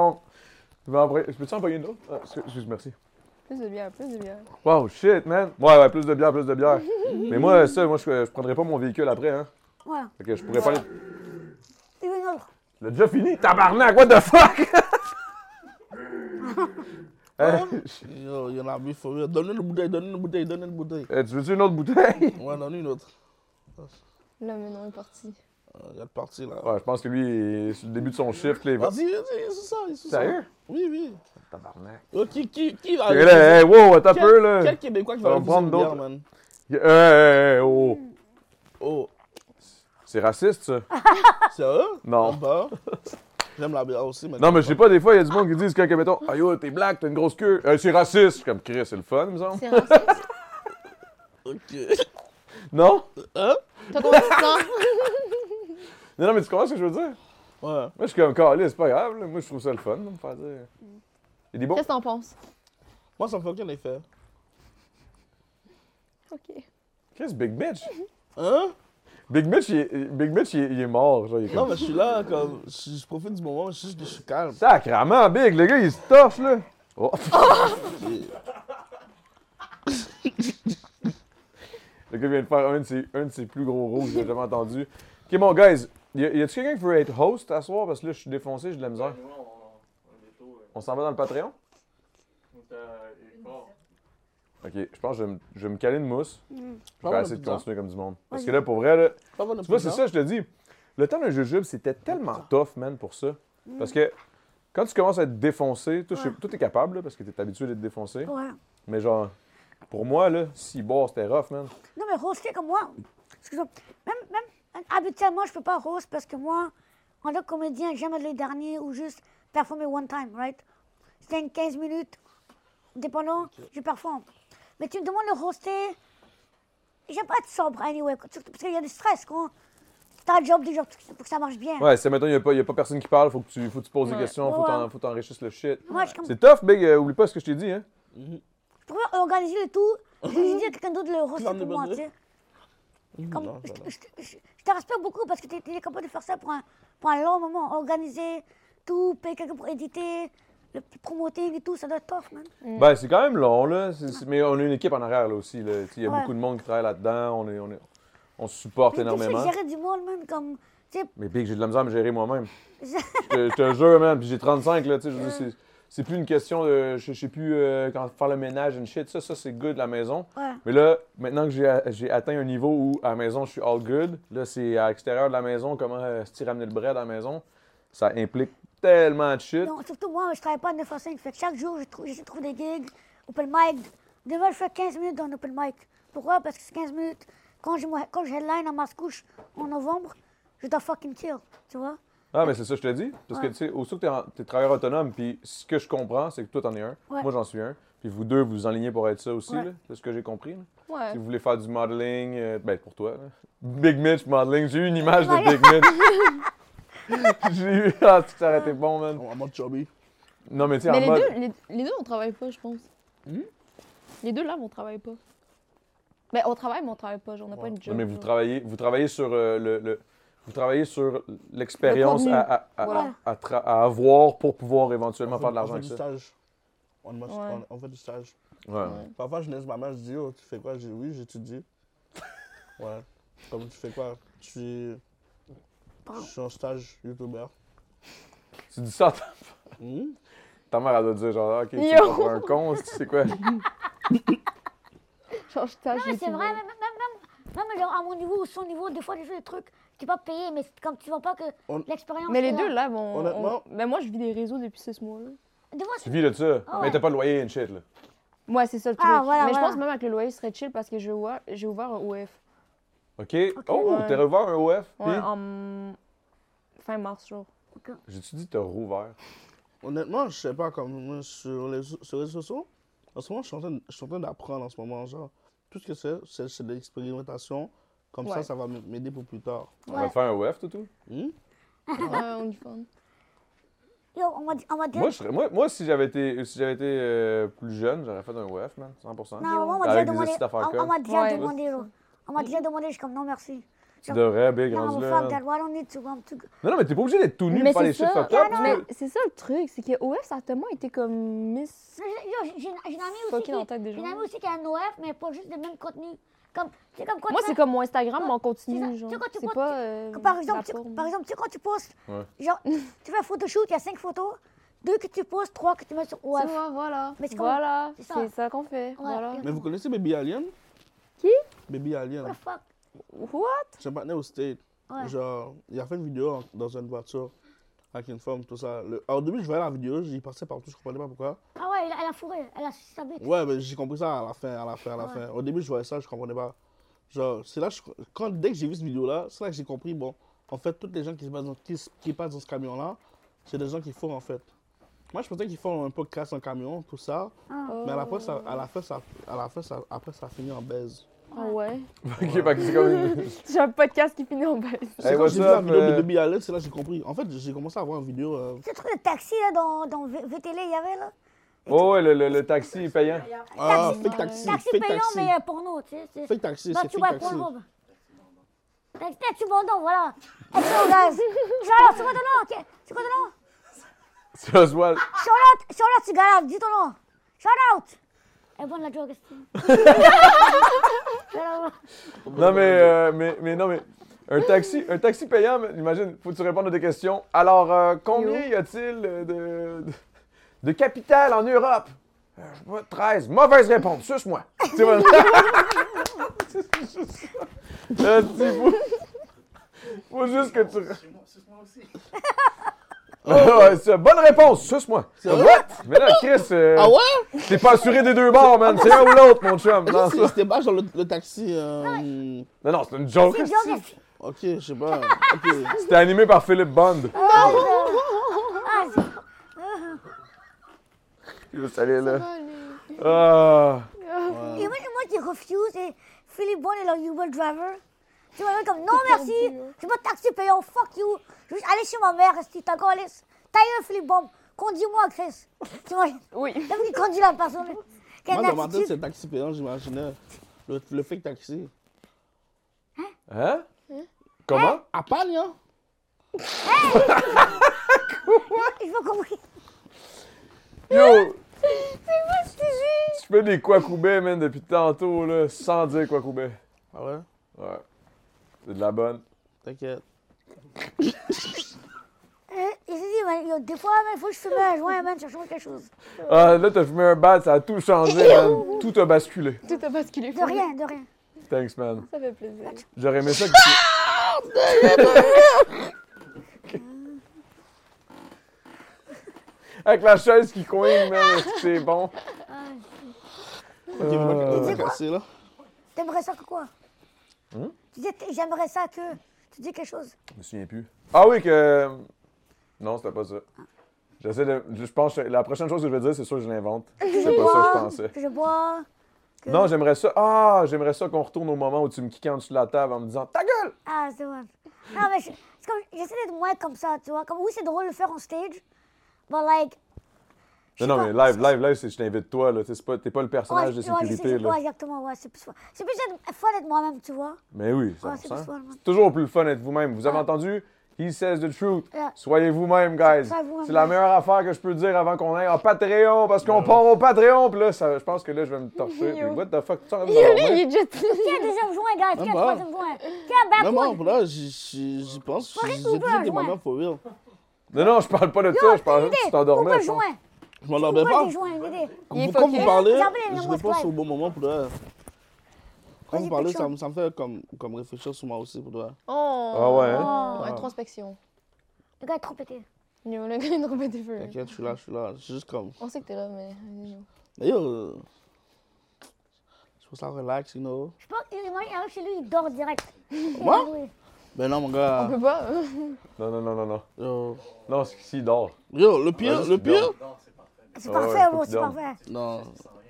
[SPEAKER 1] contre. Je peux-tu en payer une autre? Ah, excuse- excuse, merci.
[SPEAKER 4] Plus de bière, plus de bière.
[SPEAKER 1] Wow, shit, man. Ouais, ouais, plus de bière, plus de bière. Mais moi, ça, moi, je, je prendrais pas mon véhicule après, hein.
[SPEAKER 2] Ouais.
[SPEAKER 1] Fait que je pourrais pas aller.
[SPEAKER 2] Il y en a une autre.
[SPEAKER 1] L'a déjà fini, tabarnak, what the fuck? Hey, je-
[SPEAKER 3] Yo, il y en a vu, faut rire. Donne-lui une bouteille, donne-lui une bouteille, donne-lui une bouteille.
[SPEAKER 1] eh, tu veux-tu une autre bouteille?
[SPEAKER 3] Ouais, donne-lui une autre.
[SPEAKER 4] Là, maintenant, il est parti.
[SPEAKER 3] Euh, Il y a de parti, là.
[SPEAKER 1] Ouais, je pense que lui, il est sur le début de son chiffre, là, il va.
[SPEAKER 3] Vas-y, vas-y, c'est ça, c'est ça.
[SPEAKER 1] Sérieux?
[SPEAKER 3] Oui, oui.
[SPEAKER 1] Tabarnak.
[SPEAKER 3] Yo, qui, qui, qui va
[SPEAKER 1] Hey, Eh, là, hey, wow, attends un
[SPEAKER 3] Quel-
[SPEAKER 1] peu, là.
[SPEAKER 3] Quel Québécois qui
[SPEAKER 1] Ça
[SPEAKER 3] va
[SPEAKER 1] va
[SPEAKER 3] aller pousser
[SPEAKER 1] prendre
[SPEAKER 3] une bière,
[SPEAKER 1] d'autres. Eh,
[SPEAKER 3] man?
[SPEAKER 1] Hey, hey, hey, oh.
[SPEAKER 3] Oh,
[SPEAKER 1] C'est raciste, ça.
[SPEAKER 3] sérieux?
[SPEAKER 1] Non.
[SPEAKER 3] J'aime pas. J'aime la bière aussi, mais.
[SPEAKER 1] Non, mais je sais pas, des fois, il y a du monde qui disent quand, que, mettons, ah yo, t'es black, t'as une grosse queue. Euh, c'est raciste. Je suis comme, Chris, c'est le fun, il me semble.
[SPEAKER 8] C'est raciste.
[SPEAKER 3] Ok.
[SPEAKER 1] Non?
[SPEAKER 3] Hein?
[SPEAKER 8] T'as combien de temps?
[SPEAKER 1] Non, non, mais tu comprends ce que je veux dire?
[SPEAKER 3] Ouais.
[SPEAKER 1] Moi, je suis comme calé, c'est pas grave. là. Moi, je trouve ça le fun de me faire dire. Il y a des bons.
[SPEAKER 8] Qu'est-ce que t'en penses?
[SPEAKER 3] Moi, ça me fait aucun effet.
[SPEAKER 4] OK.
[SPEAKER 1] Qu'est-ce Big Bitch?
[SPEAKER 3] Hein?
[SPEAKER 1] Big Bitch, il est, Big Bitch, il est, il est mort. Genre, il est
[SPEAKER 3] Non,
[SPEAKER 1] comme.
[SPEAKER 3] mais je suis là, comme. Je, je profite du moment, je suis juste que je suis calme.
[SPEAKER 1] Sacrament, Big, le gars, il se toffe, là. Oh. le gars vient de faire un de ses, un de ses plus gros rouges que j'ai jamais entendu. Ok, bon, guys, y a- y a-tu quelqu'un qui veut être host à soir? Parce que là, je suis défoncé, j'ai de la misère. On euh. s'en va dans le Patreon? Ok, je pense que je vais me- je vais me caler une mousse. Je
[SPEAKER 3] Pas
[SPEAKER 1] vais
[SPEAKER 3] mal
[SPEAKER 1] essayer
[SPEAKER 3] de
[SPEAKER 1] de
[SPEAKER 3] pizza.
[SPEAKER 1] continuer comme du monde. Parce que
[SPEAKER 2] Mm. Vas-y.
[SPEAKER 1] là, pour vrai, là,
[SPEAKER 3] Pas bon,
[SPEAKER 1] tu vois, c'est ça, je te dis. Le temps d'un jujube, c'était tellement tough, man, pour ça.
[SPEAKER 2] Mm.
[SPEAKER 1] Parce que quand tu commences à être défoncé, toi, je sais- toi, t'es capable, là, parce que t'es habitué d'être défoncé.
[SPEAKER 2] Ouais.
[SPEAKER 1] Mais genre, pour moi, là, si boire, c'était rough, man.
[SPEAKER 2] Non, mais roaster comme moi, excuse-moi, même, même habituellement, je peux pas roast parce que moi, en tant que comédien, j'aime être les derniers ou juste performer one time, right? C'est une 15 minutes, dépendant, je performe. Mais tu me demandes de roaster, j'aime pas être sobre anyway, surtout parce qu'il y a du stress quand t'as un job déjà pour que ça marche bien.
[SPEAKER 1] Ouais, c'est maintenant, il n'y a, pas personne qui parle, faut que tu, faut que tu poses des questions, faut
[SPEAKER 2] Ouais.
[SPEAKER 1] t'en- faut t'enrichir le shit.
[SPEAKER 2] Moi, je, suis comme,
[SPEAKER 1] C'est tough, big, euh, oublie pas ce que je t'ai dit, hein.
[SPEAKER 3] Mhm.
[SPEAKER 2] je pourrais organiser le tout, je vais dire à quelqu'un d'autre de le roaster
[SPEAKER 3] Plan de
[SPEAKER 2] pour moi,
[SPEAKER 3] bonheur.
[SPEAKER 2] tu sais. Comme,
[SPEAKER 3] Comme...
[SPEAKER 2] je, je- je- je te respecte beaucoup parce que tu es capable de faire ça pour un, pour un long moment, organiser tout, payer quelqu'un pour éditer, le promoting et tout, ça doit être tough, man.
[SPEAKER 1] Ben, c'est quand même long, là. c'est- c'est- mais on a une équipe en arrière, là aussi. là. Tu sais, Il y a
[SPEAKER 2] Ouais.
[SPEAKER 1] beaucoup de monde qui travaille là-dedans, on, est, on, est- on se supporte
[SPEAKER 2] Mais tu sais,
[SPEAKER 1] énormément.
[SPEAKER 2] gérer du monde, man, comme, tu sais,
[SPEAKER 1] Mais big, j'ai de la misère à me gérer moi-même. Je te- je te jure, man. Puis j'ai 35, là, tu sais, je veux dire, c'est- c'est plus une question de. Je je sais plus euh, quand faire le ménage and shit. Ça, ça, c'est good, la maison.
[SPEAKER 2] Ouais.
[SPEAKER 1] Mais là, maintenant que j'ai a- j'ai atteint un niveau où à la maison, je suis all good, là, c'est à l'extérieur de la maison, comment euh, se ramener le bread à la maison. Ça implique tellement de shit.
[SPEAKER 2] non, surtout moi, je travaille pas de 9 à 5, fait que chaque jour, je trou- j'essaie de trouver des gigs, open mic. Demain, je fais 15 minutes dans un open mic. Pourquoi Parce que c'est 15 minutes. Quand je, me- quand je headline à Mascouche en novembre, je dois fucking kill, tu vois
[SPEAKER 1] Ah, mais c'est ça, je te dis. Parce que, tu sais, aussitôt que t'es en- t'es travailleur autonome, puis ce que je comprends, c'est que toi, t'en es un.
[SPEAKER 2] Ouais.
[SPEAKER 1] Moi, j'en suis un. Puis vous deux, vous vous enlignez pour être ça aussi,
[SPEAKER 2] Ouais.
[SPEAKER 1] là. C'est ce que j'ai compris. là.
[SPEAKER 4] Ouais.
[SPEAKER 1] Si vous voulez faire du modeling, euh, ben pour toi. là. Big Mitch modeling, j'ai eu une image
[SPEAKER 4] Oh
[SPEAKER 1] de Big Mitch. j'ai eu. Ah, tu t'arrêtais bon, man.
[SPEAKER 3] On va mode chubby.
[SPEAKER 1] Non, mais tu sais,
[SPEAKER 8] Mais
[SPEAKER 1] en
[SPEAKER 8] les
[SPEAKER 1] mode.
[SPEAKER 8] deux, les, les deux, on travaille pas, je pense.
[SPEAKER 3] Hmm?
[SPEAKER 8] Les deux là, on travaille pas. Ben, on travaille, mais on travaille pas. genre, On n'a pas une job.
[SPEAKER 1] Non, mais vous
[SPEAKER 8] genre.
[SPEAKER 1] travaillez, vous travaillez sur euh, le, le- Vous travaillez sur l'expérience
[SPEAKER 8] Le contenu.
[SPEAKER 1] à, à- à-
[SPEAKER 8] Voilà.
[SPEAKER 1] à tra- à avoir pour pouvoir éventuellement
[SPEAKER 3] On fait-
[SPEAKER 1] faire de l'argent
[SPEAKER 3] On
[SPEAKER 1] avec
[SPEAKER 3] fait du
[SPEAKER 1] ça.
[SPEAKER 3] stage. On, m'a- on, on fait du stage.
[SPEAKER 1] Ouais.
[SPEAKER 3] Parfois, je laisse ma mère, je dis, oh, tu fais quoi? Je dis, oui, j'étudie. ouais. Comme tu fais quoi? Je suis. Je suis en stage youtubeur.
[SPEAKER 1] Tu dis ça, à ta-
[SPEAKER 3] Mhm.
[SPEAKER 1] ta mère, elle doit dire genre, ok, tu
[SPEAKER 4] Hmm? Yo!
[SPEAKER 1] es un con, c'est quoi?
[SPEAKER 4] Genre, je tâche.
[SPEAKER 2] Mais c'est vrai, même, même, même, même genre à mon niveau ou son niveau, des fois, je fais des trucs, tu pas payé, mais c'est comme tu vois pas que
[SPEAKER 3] On-
[SPEAKER 2] l'expérience.
[SPEAKER 4] Mais
[SPEAKER 2] est
[SPEAKER 4] les
[SPEAKER 2] là.
[SPEAKER 4] deux, là, bon.
[SPEAKER 3] Honnêtement-
[SPEAKER 4] on- Ben, moi, je vis des réseaux depuis six mois-là.
[SPEAKER 2] Des fois,
[SPEAKER 1] tu vis de ça, mais
[SPEAKER 4] Ah
[SPEAKER 2] ouais.
[SPEAKER 1] t'as pas de loyer and shit, là.
[SPEAKER 4] Ouais, c'est ça le truc.
[SPEAKER 2] Ah, voilà,
[SPEAKER 4] mais je
[SPEAKER 2] voilà.
[SPEAKER 4] pense même avec le loyer, ce serait chill parce que je vois- j'ai ouvert un OF.
[SPEAKER 1] Ok? Oh,
[SPEAKER 4] Ouais.
[SPEAKER 1] t'es revoir un OF?
[SPEAKER 4] Ouais, oh.
[SPEAKER 1] puis-
[SPEAKER 4] en fin mars, genre.
[SPEAKER 1] J'ai-tu dit t'as rouvert?
[SPEAKER 3] Honnêtement, je sais pas, comme moi, sur les, sur les réseaux sociaux, en ce moment, je suis en train, je suis en train d'apprendre en ce moment. Genre, tout ce que c'est, c'est, c'est de l'expérimentation. Comme ça,
[SPEAKER 4] Ouais.
[SPEAKER 3] ça va m- m'aider pour plus tard.
[SPEAKER 1] On
[SPEAKER 4] Hmm?
[SPEAKER 1] va te faire un OF, tout tout?
[SPEAKER 3] Hmm?
[SPEAKER 8] Ouais, on y va.
[SPEAKER 2] Yo, on va, on va dire.
[SPEAKER 1] Moi, je serais- moi, moi, si j'avais été, si j'avais été euh, plus jeune, j'aurais fait un WF, man, 100%.
[SPEAKER 2] Non, moi, on m'a déjà
[SPEAKER 1] Ah, Avec des
[SPEAKER 2] demandé.
[SPEAKER 1] astuces
[SPEAKER 2] On,
[SPEAKER 1] d'affaires
[SPEAKER 2] on m'a
[SPEAKER 1] comme.
[SPEAKER 2] déjà
[SPEAKER 4] Ouais.
[SPEAKER 2] demandé, là. On m'a déjà demandé, je suis comme non, merci.
[SPEAKER 1] Tu devrais, big,
[SPEAKER 2] Non,
[SPEAKER 1] rendu
[SPEAKER 2] fuck
[SPEAKER 1] là.
[SPEAKER 2] that. Why don't need to? I'm too good.
[SPEAKER 1] Non, non, mais t'es pas obligé d'être tout nu pour faire les shit fucked up. tu
[SPEAKER 8] mais
[SPEAKER 1] peux-
[SPEAKER 8] c'est ça le truc, c'est que OF, ça a tellement été comme miss.
[SPEAKER 2] Mais j'ai- Yo, j'ai- j'ai une j'ai une amie aussi.
[SPEAKER 8] Fucké
[SPEAKER 2] qui-
[SPEAKER 8] dans la tête des
[SPEAKER 2] j'ai Une
[SPEAKER 8] gens.
[SPEAKER 2] amie aussi qui a un OF, mais pas juste le même contenu. Comme, tu sais, comme quand
[SPEAKER 8] Moi,
[SPEAKER 2] tu
[SPEAKER 8] c'est
[SPEAKER 2] mets-
[SPEAKER 8] comme mon Instagram, mais on
[SPEAKER 2] C'est ça.
[SPEAKER 8] continue,
[SPEAKER 2] Tu
[SPEAKER 8] genre.
[SPEAKER 2] sais, quand tu
[SPEAKER 8] C'est
[SPEAKER 2] postes-
[SPEAKER 8] pas. euh,
[SPEAKER 2] que Par
[SPEAKER 8] la
[SPEAKER 2] exemple, tu,
[SPEAKER 8] forme.
[SPEAKER 2] par exemple, tu sais, quand tu postes,
[SPEAKER 1] Ouais.
[SPEAKER 2] genre, tu fais un photoshoot, il y a cinq photos, deux que tu postes, trois que tu mets sur
[SPEAKER 8] Tu
[SPEAKER 2] OF.
[SPEAKER 8] vois, voilà.
[SPEAKER 2] Mais c'est comme-
[SPEAKER 8] Voilà,
[SPEAKER 2] c'est ça.
[SPEAKER 8] c'est ça qu'on fait. Voilà.
[SPEAKER 3] Mais vous connaissez Baby Alien
[SPEAKER 8] Qui?
[SPEAKER 3] Baby
[SPEAKER 2] What
[SPEAKER 3] Alien.
[SPEAKER 2] the fuck?
[SPEAKER 8] What?
[SPEAKER 3] C'est un partenaire au State.
[SPEAKER 2] Ouais.
[SPEAKER 3] Genre, il a fait une vidéo en- dans une voiture avec une femme, tout ça. Le- Alors, au début, je voyais la vidéo, j'y passais partout, je comprenais pas pourquoi.
[SPEAKER 2] Ah ouais, elle, a- elle a fourré, elle a sucé sa bite.
[SPEAKER 3] Ouais, mais j'ai compris ça à la fin, à la fin, à la
[SPEAKER 2] Ouais.
[SPEAKER 3] fin. Au début, je voyais ça, je comprenais pas. Genre, c'est là, que je- quand, dès que j'ai vu cette vidéo-là, c'est là que j'ai compris, bon, en fait, toutes les gens qui, se passent dans, qui, se- qui passent dans ce camion-là, c'est des gens qui font, en fait. Moi, je pensais qu'ils font un podcast en camion, tout ça,
[SPEAKER 8] Ah.
[SPEAKER 3] mais à la, fin, ça, à la fin, ça, à la fin ça, après, ça finit en baise.
[SPEAKER 8] Ah ouais.
[SPEAKER 1] Ok, fait que c'est comme une-
[SPEAKER 8] J'ai un podcast qui finit en baisse.
[SPEAKER 3] C'est
[SPEAKER 1] Hey,
[SPEAKER 3] quand
[SPEAKER 1] what's
[SPEAKER 3] j'ai vu la
[SPEAKER 1] up,
[SPEAKER 3] vidéo
[SPEAKER 1] euh,
[SPEAKER 3] de Debbie Allen, c'est là que j'ai compris. En fait, j'ai commencé à voir une vidéo... euh,
[SPEAKER 2] Ce truc de taxi, là, dans, dans V- VTL, il y avait, là.
[SPEAKER 1] Oh, ouais, le, le- le taxi est payant.
[SPEAKER 3] Ah, fake taxi,
[SPEAKER 2] euh, Taxi
[SPEAKER 3] fake
[SPEAKER 2] payant,
[SPEAKER 3] taxi.
[SPEAKER 2] mais euh, porno, tu sais. c'est-
[SPEAKER 3] Fake taxi,
[SPEAKER 2] Bah,
[SPEAKER 3] c'est
[SPEAKER 2] tu
[SPEAKER 3] fake
[SPEAKER 2] vois, pour
[SPEAKER 3] taxi.
[SPEAKER 2] le monde. Taxi, taxi bandant, voilà. Excellent, guys. Charlotte, c'est quoi ton nom? ok? C'est quoi ton nom?
[SPEAKER 1] C'est Oswald.
[SPEAKER 2] Charlotte, Charlotte, tu galères, dis ton nom. Charlotte! Elle est bonne, la joke,
[SPEAKER 1] Non, mais, euh, mais, mais non, mais. Un taxi, un taxi payant, mais imagine, faut que tu répondes à des questions. Alors, euh, combien y a-t-il euh, de, de, de capital en Europe? Euh, je sais pas, 13. Mauvaise réponse, suce-moi. Tu sais, voilà. Euh, tu sais, faut, faut juste oh, que tu. Suce-moi
[SPEAKER 3] Ah
[SPEAKER 1] aussi. bonne réponse, suce-moi. What? Mais là, Chris, euh,
[SPEAKER 3] Ah ouais?
[SPEAKER 1] t'es pas assuré des deux bords, man. C'est un ou l'autre, mon chum. Non, ça-
[SPEAKER 3] C'est- C'était pas genre le, le taxi... euh,
[SPEAKER 1] non, non, c'est une joke.
[SPEAKER 2] C'est joke, hein. esti.
[SPEAKER 3] Ok, je sais pas. Ok.
[SPEAKER 1] C'était animé par Philippe Bond.
[SPEAKER 2] Ah, c'est-
[SPEAKER 1] Juste aller là. Ah.
[SPEAKER 2] Et moi, moi qui refuse, et Philippe Bon est leur Uber driver. Tu m'as comme non merci,
[SPEAKER 1] hein.
[SPEAKER 2] j'ai pas de taxi payant, fuck you. Je vais juste aller chez ma mère, si t'as encore allé. Ta gueule, Philippe Bon, conduis-moi, Chris. Tu vois,
[SPEAKER 8] Oui.
[SPEAKER 2] même qui conduit la personne. Quelle
[SPEAKER 3] Moi, dans ma tête,
[SPEAKER 2] attitude.
[SPEAKER 3] c'est taxi payant, j'imaginais. Le, le fake taxi.
[SPEAKER 1] Hein? Comment?
[SPEAKER 3] À Pagne, hein?
[SPEAKER 2] Je veux compris.
[SPEAKER 1] Yo! Tu fais des Kwakoubets, man, depuis tantôt, là, sans dire Kwakoubets.
[SPEAKER 3] Ah ouais?
[SPEAKER 1] Ouais. C'est de la bonne.
[SPEAKER 3] T'inquiète.
[SPEAKER 2] Euh, Il s'est dit, man, yo, des fois, il faut que je fume un joint, man, je change quelque chose.
[SPEAKER 8] Euh.
[SPEAKER 1] Ah, là, t'as fumé un bat, ça a tout changé, man. Tout a basculé.
[SPEAKER 8] Tout a basculé.
[SPEAKER 2] De rien, de rien.
[SPEAKER 1] Thanks, man.
[SPEAKER 8] Ça fait plaisir.
[SPEAKER 1] J'aurais aimé ça que tu... Ok. Avec la chaise qui coigne, man, est-ce que c'est bon? Euh.
[SPEAKER 3] Ok, mais moi, le taxi, là.
[SPEAKER 2] T'aimerais ça que quoi
[SPEAKER 1] Hmm?
[SPEAKER 2] Tu dis, j'aimerais ça que. Tu dis quelque chose.
[SPEAKER 1] Je me souviens plus. Ah oui, que. Non, c'était pas ça. J'essaie de. Je pense que la prochaine chose que je vais dire, c'est sûr que je l'invente. C'est pas ça que je pensais.
[SPEAKER 2] Que je bois. que-
[SPEAKER 1] Non, j'aimerais ça. Ah, j'aimerais ça qu'on retourne au moment où tu me kickais en dessous de la table en me disant Ta gueule!
[SPEAKER 2] Ah, c'est bon. Non, mais je- c'est comme, j'essaie d'être moins comme ça, tu vois. Comme, oui, c'est drôle de le faire en stage, but like... je
[SPEAKER 1] Non,
[SPEAKER 2] sais
[SPEAKER 1] non,
[SPEAKER 2] pas.
[SPEAKER 1] mais live, live, live, c'est je t'invite toi, là. Tu sais, c'est pas- T'es pas, le
[SPEAKER 2] Ouais,
[SPEAKER 1] personnage de
[SPEAKER 2] ouais, je sais,
[SPEAKER 1] sécurité,
[SPEAKER 2] je-
[SPEAKER 1] là.
[SPEAKER 2] ouais, exactement, ouais. C'est plus, fun. c'est plus être- fun d'être moi-même, tu vois.
[SPEAKER 1] Mais oui, ça
[SPEAKER 2] Ouais,
[SPEAKER 1] me
[SPEAKER 2] c'est plus
[SPEAKER 1] sent.
[SPEAKER 2] fun, man.
[SPEAKER 1] C'est toujours plus le fun d'être vous-même. Vous avez entendu? He says the truth.
[SPEAKER 2] Yeah.
[SPEAKER 1] Soyez vous-même, guys.
[SPEAKER 2] Soyez vous-même.
[SPEAKER 1] C'est la meilleure affaire que je peux dire avant qu'on aille en Patreon, parce qu'on part au Patreon. Puis là, ça- je pense que là, je vais me torcher. Puis,
[SPEAKER 8] Yo.
[SPEAKER 1] what the fuck? Tu en train de
[SPEAKER 8] Il
[SPEAKER 1] m'endormir?
[SPEAKER 8] est juste.
[SPEAKER 2] Tiens, deuxième joint, guys. Tiens,
[SPEAKER 3] Ah bah.
[SPEAKER 2] troisième joint. Tiens,
[SPEAKER 3] Non, non,
[SPEAKER 2] backward.
[SPEAKER 3] là, j'y- j'y j'y pense. J'ai
[SPEAKER 2] Paris,
[SPEAKER 3] dit
[SPEAKER 2] Uber,
[SPEAKER 3] des
[SPEAKER 2] ouais.
[SPEAKER 3] mamans for real.
[SPEAKER 1] Non, non, je parle pas de ça, je parle que tu t'endormais.
[SPEAKER 2] Pourquoi
[SPEAKER 1] je pense.
[SPEAKER 2] joint?
[SPEAKER 3] Je m'endormais
[SPEAKER 2] Pourquoi
[SPEAKER 3] pas.
[SPEAKER 2] des joints, l'idée?
[SPEAKER 8] Il est
[SPEAKER 3] Vous- Quand
[SPEAKER 8] fucké.
[SPEAKER 3] vous parlez,
[SPEAKER 2] J'en voulais, mais
[SPEAKER 3] je
[SPEAKER 2] moi,
[SPEAKER 3] réponds
[SPEAKER 2] c'est
[SPEAKER 3] au bon moment pour toi. Quand
[SPEAKER 2] Vas-y,
[SPEAKER 3] vous parlez,
[SPEAKER 2] Picchon.
[SPEAKER 3] ça me ça me fait comme comme réfléchir sur moi aussi pour toi.
[SPEAKER 8] Oh.
[SPEAKER 1] Ah ouais, hein?
[SPEAKER 8] Oh, Introspection.
[SPEAKER 2] Le gars est trop pété.
[SPEAKER 8] Yo, le gars, il nous remet des feux.
[SPEAKER 3] T'inquiète, je suis là, je suis là. Je suis juste comme.
[SPEAKER 8] On sait que t'es là, mais. dis-nous.
[SPEAKER 3] D'ailleurs, euh, je trouve ça relax, you know.
[SPEAKER 2] Je pense qu'il arrive chez lui, il dort direct.
[SPEAKER 3] Moi?
[SPEAKER 2] Oui.
[SPEAKER 3] Ben non, mon
[SPEAKER 8] On
[SPEAKER 3] gars.
[SPEAKER 8] peut pas. hein?
[SPEAKER 1] Non, non, non, non, non.
[SPEAKER 3] Yo,
[SPEAKER 1] Non, c'est qu'ici, il dort.
[SPEAKER 3] Yo, le pire,
[SPEAKER 1] Vas-y,
[SPEAKER 3] le pire.
[SPEAKER 2] C'est
[SPEAKER 1] Ah ouais,
[SPEAKER 2] parfait,
[SPEAKER 1] faut
[SPEAKER 2] bro,
[SPEAKER 1] qu'il
[SPEAKER 2] c'est
[SPEAKER 1] dorme.
[SPEAKER 2] parfait.
[SPEAKER 3] Non,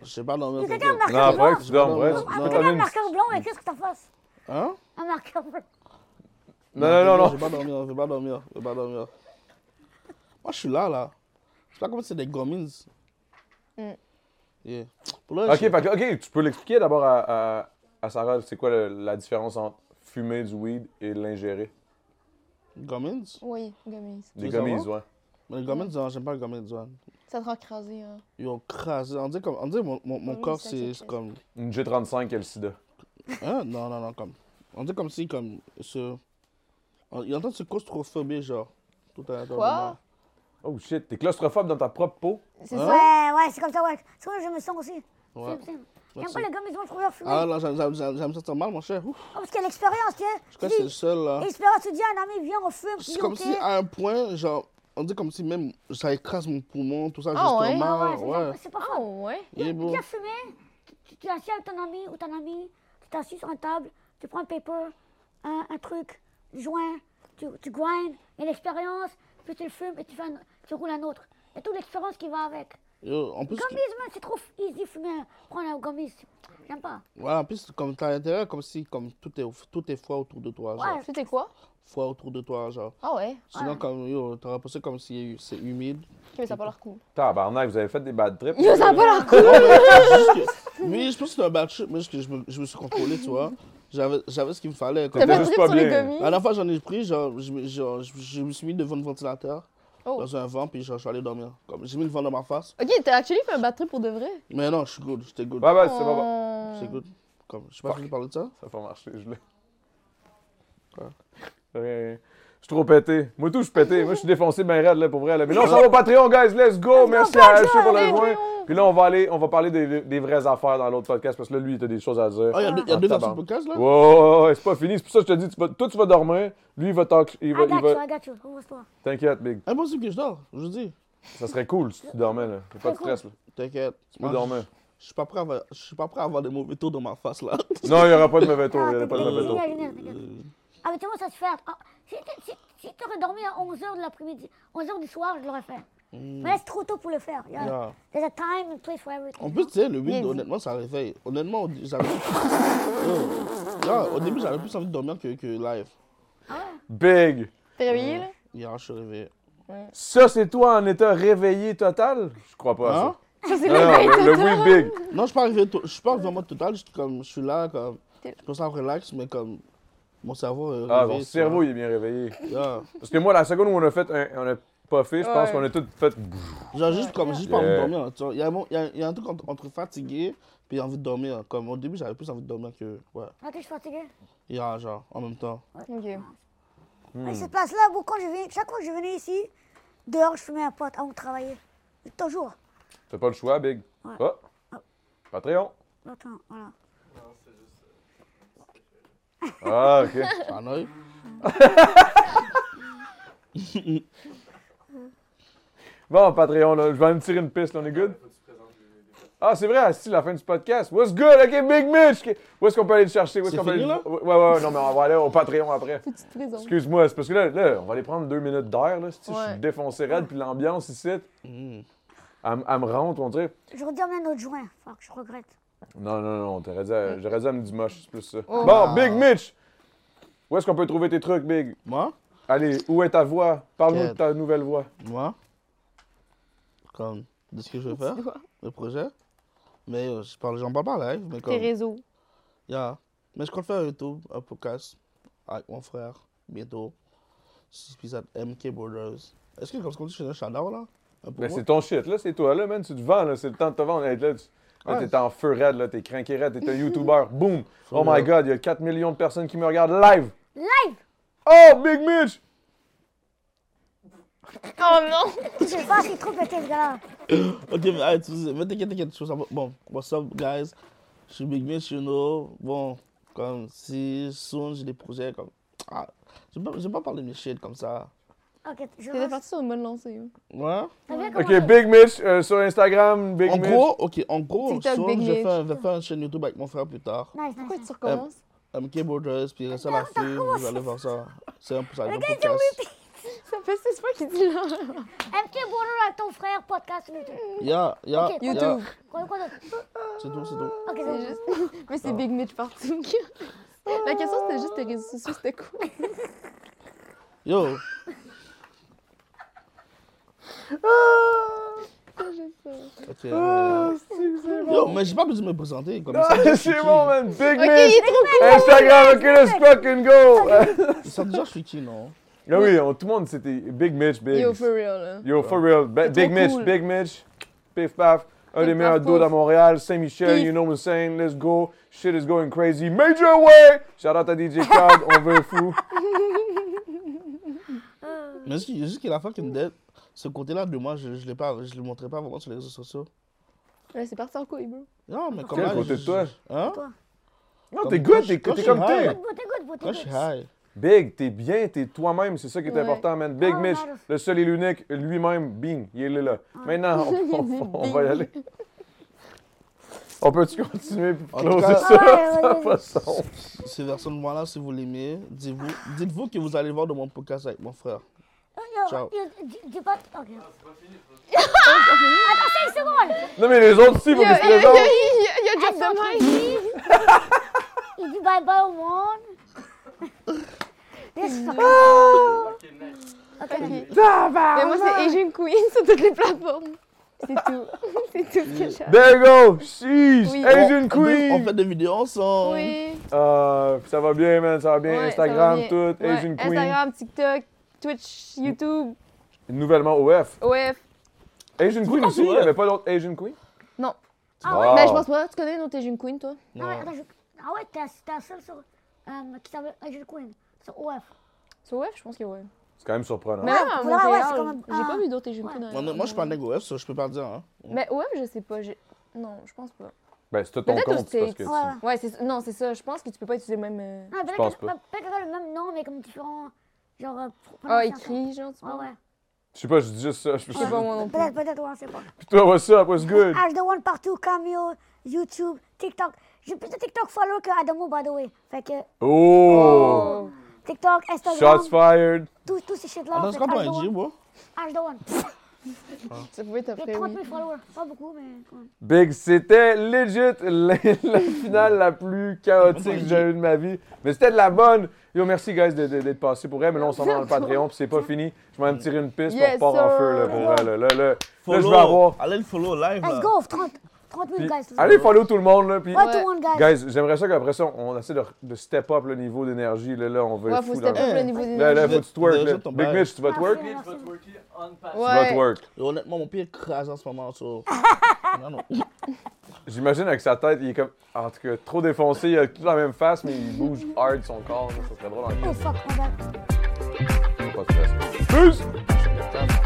[SPEAKER 3] je sais pas dormir.
[SPEAKER 2] Il y a
[SPEAKER 3] t'inquiète.
[SPEAKER 2] quelqu'un Ah, un
[SPEAKER 1] Non,
[SPEAKER 2] marqueur
[SPEAKER 1] vrai que
[SPEAKER 2] blanc.
[SPEAKER 1] tu dormes, vrai.
[SPEAKER 3] Non,
[SPEAKER 1] tu-
[SPEAKER 3] non,
[SPEAKER 1] Non,
[SPEAKER 2] Après,
[SPEAKER 1] t'en
[SPEAKER 2] un
[SPEAKER 1] as une-
[SPEAKER 2] marqueur blanc, mais qu'est-ce que t'en fasses?
[SPEAKER 3] Hein?
[SPEAKER 2] Un marqueur blanc.
[SPEAKER 1] non, non, non,
[SPEAKER 3] Je vais pas dormir, je vais pas dormir, je vais pas dormir. Moi, je suis là, là. Je sais pas comment c'est des gommins.
[SPEAKER 4] Mm.
[SPEAKER 3] Yeah. Pour là,
[SPEAKER 1] Ok,
[SPEAKER 3] je-
[SPEAKER 1] fait que- ok, tu peux l'expliquer d'abord à, à- à Sarah, c'est quoi le- la différence entre fumer du weed et l'ingérer?
[SPEAKER 3] Gommins?
[SPEAKER 4] Oui, gummies.
[SPEAKER 1] Des
[SPEAKER 3] veux
[SPEAKER 1] gummies,
[SPEAKER 3] savoir?
[SPEAKER 1] ouais.
[SPEAKER 3] Mais les gommins, non, j'aime pas les gommins, ouais.
[SPEAKER 4] Ça te rend crasé, hein.
[SPEAKER 3] Ils ont crasé. On dirait, comme, on dirait mon, mon, mon
[SPEAKER 4] Oui,
[SPEAKER 3] corps,
[SPEAKER 4] ça,
[SPEAKER 3] c'est
[SPEAKER 4] c'est
[SPEAKER 3] c'est comme.
[SPEAKER 1] Une G35 et le sida.
[SPEAKER 3] Hein? Non, non, non, comme. On dirait comme si, comme. Ce... on- Ils entendent ce claustrophobie, genre. Tout à l'heure. de
[SPEAKER 4] Quoi?
[SPEAKER 3] moi.
[SPEAKER 1] Oh shit, t'es claustrophobe dans ta propre peau?
[SPEAKER 4] C'est
[SPEAKER 3] Hein?
[SPEAKER 4] ça.
[SPEAKER 2] Ouais, ouais, c'est comme ça, ouais. C'est comme ça que je me sens aussi.
[SPEAKER 3] Ouais.
[SPEAKER 2] C'est- c'est-
[SPEAKER 3] Ouais,
[SPEAKER 2] J'aime pas les gommes, ils ont trop leur fumer.
[SPEAKER 3] Ah là, j'aime- j'aime j'aime- j'aime ça tant mal, mon cher. Ouf,
[SPEAKER 2] Ah, parce qu'il y a l'expérience, tu sais.
[SPEAKER 3] je
[SPEAKER 2] Tu
[SPEAKER 3] crois que c'est le
[SPEAKER 2] dis,
[SPEAKER 3] seul, là.
[SPEAKER 2] L'expérience, tu dis à un ami, viens, on fume. Tu
[SPEAKER 3] C'est
[SPEAKER 2] dis,
[SPEAKER 3] comme
[SPEAKER 2] ok.
[SPEAKER 3] si, à un point, genre, on dit comme si même ça écrase mon poumon, tout ça,
[SPEAKER 4] Ah ouais?
[SPEAKER 3] justement.
[SPEAKER 2] Ah ouais, c'est- c'est pas
[SPEAKER 4] Ah
[SPEAKER 2] fun.
[SPEAKER 4] ouais?
[SPEAKER 3] Il est beau.
[SPEAKER 2] Tu as fumé, tu tu es assis avec ton ami ou ton ami, tu t'assis sur une table, tu prends un paper, un, un truc, du joint, tu, tu grindes, il y a l'expérience, puis tu le fumes et tu, fais un- tu roules un autre. Il y a toute l'expérience qui va avec.
[SPEAKER 3] Yo, en plus,
[SPEAKER 2] Gummies, man, c'est trop easy fumer, prendre un gummies. J'aime pas.
[SPEAKER 3] voilà, en plus, comme t'as l'intérieur, comme si comme tout est, tout est froid autour de toi, genre.
[SPEAKER 2] Ouais.
[SPEAKER 4] Tu sais quoi?
[SPEAKER 3] Froid autour de toi, genre.
[SPEAKER 4] Ah ouais?
[SPEAKER 3] Sinon, comme, yo, t'aurais pensé comme si c'est humide.
[SPEAKER 4] Ok, Mais ça a pas l'air cool.
[SPEAKER 1] Tabarnak, vous avez fait des bad trips? hein?
[SPEAKER 4] Yo, ça a pas l'air
[SPEAKER 3] Juste
[SPEAKER 4] cool!
[SPEAKER 3] que- oui, je pense que c'est un bad trip, mais juste que je me, je me suis contrôlé, tu vois. J'avais j'avais ce qu'il me fallait. Comme...
[SPEAKER 4] T'as pas de
[SPEAKER 1] juste
[SPEAKER 4] trip
[SPEAKER 1] pas
[SPEAKER 4] sur les
[SPEAKER 1] bien.
[SPEAKER 4] gummies?
[SPEAKER 3] La dernière fois, j'en ai pris, genre, je, me- genre, je, je me suis mis devant le ventilateur,
[SPEAKER 4] Oh.
[SPEAKER 3] dans un vent, puis genre, je suis allé dormir. Comme, J'ai mis le vent dans ma face.
[SPEAKER 8] Ok, t'as actually fait un batterie pour de vrai.
[SPEAKER 3] Mais non, je suis good, j'étais good.
[SPEAKER 1] Ouais, ouais, c'est pas bon.
[SPEAKER 4] Euh,
[SPEAKER 3] C'est good. Comme, je sais pas si tu parler de ça.
[SPEAKER 1] Ça va pas marcher, je l'ai. Rien, rien. Je suis trop pété. Moi, tout, je suis pété. Moi, je suis défoncé ben raide, là, pour vrai. là. Mais là, on s'en va au Patreon, guys. Let's go. Merci à HC pour le joint. Puis là, on va aller, on va parler des, des vraies affaires dans l'autre podcast parce que là, lui, il a des choses à dire.
[SPEAKER 3] Ah, il y a deux- il y a
[SPEAKER 1] Ah,
[SPEAKER 3] deux versions
[SPEAKER 1] tabarnak.
[SPEAKER 3] de podcast, là?
[SPEAKER 1] Ouais, ouais, ouais, c'est pas fini. C'est pour ça que je te dis, tu vas- toi, tu vas dormir. Lui, il va talk. Il va, il
[SPEAKER 2] Agathe,
[SPEAKER 1] va...
[SPEAKER 2] Agathe, ouvre-toi.
[SPEAKER 1] T'inquiète, Big.
[SPEAKER 3] Impossible Ah, que je dors, je vous dis.
[SPEAKER 1] Ça serait cool si tu dormais, là. Y'a pas de stress, là.
[SPEAKER 3] T'inquiète.
[SPEAKER 1] Tu peux dormir.
[SPEAKER 3] Je suis pas prêt à avoir, je suis pas prêt à avoir des mauvais tours dans ma face là.
[SPEAKER 1] Non, il y aura pas de mauvais tour.
[SPEAKER 2] Ah,
[SPEAKER 1] Il y aura pas de
[SPEAKER 2] t'inquiète,
[SPEAKER 1] mauvais tour.
[SPEAKER 2] génial, génial, t'inquiète. Ah, mais tu vois, ça se fait. Ah, si tu si, si t'aurais dormi à 11h de l'après-midi, 11h du soir, je l'aurais fait. Mais là, c'est trop tôt pour le faire. Il y a-
[SPEAKER 3] Hmm. Euh, Yeah.
[SPEAKER 2] There's a time and place for everything.
[SPEAKER 3] En plus, tu sais, le weed,
[SPEAKER 4] Bien dit.
[SPEAKER 3] honnêtement, ça réveille. Honnêtement, au- j'avais. Oh. Non, au début, j'avais plus envie de dormir que, que live.
[SPEAKER 1] Big.
[SPEAKER 4] T'es réveillé là?
[SPEAKER 3] Hier, je suis réveillé.
[SPEAKER 1] Ça, c'est toi en état réveillé total? Je crois pas à ça.
[SPEAKER 3] Hein?
[SPEAKER 4] Ça, c'est
[SPEAKER 1] Non, non,
[SPEAKER 4] le
[SPEAKER 1] le, le oui big.
[SPEAKER 3] Non, je suis pas arrivé. tôt- Je suis pas arrivé en mode total. Je suis comme, je suis là, comme.
[SPEAKER 4] T'es-
[SPEAKER 3] Je pense à relax, mais comme. Mon cerveau. est
[SPEAKER 1] Ah,
[SPEAKER 3] réveillé,
[SPEAKER 1] mon
[SPEAKER 3] tu
[SPEAKER 1] cerveau,
[SPEAKER 3] vois.
[SPEAKER 1] il est bien réveillé.
[SPEAKER 3] Yeah.
[SPEAKER 1] Parce que moi, la seconde où on a fait un, on a pas fait, je pense
[SPEAKER 4] Ouais.
[SPEAKER 1] qu'on a tout fait.
[SPEAKER 3] Genre, juste comme, juste pas envie de
[SPEAKER 1] Yeah.
[SPEAKER 3] dormir. tu vois. Il y a, un bon- il y a- il y a un truc entre, entre fatigué puis envie de dormir. Comme, au début, j'avais plus envie de dormir que. Ouais.
[SPEAKER 2] Ok, je suis Ah, fatiguée.
[SPEAKER 3] Hier, genre, en même temps.
[SPEAKER 4] Ok.
[SPEAKER 3] Hmm.
[SPEAKER 2] Et cette place-là, bon, quand je venais- chaque fois que je venais ici, dehors, je fumais un pote avant de travailler. Toujours.
[SPEAKER 1] T'as pas le choix, big. Oh. Patreon.
[SPEAKER 2] Attends, voilà.
[SPEAKER 1] Ah, ok.
[SPEAKER 3] T'as un œil?
[SPEAKER 8] Hmm.
[SPEAKER 1] Bon, Patreon, là, je vais me tirer une piste, là, on est good? Ah, c'est vrai, c'est la fin du podcast. What's good? OK, Big Mitch! Qui- Où est-ce qu'on peut aller le chercher? Où est-ce
[SPEAKER 3] C'est
[SPEAKER 1] qu'on peut
[SPEAKER 3] fini,
[SPEAKER 1] aller...
[SPEAKER 3] là?
[SPEAKER 1] Ouais, ouais, ouais, non, mais on va aller au Patreon après.
[SPEAKER 8] Petite prison.
[SPEAKER 1] Excuse-moi, c'est parce que là, là, on va aller prendre deux minutes d'air, là. si Je
[SPEAKER 8] Ouais.
[SPEAKER 1] suis défoncé raide, puis l'ambiance ici, elle, m- elle me rentre, on dirait.
[SPEAKER 2] J'aurais dû emmener un autre joint. Fuck, je regrette.
[SPEAKER 1] Non, non, non, t'aurais dit,
[SPEAKER 8] Mm.
[SPEAKER 1] à- j'aurais dit à me du moche, c'est plus ça.
[SPEAKER 8] Oh.
[SPEAKER 1] Bon, Big Mitch! Où est-ce qu'on peut trouver tes trucs, Big?
[SPEAKER 3] Moi?
[SPEAKER 1] Allez, où est ta voix? Parle-nous de
[SPEAKER 3] Quête.
[SPEAKER 1] ta nouvelle voix.
[SPEAKER 3] Moi, comme, de ce que je veux faire, le projet. Mais euh, je parle, j'en parle pas live, mais
[SPEAKER 8] Tes
[SPEAKER 3] comme,
[SPEAKER 8] réseaux.
[SPEAKER 3] yeah. Mais je compte faire un YouTube, un podcast avec mon frère, bientôt. C'est- Puis ça MK Borders. Est-ce que comme ce qu'on dit, je suis un shadow là? Un
[SPEAKER 1] Ben,
[SPEAKER 3] promo?
[SPEAKER 1] c'est ton shit, là, c'est toi, là, man. Tu te vends, là. C'est le temps de te vendre. Hey, là, tu- là,
[SPEAKER 3] Ouais.
[SPEAKER 1] t'es en feu raide, là. T'es cranky raide. T'es un YouTuber. Boom. Oh
[SPEAKER 3] real.
[SPEAKER 1] my God, il y a 4 millions de personnes qui me regardent live.
[SPEAKER 2] Live
[SPEAKER 1] Oh, Big Mitch!
[SPEAKER 4] Oh non!
[SPEAKER 2] Je sais pas, c'est trop pété, ce gars-là.
[SPEAKER 3] Ok, mais arrête, tu sais, mais t'inquiète, t'inquiète, je sais pas. Bon, what's up, guys? Je suis Big Mitch, you know. Bon, comme, si, soon, j'ai des projets, comme. Ah, je vais pas, je vais pas parler de mes shit comme ça.
[SPEAKER 2] Ok, je
[SPEAKER 8] T'étais
[SPEAKER 2] regrette.
[SPEAKER 8] parti sur une bonne lancée. hein.
[SPEAKER 3] Ouais?
[SPEAKER 2] T'as bien
[SPEAKER 1] OK,
[SPEAKER 2] commencé.
[SPEAKER 1] Big Mitch euh, sur Instagram. Big
[SPEAKER 3] en
[SPEAKER 1] Mitch.
[SPEAKER 3] gros, ok, en gros,
[SPEAKER 8] TikTok,
[SPEAKER 3] soon,
[SPEAKER 8] Big
[SPEAKER 3] je vais
[SPEAKER 8] Mitch.
[SPEAKER 3] faire, je vais faire une chaîne YouTube avec mon frère plus tard.
[SPEAKER 2] Nice, nice.
[SPEAKER 8] Pourquoi tu
[SPEAKER 3] Euh,
[SPEAKER 8] recommences?
[SPEAKER 3] MK Borders, puis reste à la fin, vous allez voir ça. C'est un peu ça, un podcast.
[SPEAKER 8] Ça fait six fois qu'il dit là.
[SPEAKER 2] MK Border avec ton frère, podcast, YouTube.
[SPEAKER 3] Yeah, yeah,
[SPEAKER 2] Ok,
[SPEAKER 3] yeah.
[SPEAKER 8] YouTube.
[SPEAKER 2] Quoi, quoi d'autre
[SPEAKER 3] C'est tout, c'est tout.
[SPEAKER 2] Ok,
[SPEAKER 8] C'est
[SPEAKER 2] c'est bon.
[SPEAKER 8] juste- Mais c'est Big Mitch partout. La question c'était juste tes réseaux sociaux, c'était quoi?
[SPEAKER 3] Yo, Ok, euh, Yo, mais j'ai pas besoin de me présenter comme ça.
[SPEAKER 1] Ah,
[SPEAKER 3] déjà, je suis
[SPEAKER 1] c'est
[SPEAKER 3] qui?
[SPEAKER 1] bon, man. Big
[SPEAKER 8] Ok, il
[SPEAKER 1] miss.
[SPEAKER 8] est trop cool.
[SPEAKER 1] Instagram, ok, let's fucking go.
[SPEAKER 3] Ça, déjà, je suis qui, non
[SPEAKER 1] Là, oui, on- tout le monde, c'était Big Mitch, Big.
[SPEAKER 8] Yo, for real,
[SPEAKER 3] Hein?
[SPEAKER 8] là.
[SPEAKER 1] Yo, for real. Ba-
[SPEAKER 8] C'est
[SPEAKER 1] Big
[SPEAKER 8] trop
[SPEAKER 1] Mitch,
[SPEAKER 8] cool.
[SPEAKER 1] Big Mitch. Piff paf. Un
[SPEAKER 8] Piff
[SPEAKER 1] des meilleurs
[SPEAKER 8] paf,
[SPEAKER 1] dos
[SPEAKER 8] pouf.
[SPEAKER 1] à Montréal. Saint-Michel,
[SPEAKER 8] Piff.
[SPEAKER 1] you know what I'm saying? Let's go. Shit is going crazy. Major way! Shout out à DJ Card, on veut un fou.
[SPEAKER 2] Euh,
[SPEAKER 3] Mais c'est juste qu'il a fait qu'une dette. Ce côté-là de moi, je, je l'ai pas, je le montrais pas vraiment sur les réseaux sociaux.
[SPEAKER 8] Ouais, c'est parti en couille, bro.
[SPEAKER 3] Non, mais comment
[SPEAKER 1] Quel côté de toi?
[SPEAKER 3] Ah, Hein
[SPEAKER 2] Toi.
[SPEAKER 1] Non,
[SPEAKER 3] Comme
[SPEAKER 1] t'es
[SPEAKER 3] quand
[SPEAKER 1] good,
[SPEAKER 3] je-
[SPEAKER 1] t'es
[SPEAKER 3] quand
[SPEAKER 1] t'es
[SPEAKER 3] je
[SPEAKER 1] comme
[SPEAKER 3] suis
[SPEAKER 1] t'es.
[SPEAKER 3] high.
[SPEAKER 2] Beauté good, beauté
[SPEAKER 3] Quand je
[SPEAKER 2] good.
[SPEAKER 3] suis high.
[SPEAKER 1] Big, t'es bien, t'es toi-même, c'est ça qui est
[SPEAKER 8] Ouais.
[SPEAKER 1] important, man. Big
[SPEAKER 2] Ah,
[SPEAKER 1] Mitch,
[SPEAKER 2] Marv.
[SPEAKER 1] le seul et l'unique, lui-même, bing, il est là. Maintenant, on,
[SPEAKER 8] Il dit
[SPEAKER 1] on- on va y
[SPEAKER 8] bing.
[SPEAKER 1] aller. On peut-tu continuer pour
[SPEAKER 3] En tout
[SPEAKER 1] closer
[SPEAKER 3] cas-
[SPEAKER 1] ça?
[SPEAKER 2] Ouais,
[SPEAKER 1] ça
[SPEAKER 2] ouais,
[SPEAKER 1] va son.
[SPEAKER 3] Ces versions de moi-là, si vous l'aimez, dites-vous dites que vous allez voir de mon podcast avec mon frère.
[SPEAKER 2] Yo,
[SPEAKER 3] Ciao.
[SPEAKER 2] yo, dis- dis pas. Ok.
[SPEAKER 1] Non, mais les autres aussi,
[SPEAKER 8] Yo,
[SPEAKER 1] vous
[SPEAKER 8] yo, yo, yo,
[SPEAKER 1] restez les autres.
[SPEAKER 8] yo, yo,
[SPEAKER 2] Ah,
[SPEAKER 8] drop the mic.
[SPEAKER 2] Il dit bye bye au monde. Yes, fuck.
[SPEAKER 8] Mais moi, c'est Asian Queen sur toutes les plateformes. C'est tout. c'est tout ce que j'ai.
[SPEAKER 1] There you go, sheesh,
[SPEAKER 8] Oui.
[SPEAKER 1] Asian
[SPEAKER 3] On fait- Oh, On
[SPEAKER 1] Queen.
[SPEAKER 3] fait des vidéos ensemble.
[SPEAKER 8] Oui.
[SPEAKER 1] Euh, ça va bien, man, ça va bien.
[SPEAKER 8] Ouais, ça
[SPEAKER 1] Instagram,
[SPEAKER 8] va bien.
[SPEAKER 1] tout,
[SPEAKER 8] Ouais,
[SPEAKER 1] Asian Queen.
[SPEAKER 8] Instagram, TikTok, Twitch, YouTube,
[SPEAKER 1] Nouvellement OF.
[SPEAKER 8] OF.
[SPEAKER 1] Asian Queen aussi, il n'y avait pas d'autres Asian Queen?
[SPEAKER 8] Non.
[SPEAKER 2] Ah ouais.
[SPEAKER 1] Wow.
[SPEAKER 8] Mais je pense pas. Tu connais notre Asian Queen, toi?
[SPEAKER 2] Non, mais attends, je... Ah ouais, t'es t'es la seule sur. euh, qui s'appelle Angel Queen. Sur OF.
[SPEAKER 8] Sur OF, je pense que ouais.
[SPEAKER 1] C'est quand même surprenant.
[SPEAKER 8] Mais
[SPEAKER 2] Ouais,
[SPEAKER 3] Ah,
[SPEAKER 8] là, à
[SPEAKER 2] ouais, ouais, c'est
[SPEAKER 8] Montréal,
[SPEAKER 2] quand même-
[SPEAKER 8] j'ai pas
[SPEAKER 2] ah.
[SPEAKER 8] vu d'autres Asian Queen. à-
[SPEAKER 3] Moi, non, moi, je suis pas un négociateur, ça, je peux pas dire. Hein.
[SPEAKER 8] Mais OF, je sais pas. j'ai- Non, je pense pas.
[SPEAKER 1] Ben, c'est tout ton
[SPEAKER 8] Peut-être aux
[SPEAKER 1] compte, c'est parce que
[SPEAKER 8] States.
[SPEAKER 1] tu...
[SPEAKER 2] Ouais.
[SPEAKER 8] Ouais, c'est non, c'est ça. Je pense que tu peux pas utiliser le même. euh,
[SPEAKER 2] Non, mais
[SPEAKER 1] pense
[SPEAKER 2] peut-être
[SPEAKER 1] pas.
[SPEAKER 2] peut-être qu'elle a le même nom, mais comme différent. Genre. euh, pro-
[SPEAKER 8] Ah,
[SPEAKER 2] prononciation.
[SPEAKER 8] écrit, genre, tu
[SPEAKER 2] Ouais,
[SPEAKER 8] penses?
[SPEAKER 2] ouais.
[SPEAKER 1] Je sais pas, je dis juste ça. Je
[SPEAKER 8] Je sais pas moi non plus.
[SPEAKER 2] Peut-être, peut-être, ouais, c'est pas.
[SPEAKER 1] Putain, what's up, what's good?
[SPEAKER 2] HD One partout, Cameo, YouTube, TikTok. J'ai plus de TikTok follow que Adamo, by the way. Fait que
[SPEAKER 1] Oh!
[SPEAKER 8] Oh.
[SPEAKER 2] TikTok, Instagram,
[SPEAKER 1] Shots fired!
[SPEAKER 2] tous tous ces shit-là.
[SPEAKER 3] Attends,
[SPEAKER 2] fait
[SPEAKER 3] c'est
[SPEAKER 2] que
[SPEAKER 3] quoi pour un
[SPEAKER 2] HD
[SPEAKER 3] G,
[SPEAKER 2] One,
[SPEAKER 3] bro
[SPEAKER 2] HD One.
[SPEAKER 8] Ça pouvait
[SPEAKER 2] J'ai
[SPEAKER 8] t'appeler,
[SPEAKER 2] 30
[SPEAKER 8] oui.
[SPEAKER 2] 000 followers. Pas beaucoup, mais. quand même.
[SPEAKER 1] Big, c'était legit la, la finale la plus chaotique que j'ai eue de ma vie. Mais c'était de la bonne! Yo, merci, guys, de- de- d'être passé pour elle. Mais là, on s'en va dans le Patreon, puis c'est pas fini. Je vais me tirer une piste
[SPEAKER 8] Yes,
[SPEAKER 1] pour repart en
[SPEAKER 8] sir.
[SPEAKER 1] feu, là, pour vrai, là. Là, là, là, je vais avoir.
[SPEAKER 3] Allez le follow live. là.
[SPEAKER 2] Let's go, 30, 30 000
[SPEAKER 1] Puis,
[SPEAKER 2] guys. let's
[SPEAKER 1] Ah. allez
[SPEAKER 2] go.
[SPEAKER 1] follow tout le monde, là. Puis,
[SPEAKER 2] One to one, guys.
[SPEAKER 1] guys, j'aimerais ça qu'après ça, on essaie de, de step up le niveau d'énergie. Là, là, on veut
[SPEAKER 8] Ouais,
[SPEAKER 1] fou
[SPEAKER 8] faut
[SPEAKER 1] dans
[SPEAKER 8] step
[SPEAKER 1] le-
[SPEAKER 8] up le
[SPEAKER 3] Hey.
[SPEAKER 8] niveau
[SPEAKER 1] Là, là,
[SPEAKER 8] d'énergie.
[SPEAKER 1] faut que tu twerk,
[SPEAKER 3] Déjà,
[SPEAKER 1] là.
[SPEAKER 3] ton
[SPEAKER 1] Big
[SPEAKER 3] bail.
[SPEAKER 1] Mitch, tu vas twerk? Tu
[SPEAKER 2] Merci, merci.
[SPEAKER 1] vas
[SPEAKER 8] Ouais.
[SPEAKER 1] twerk.
[SPEAKER 3] Et honnêtement, mon pied est crasé en ce moment. so- non, non.
[SPEAKER 1] J'imagine avec sa tête, il est comme, en tout cas, trop défoncé, il a tout la même face, mais il bouge hard son corps. là. Ça serait drôle en
[SPEAKER 2] Oh
[SPEAKER 1] cas.
[SPEAKER 2] fuck, on va.
[SPEAKER 1] Pas de stress. Peace!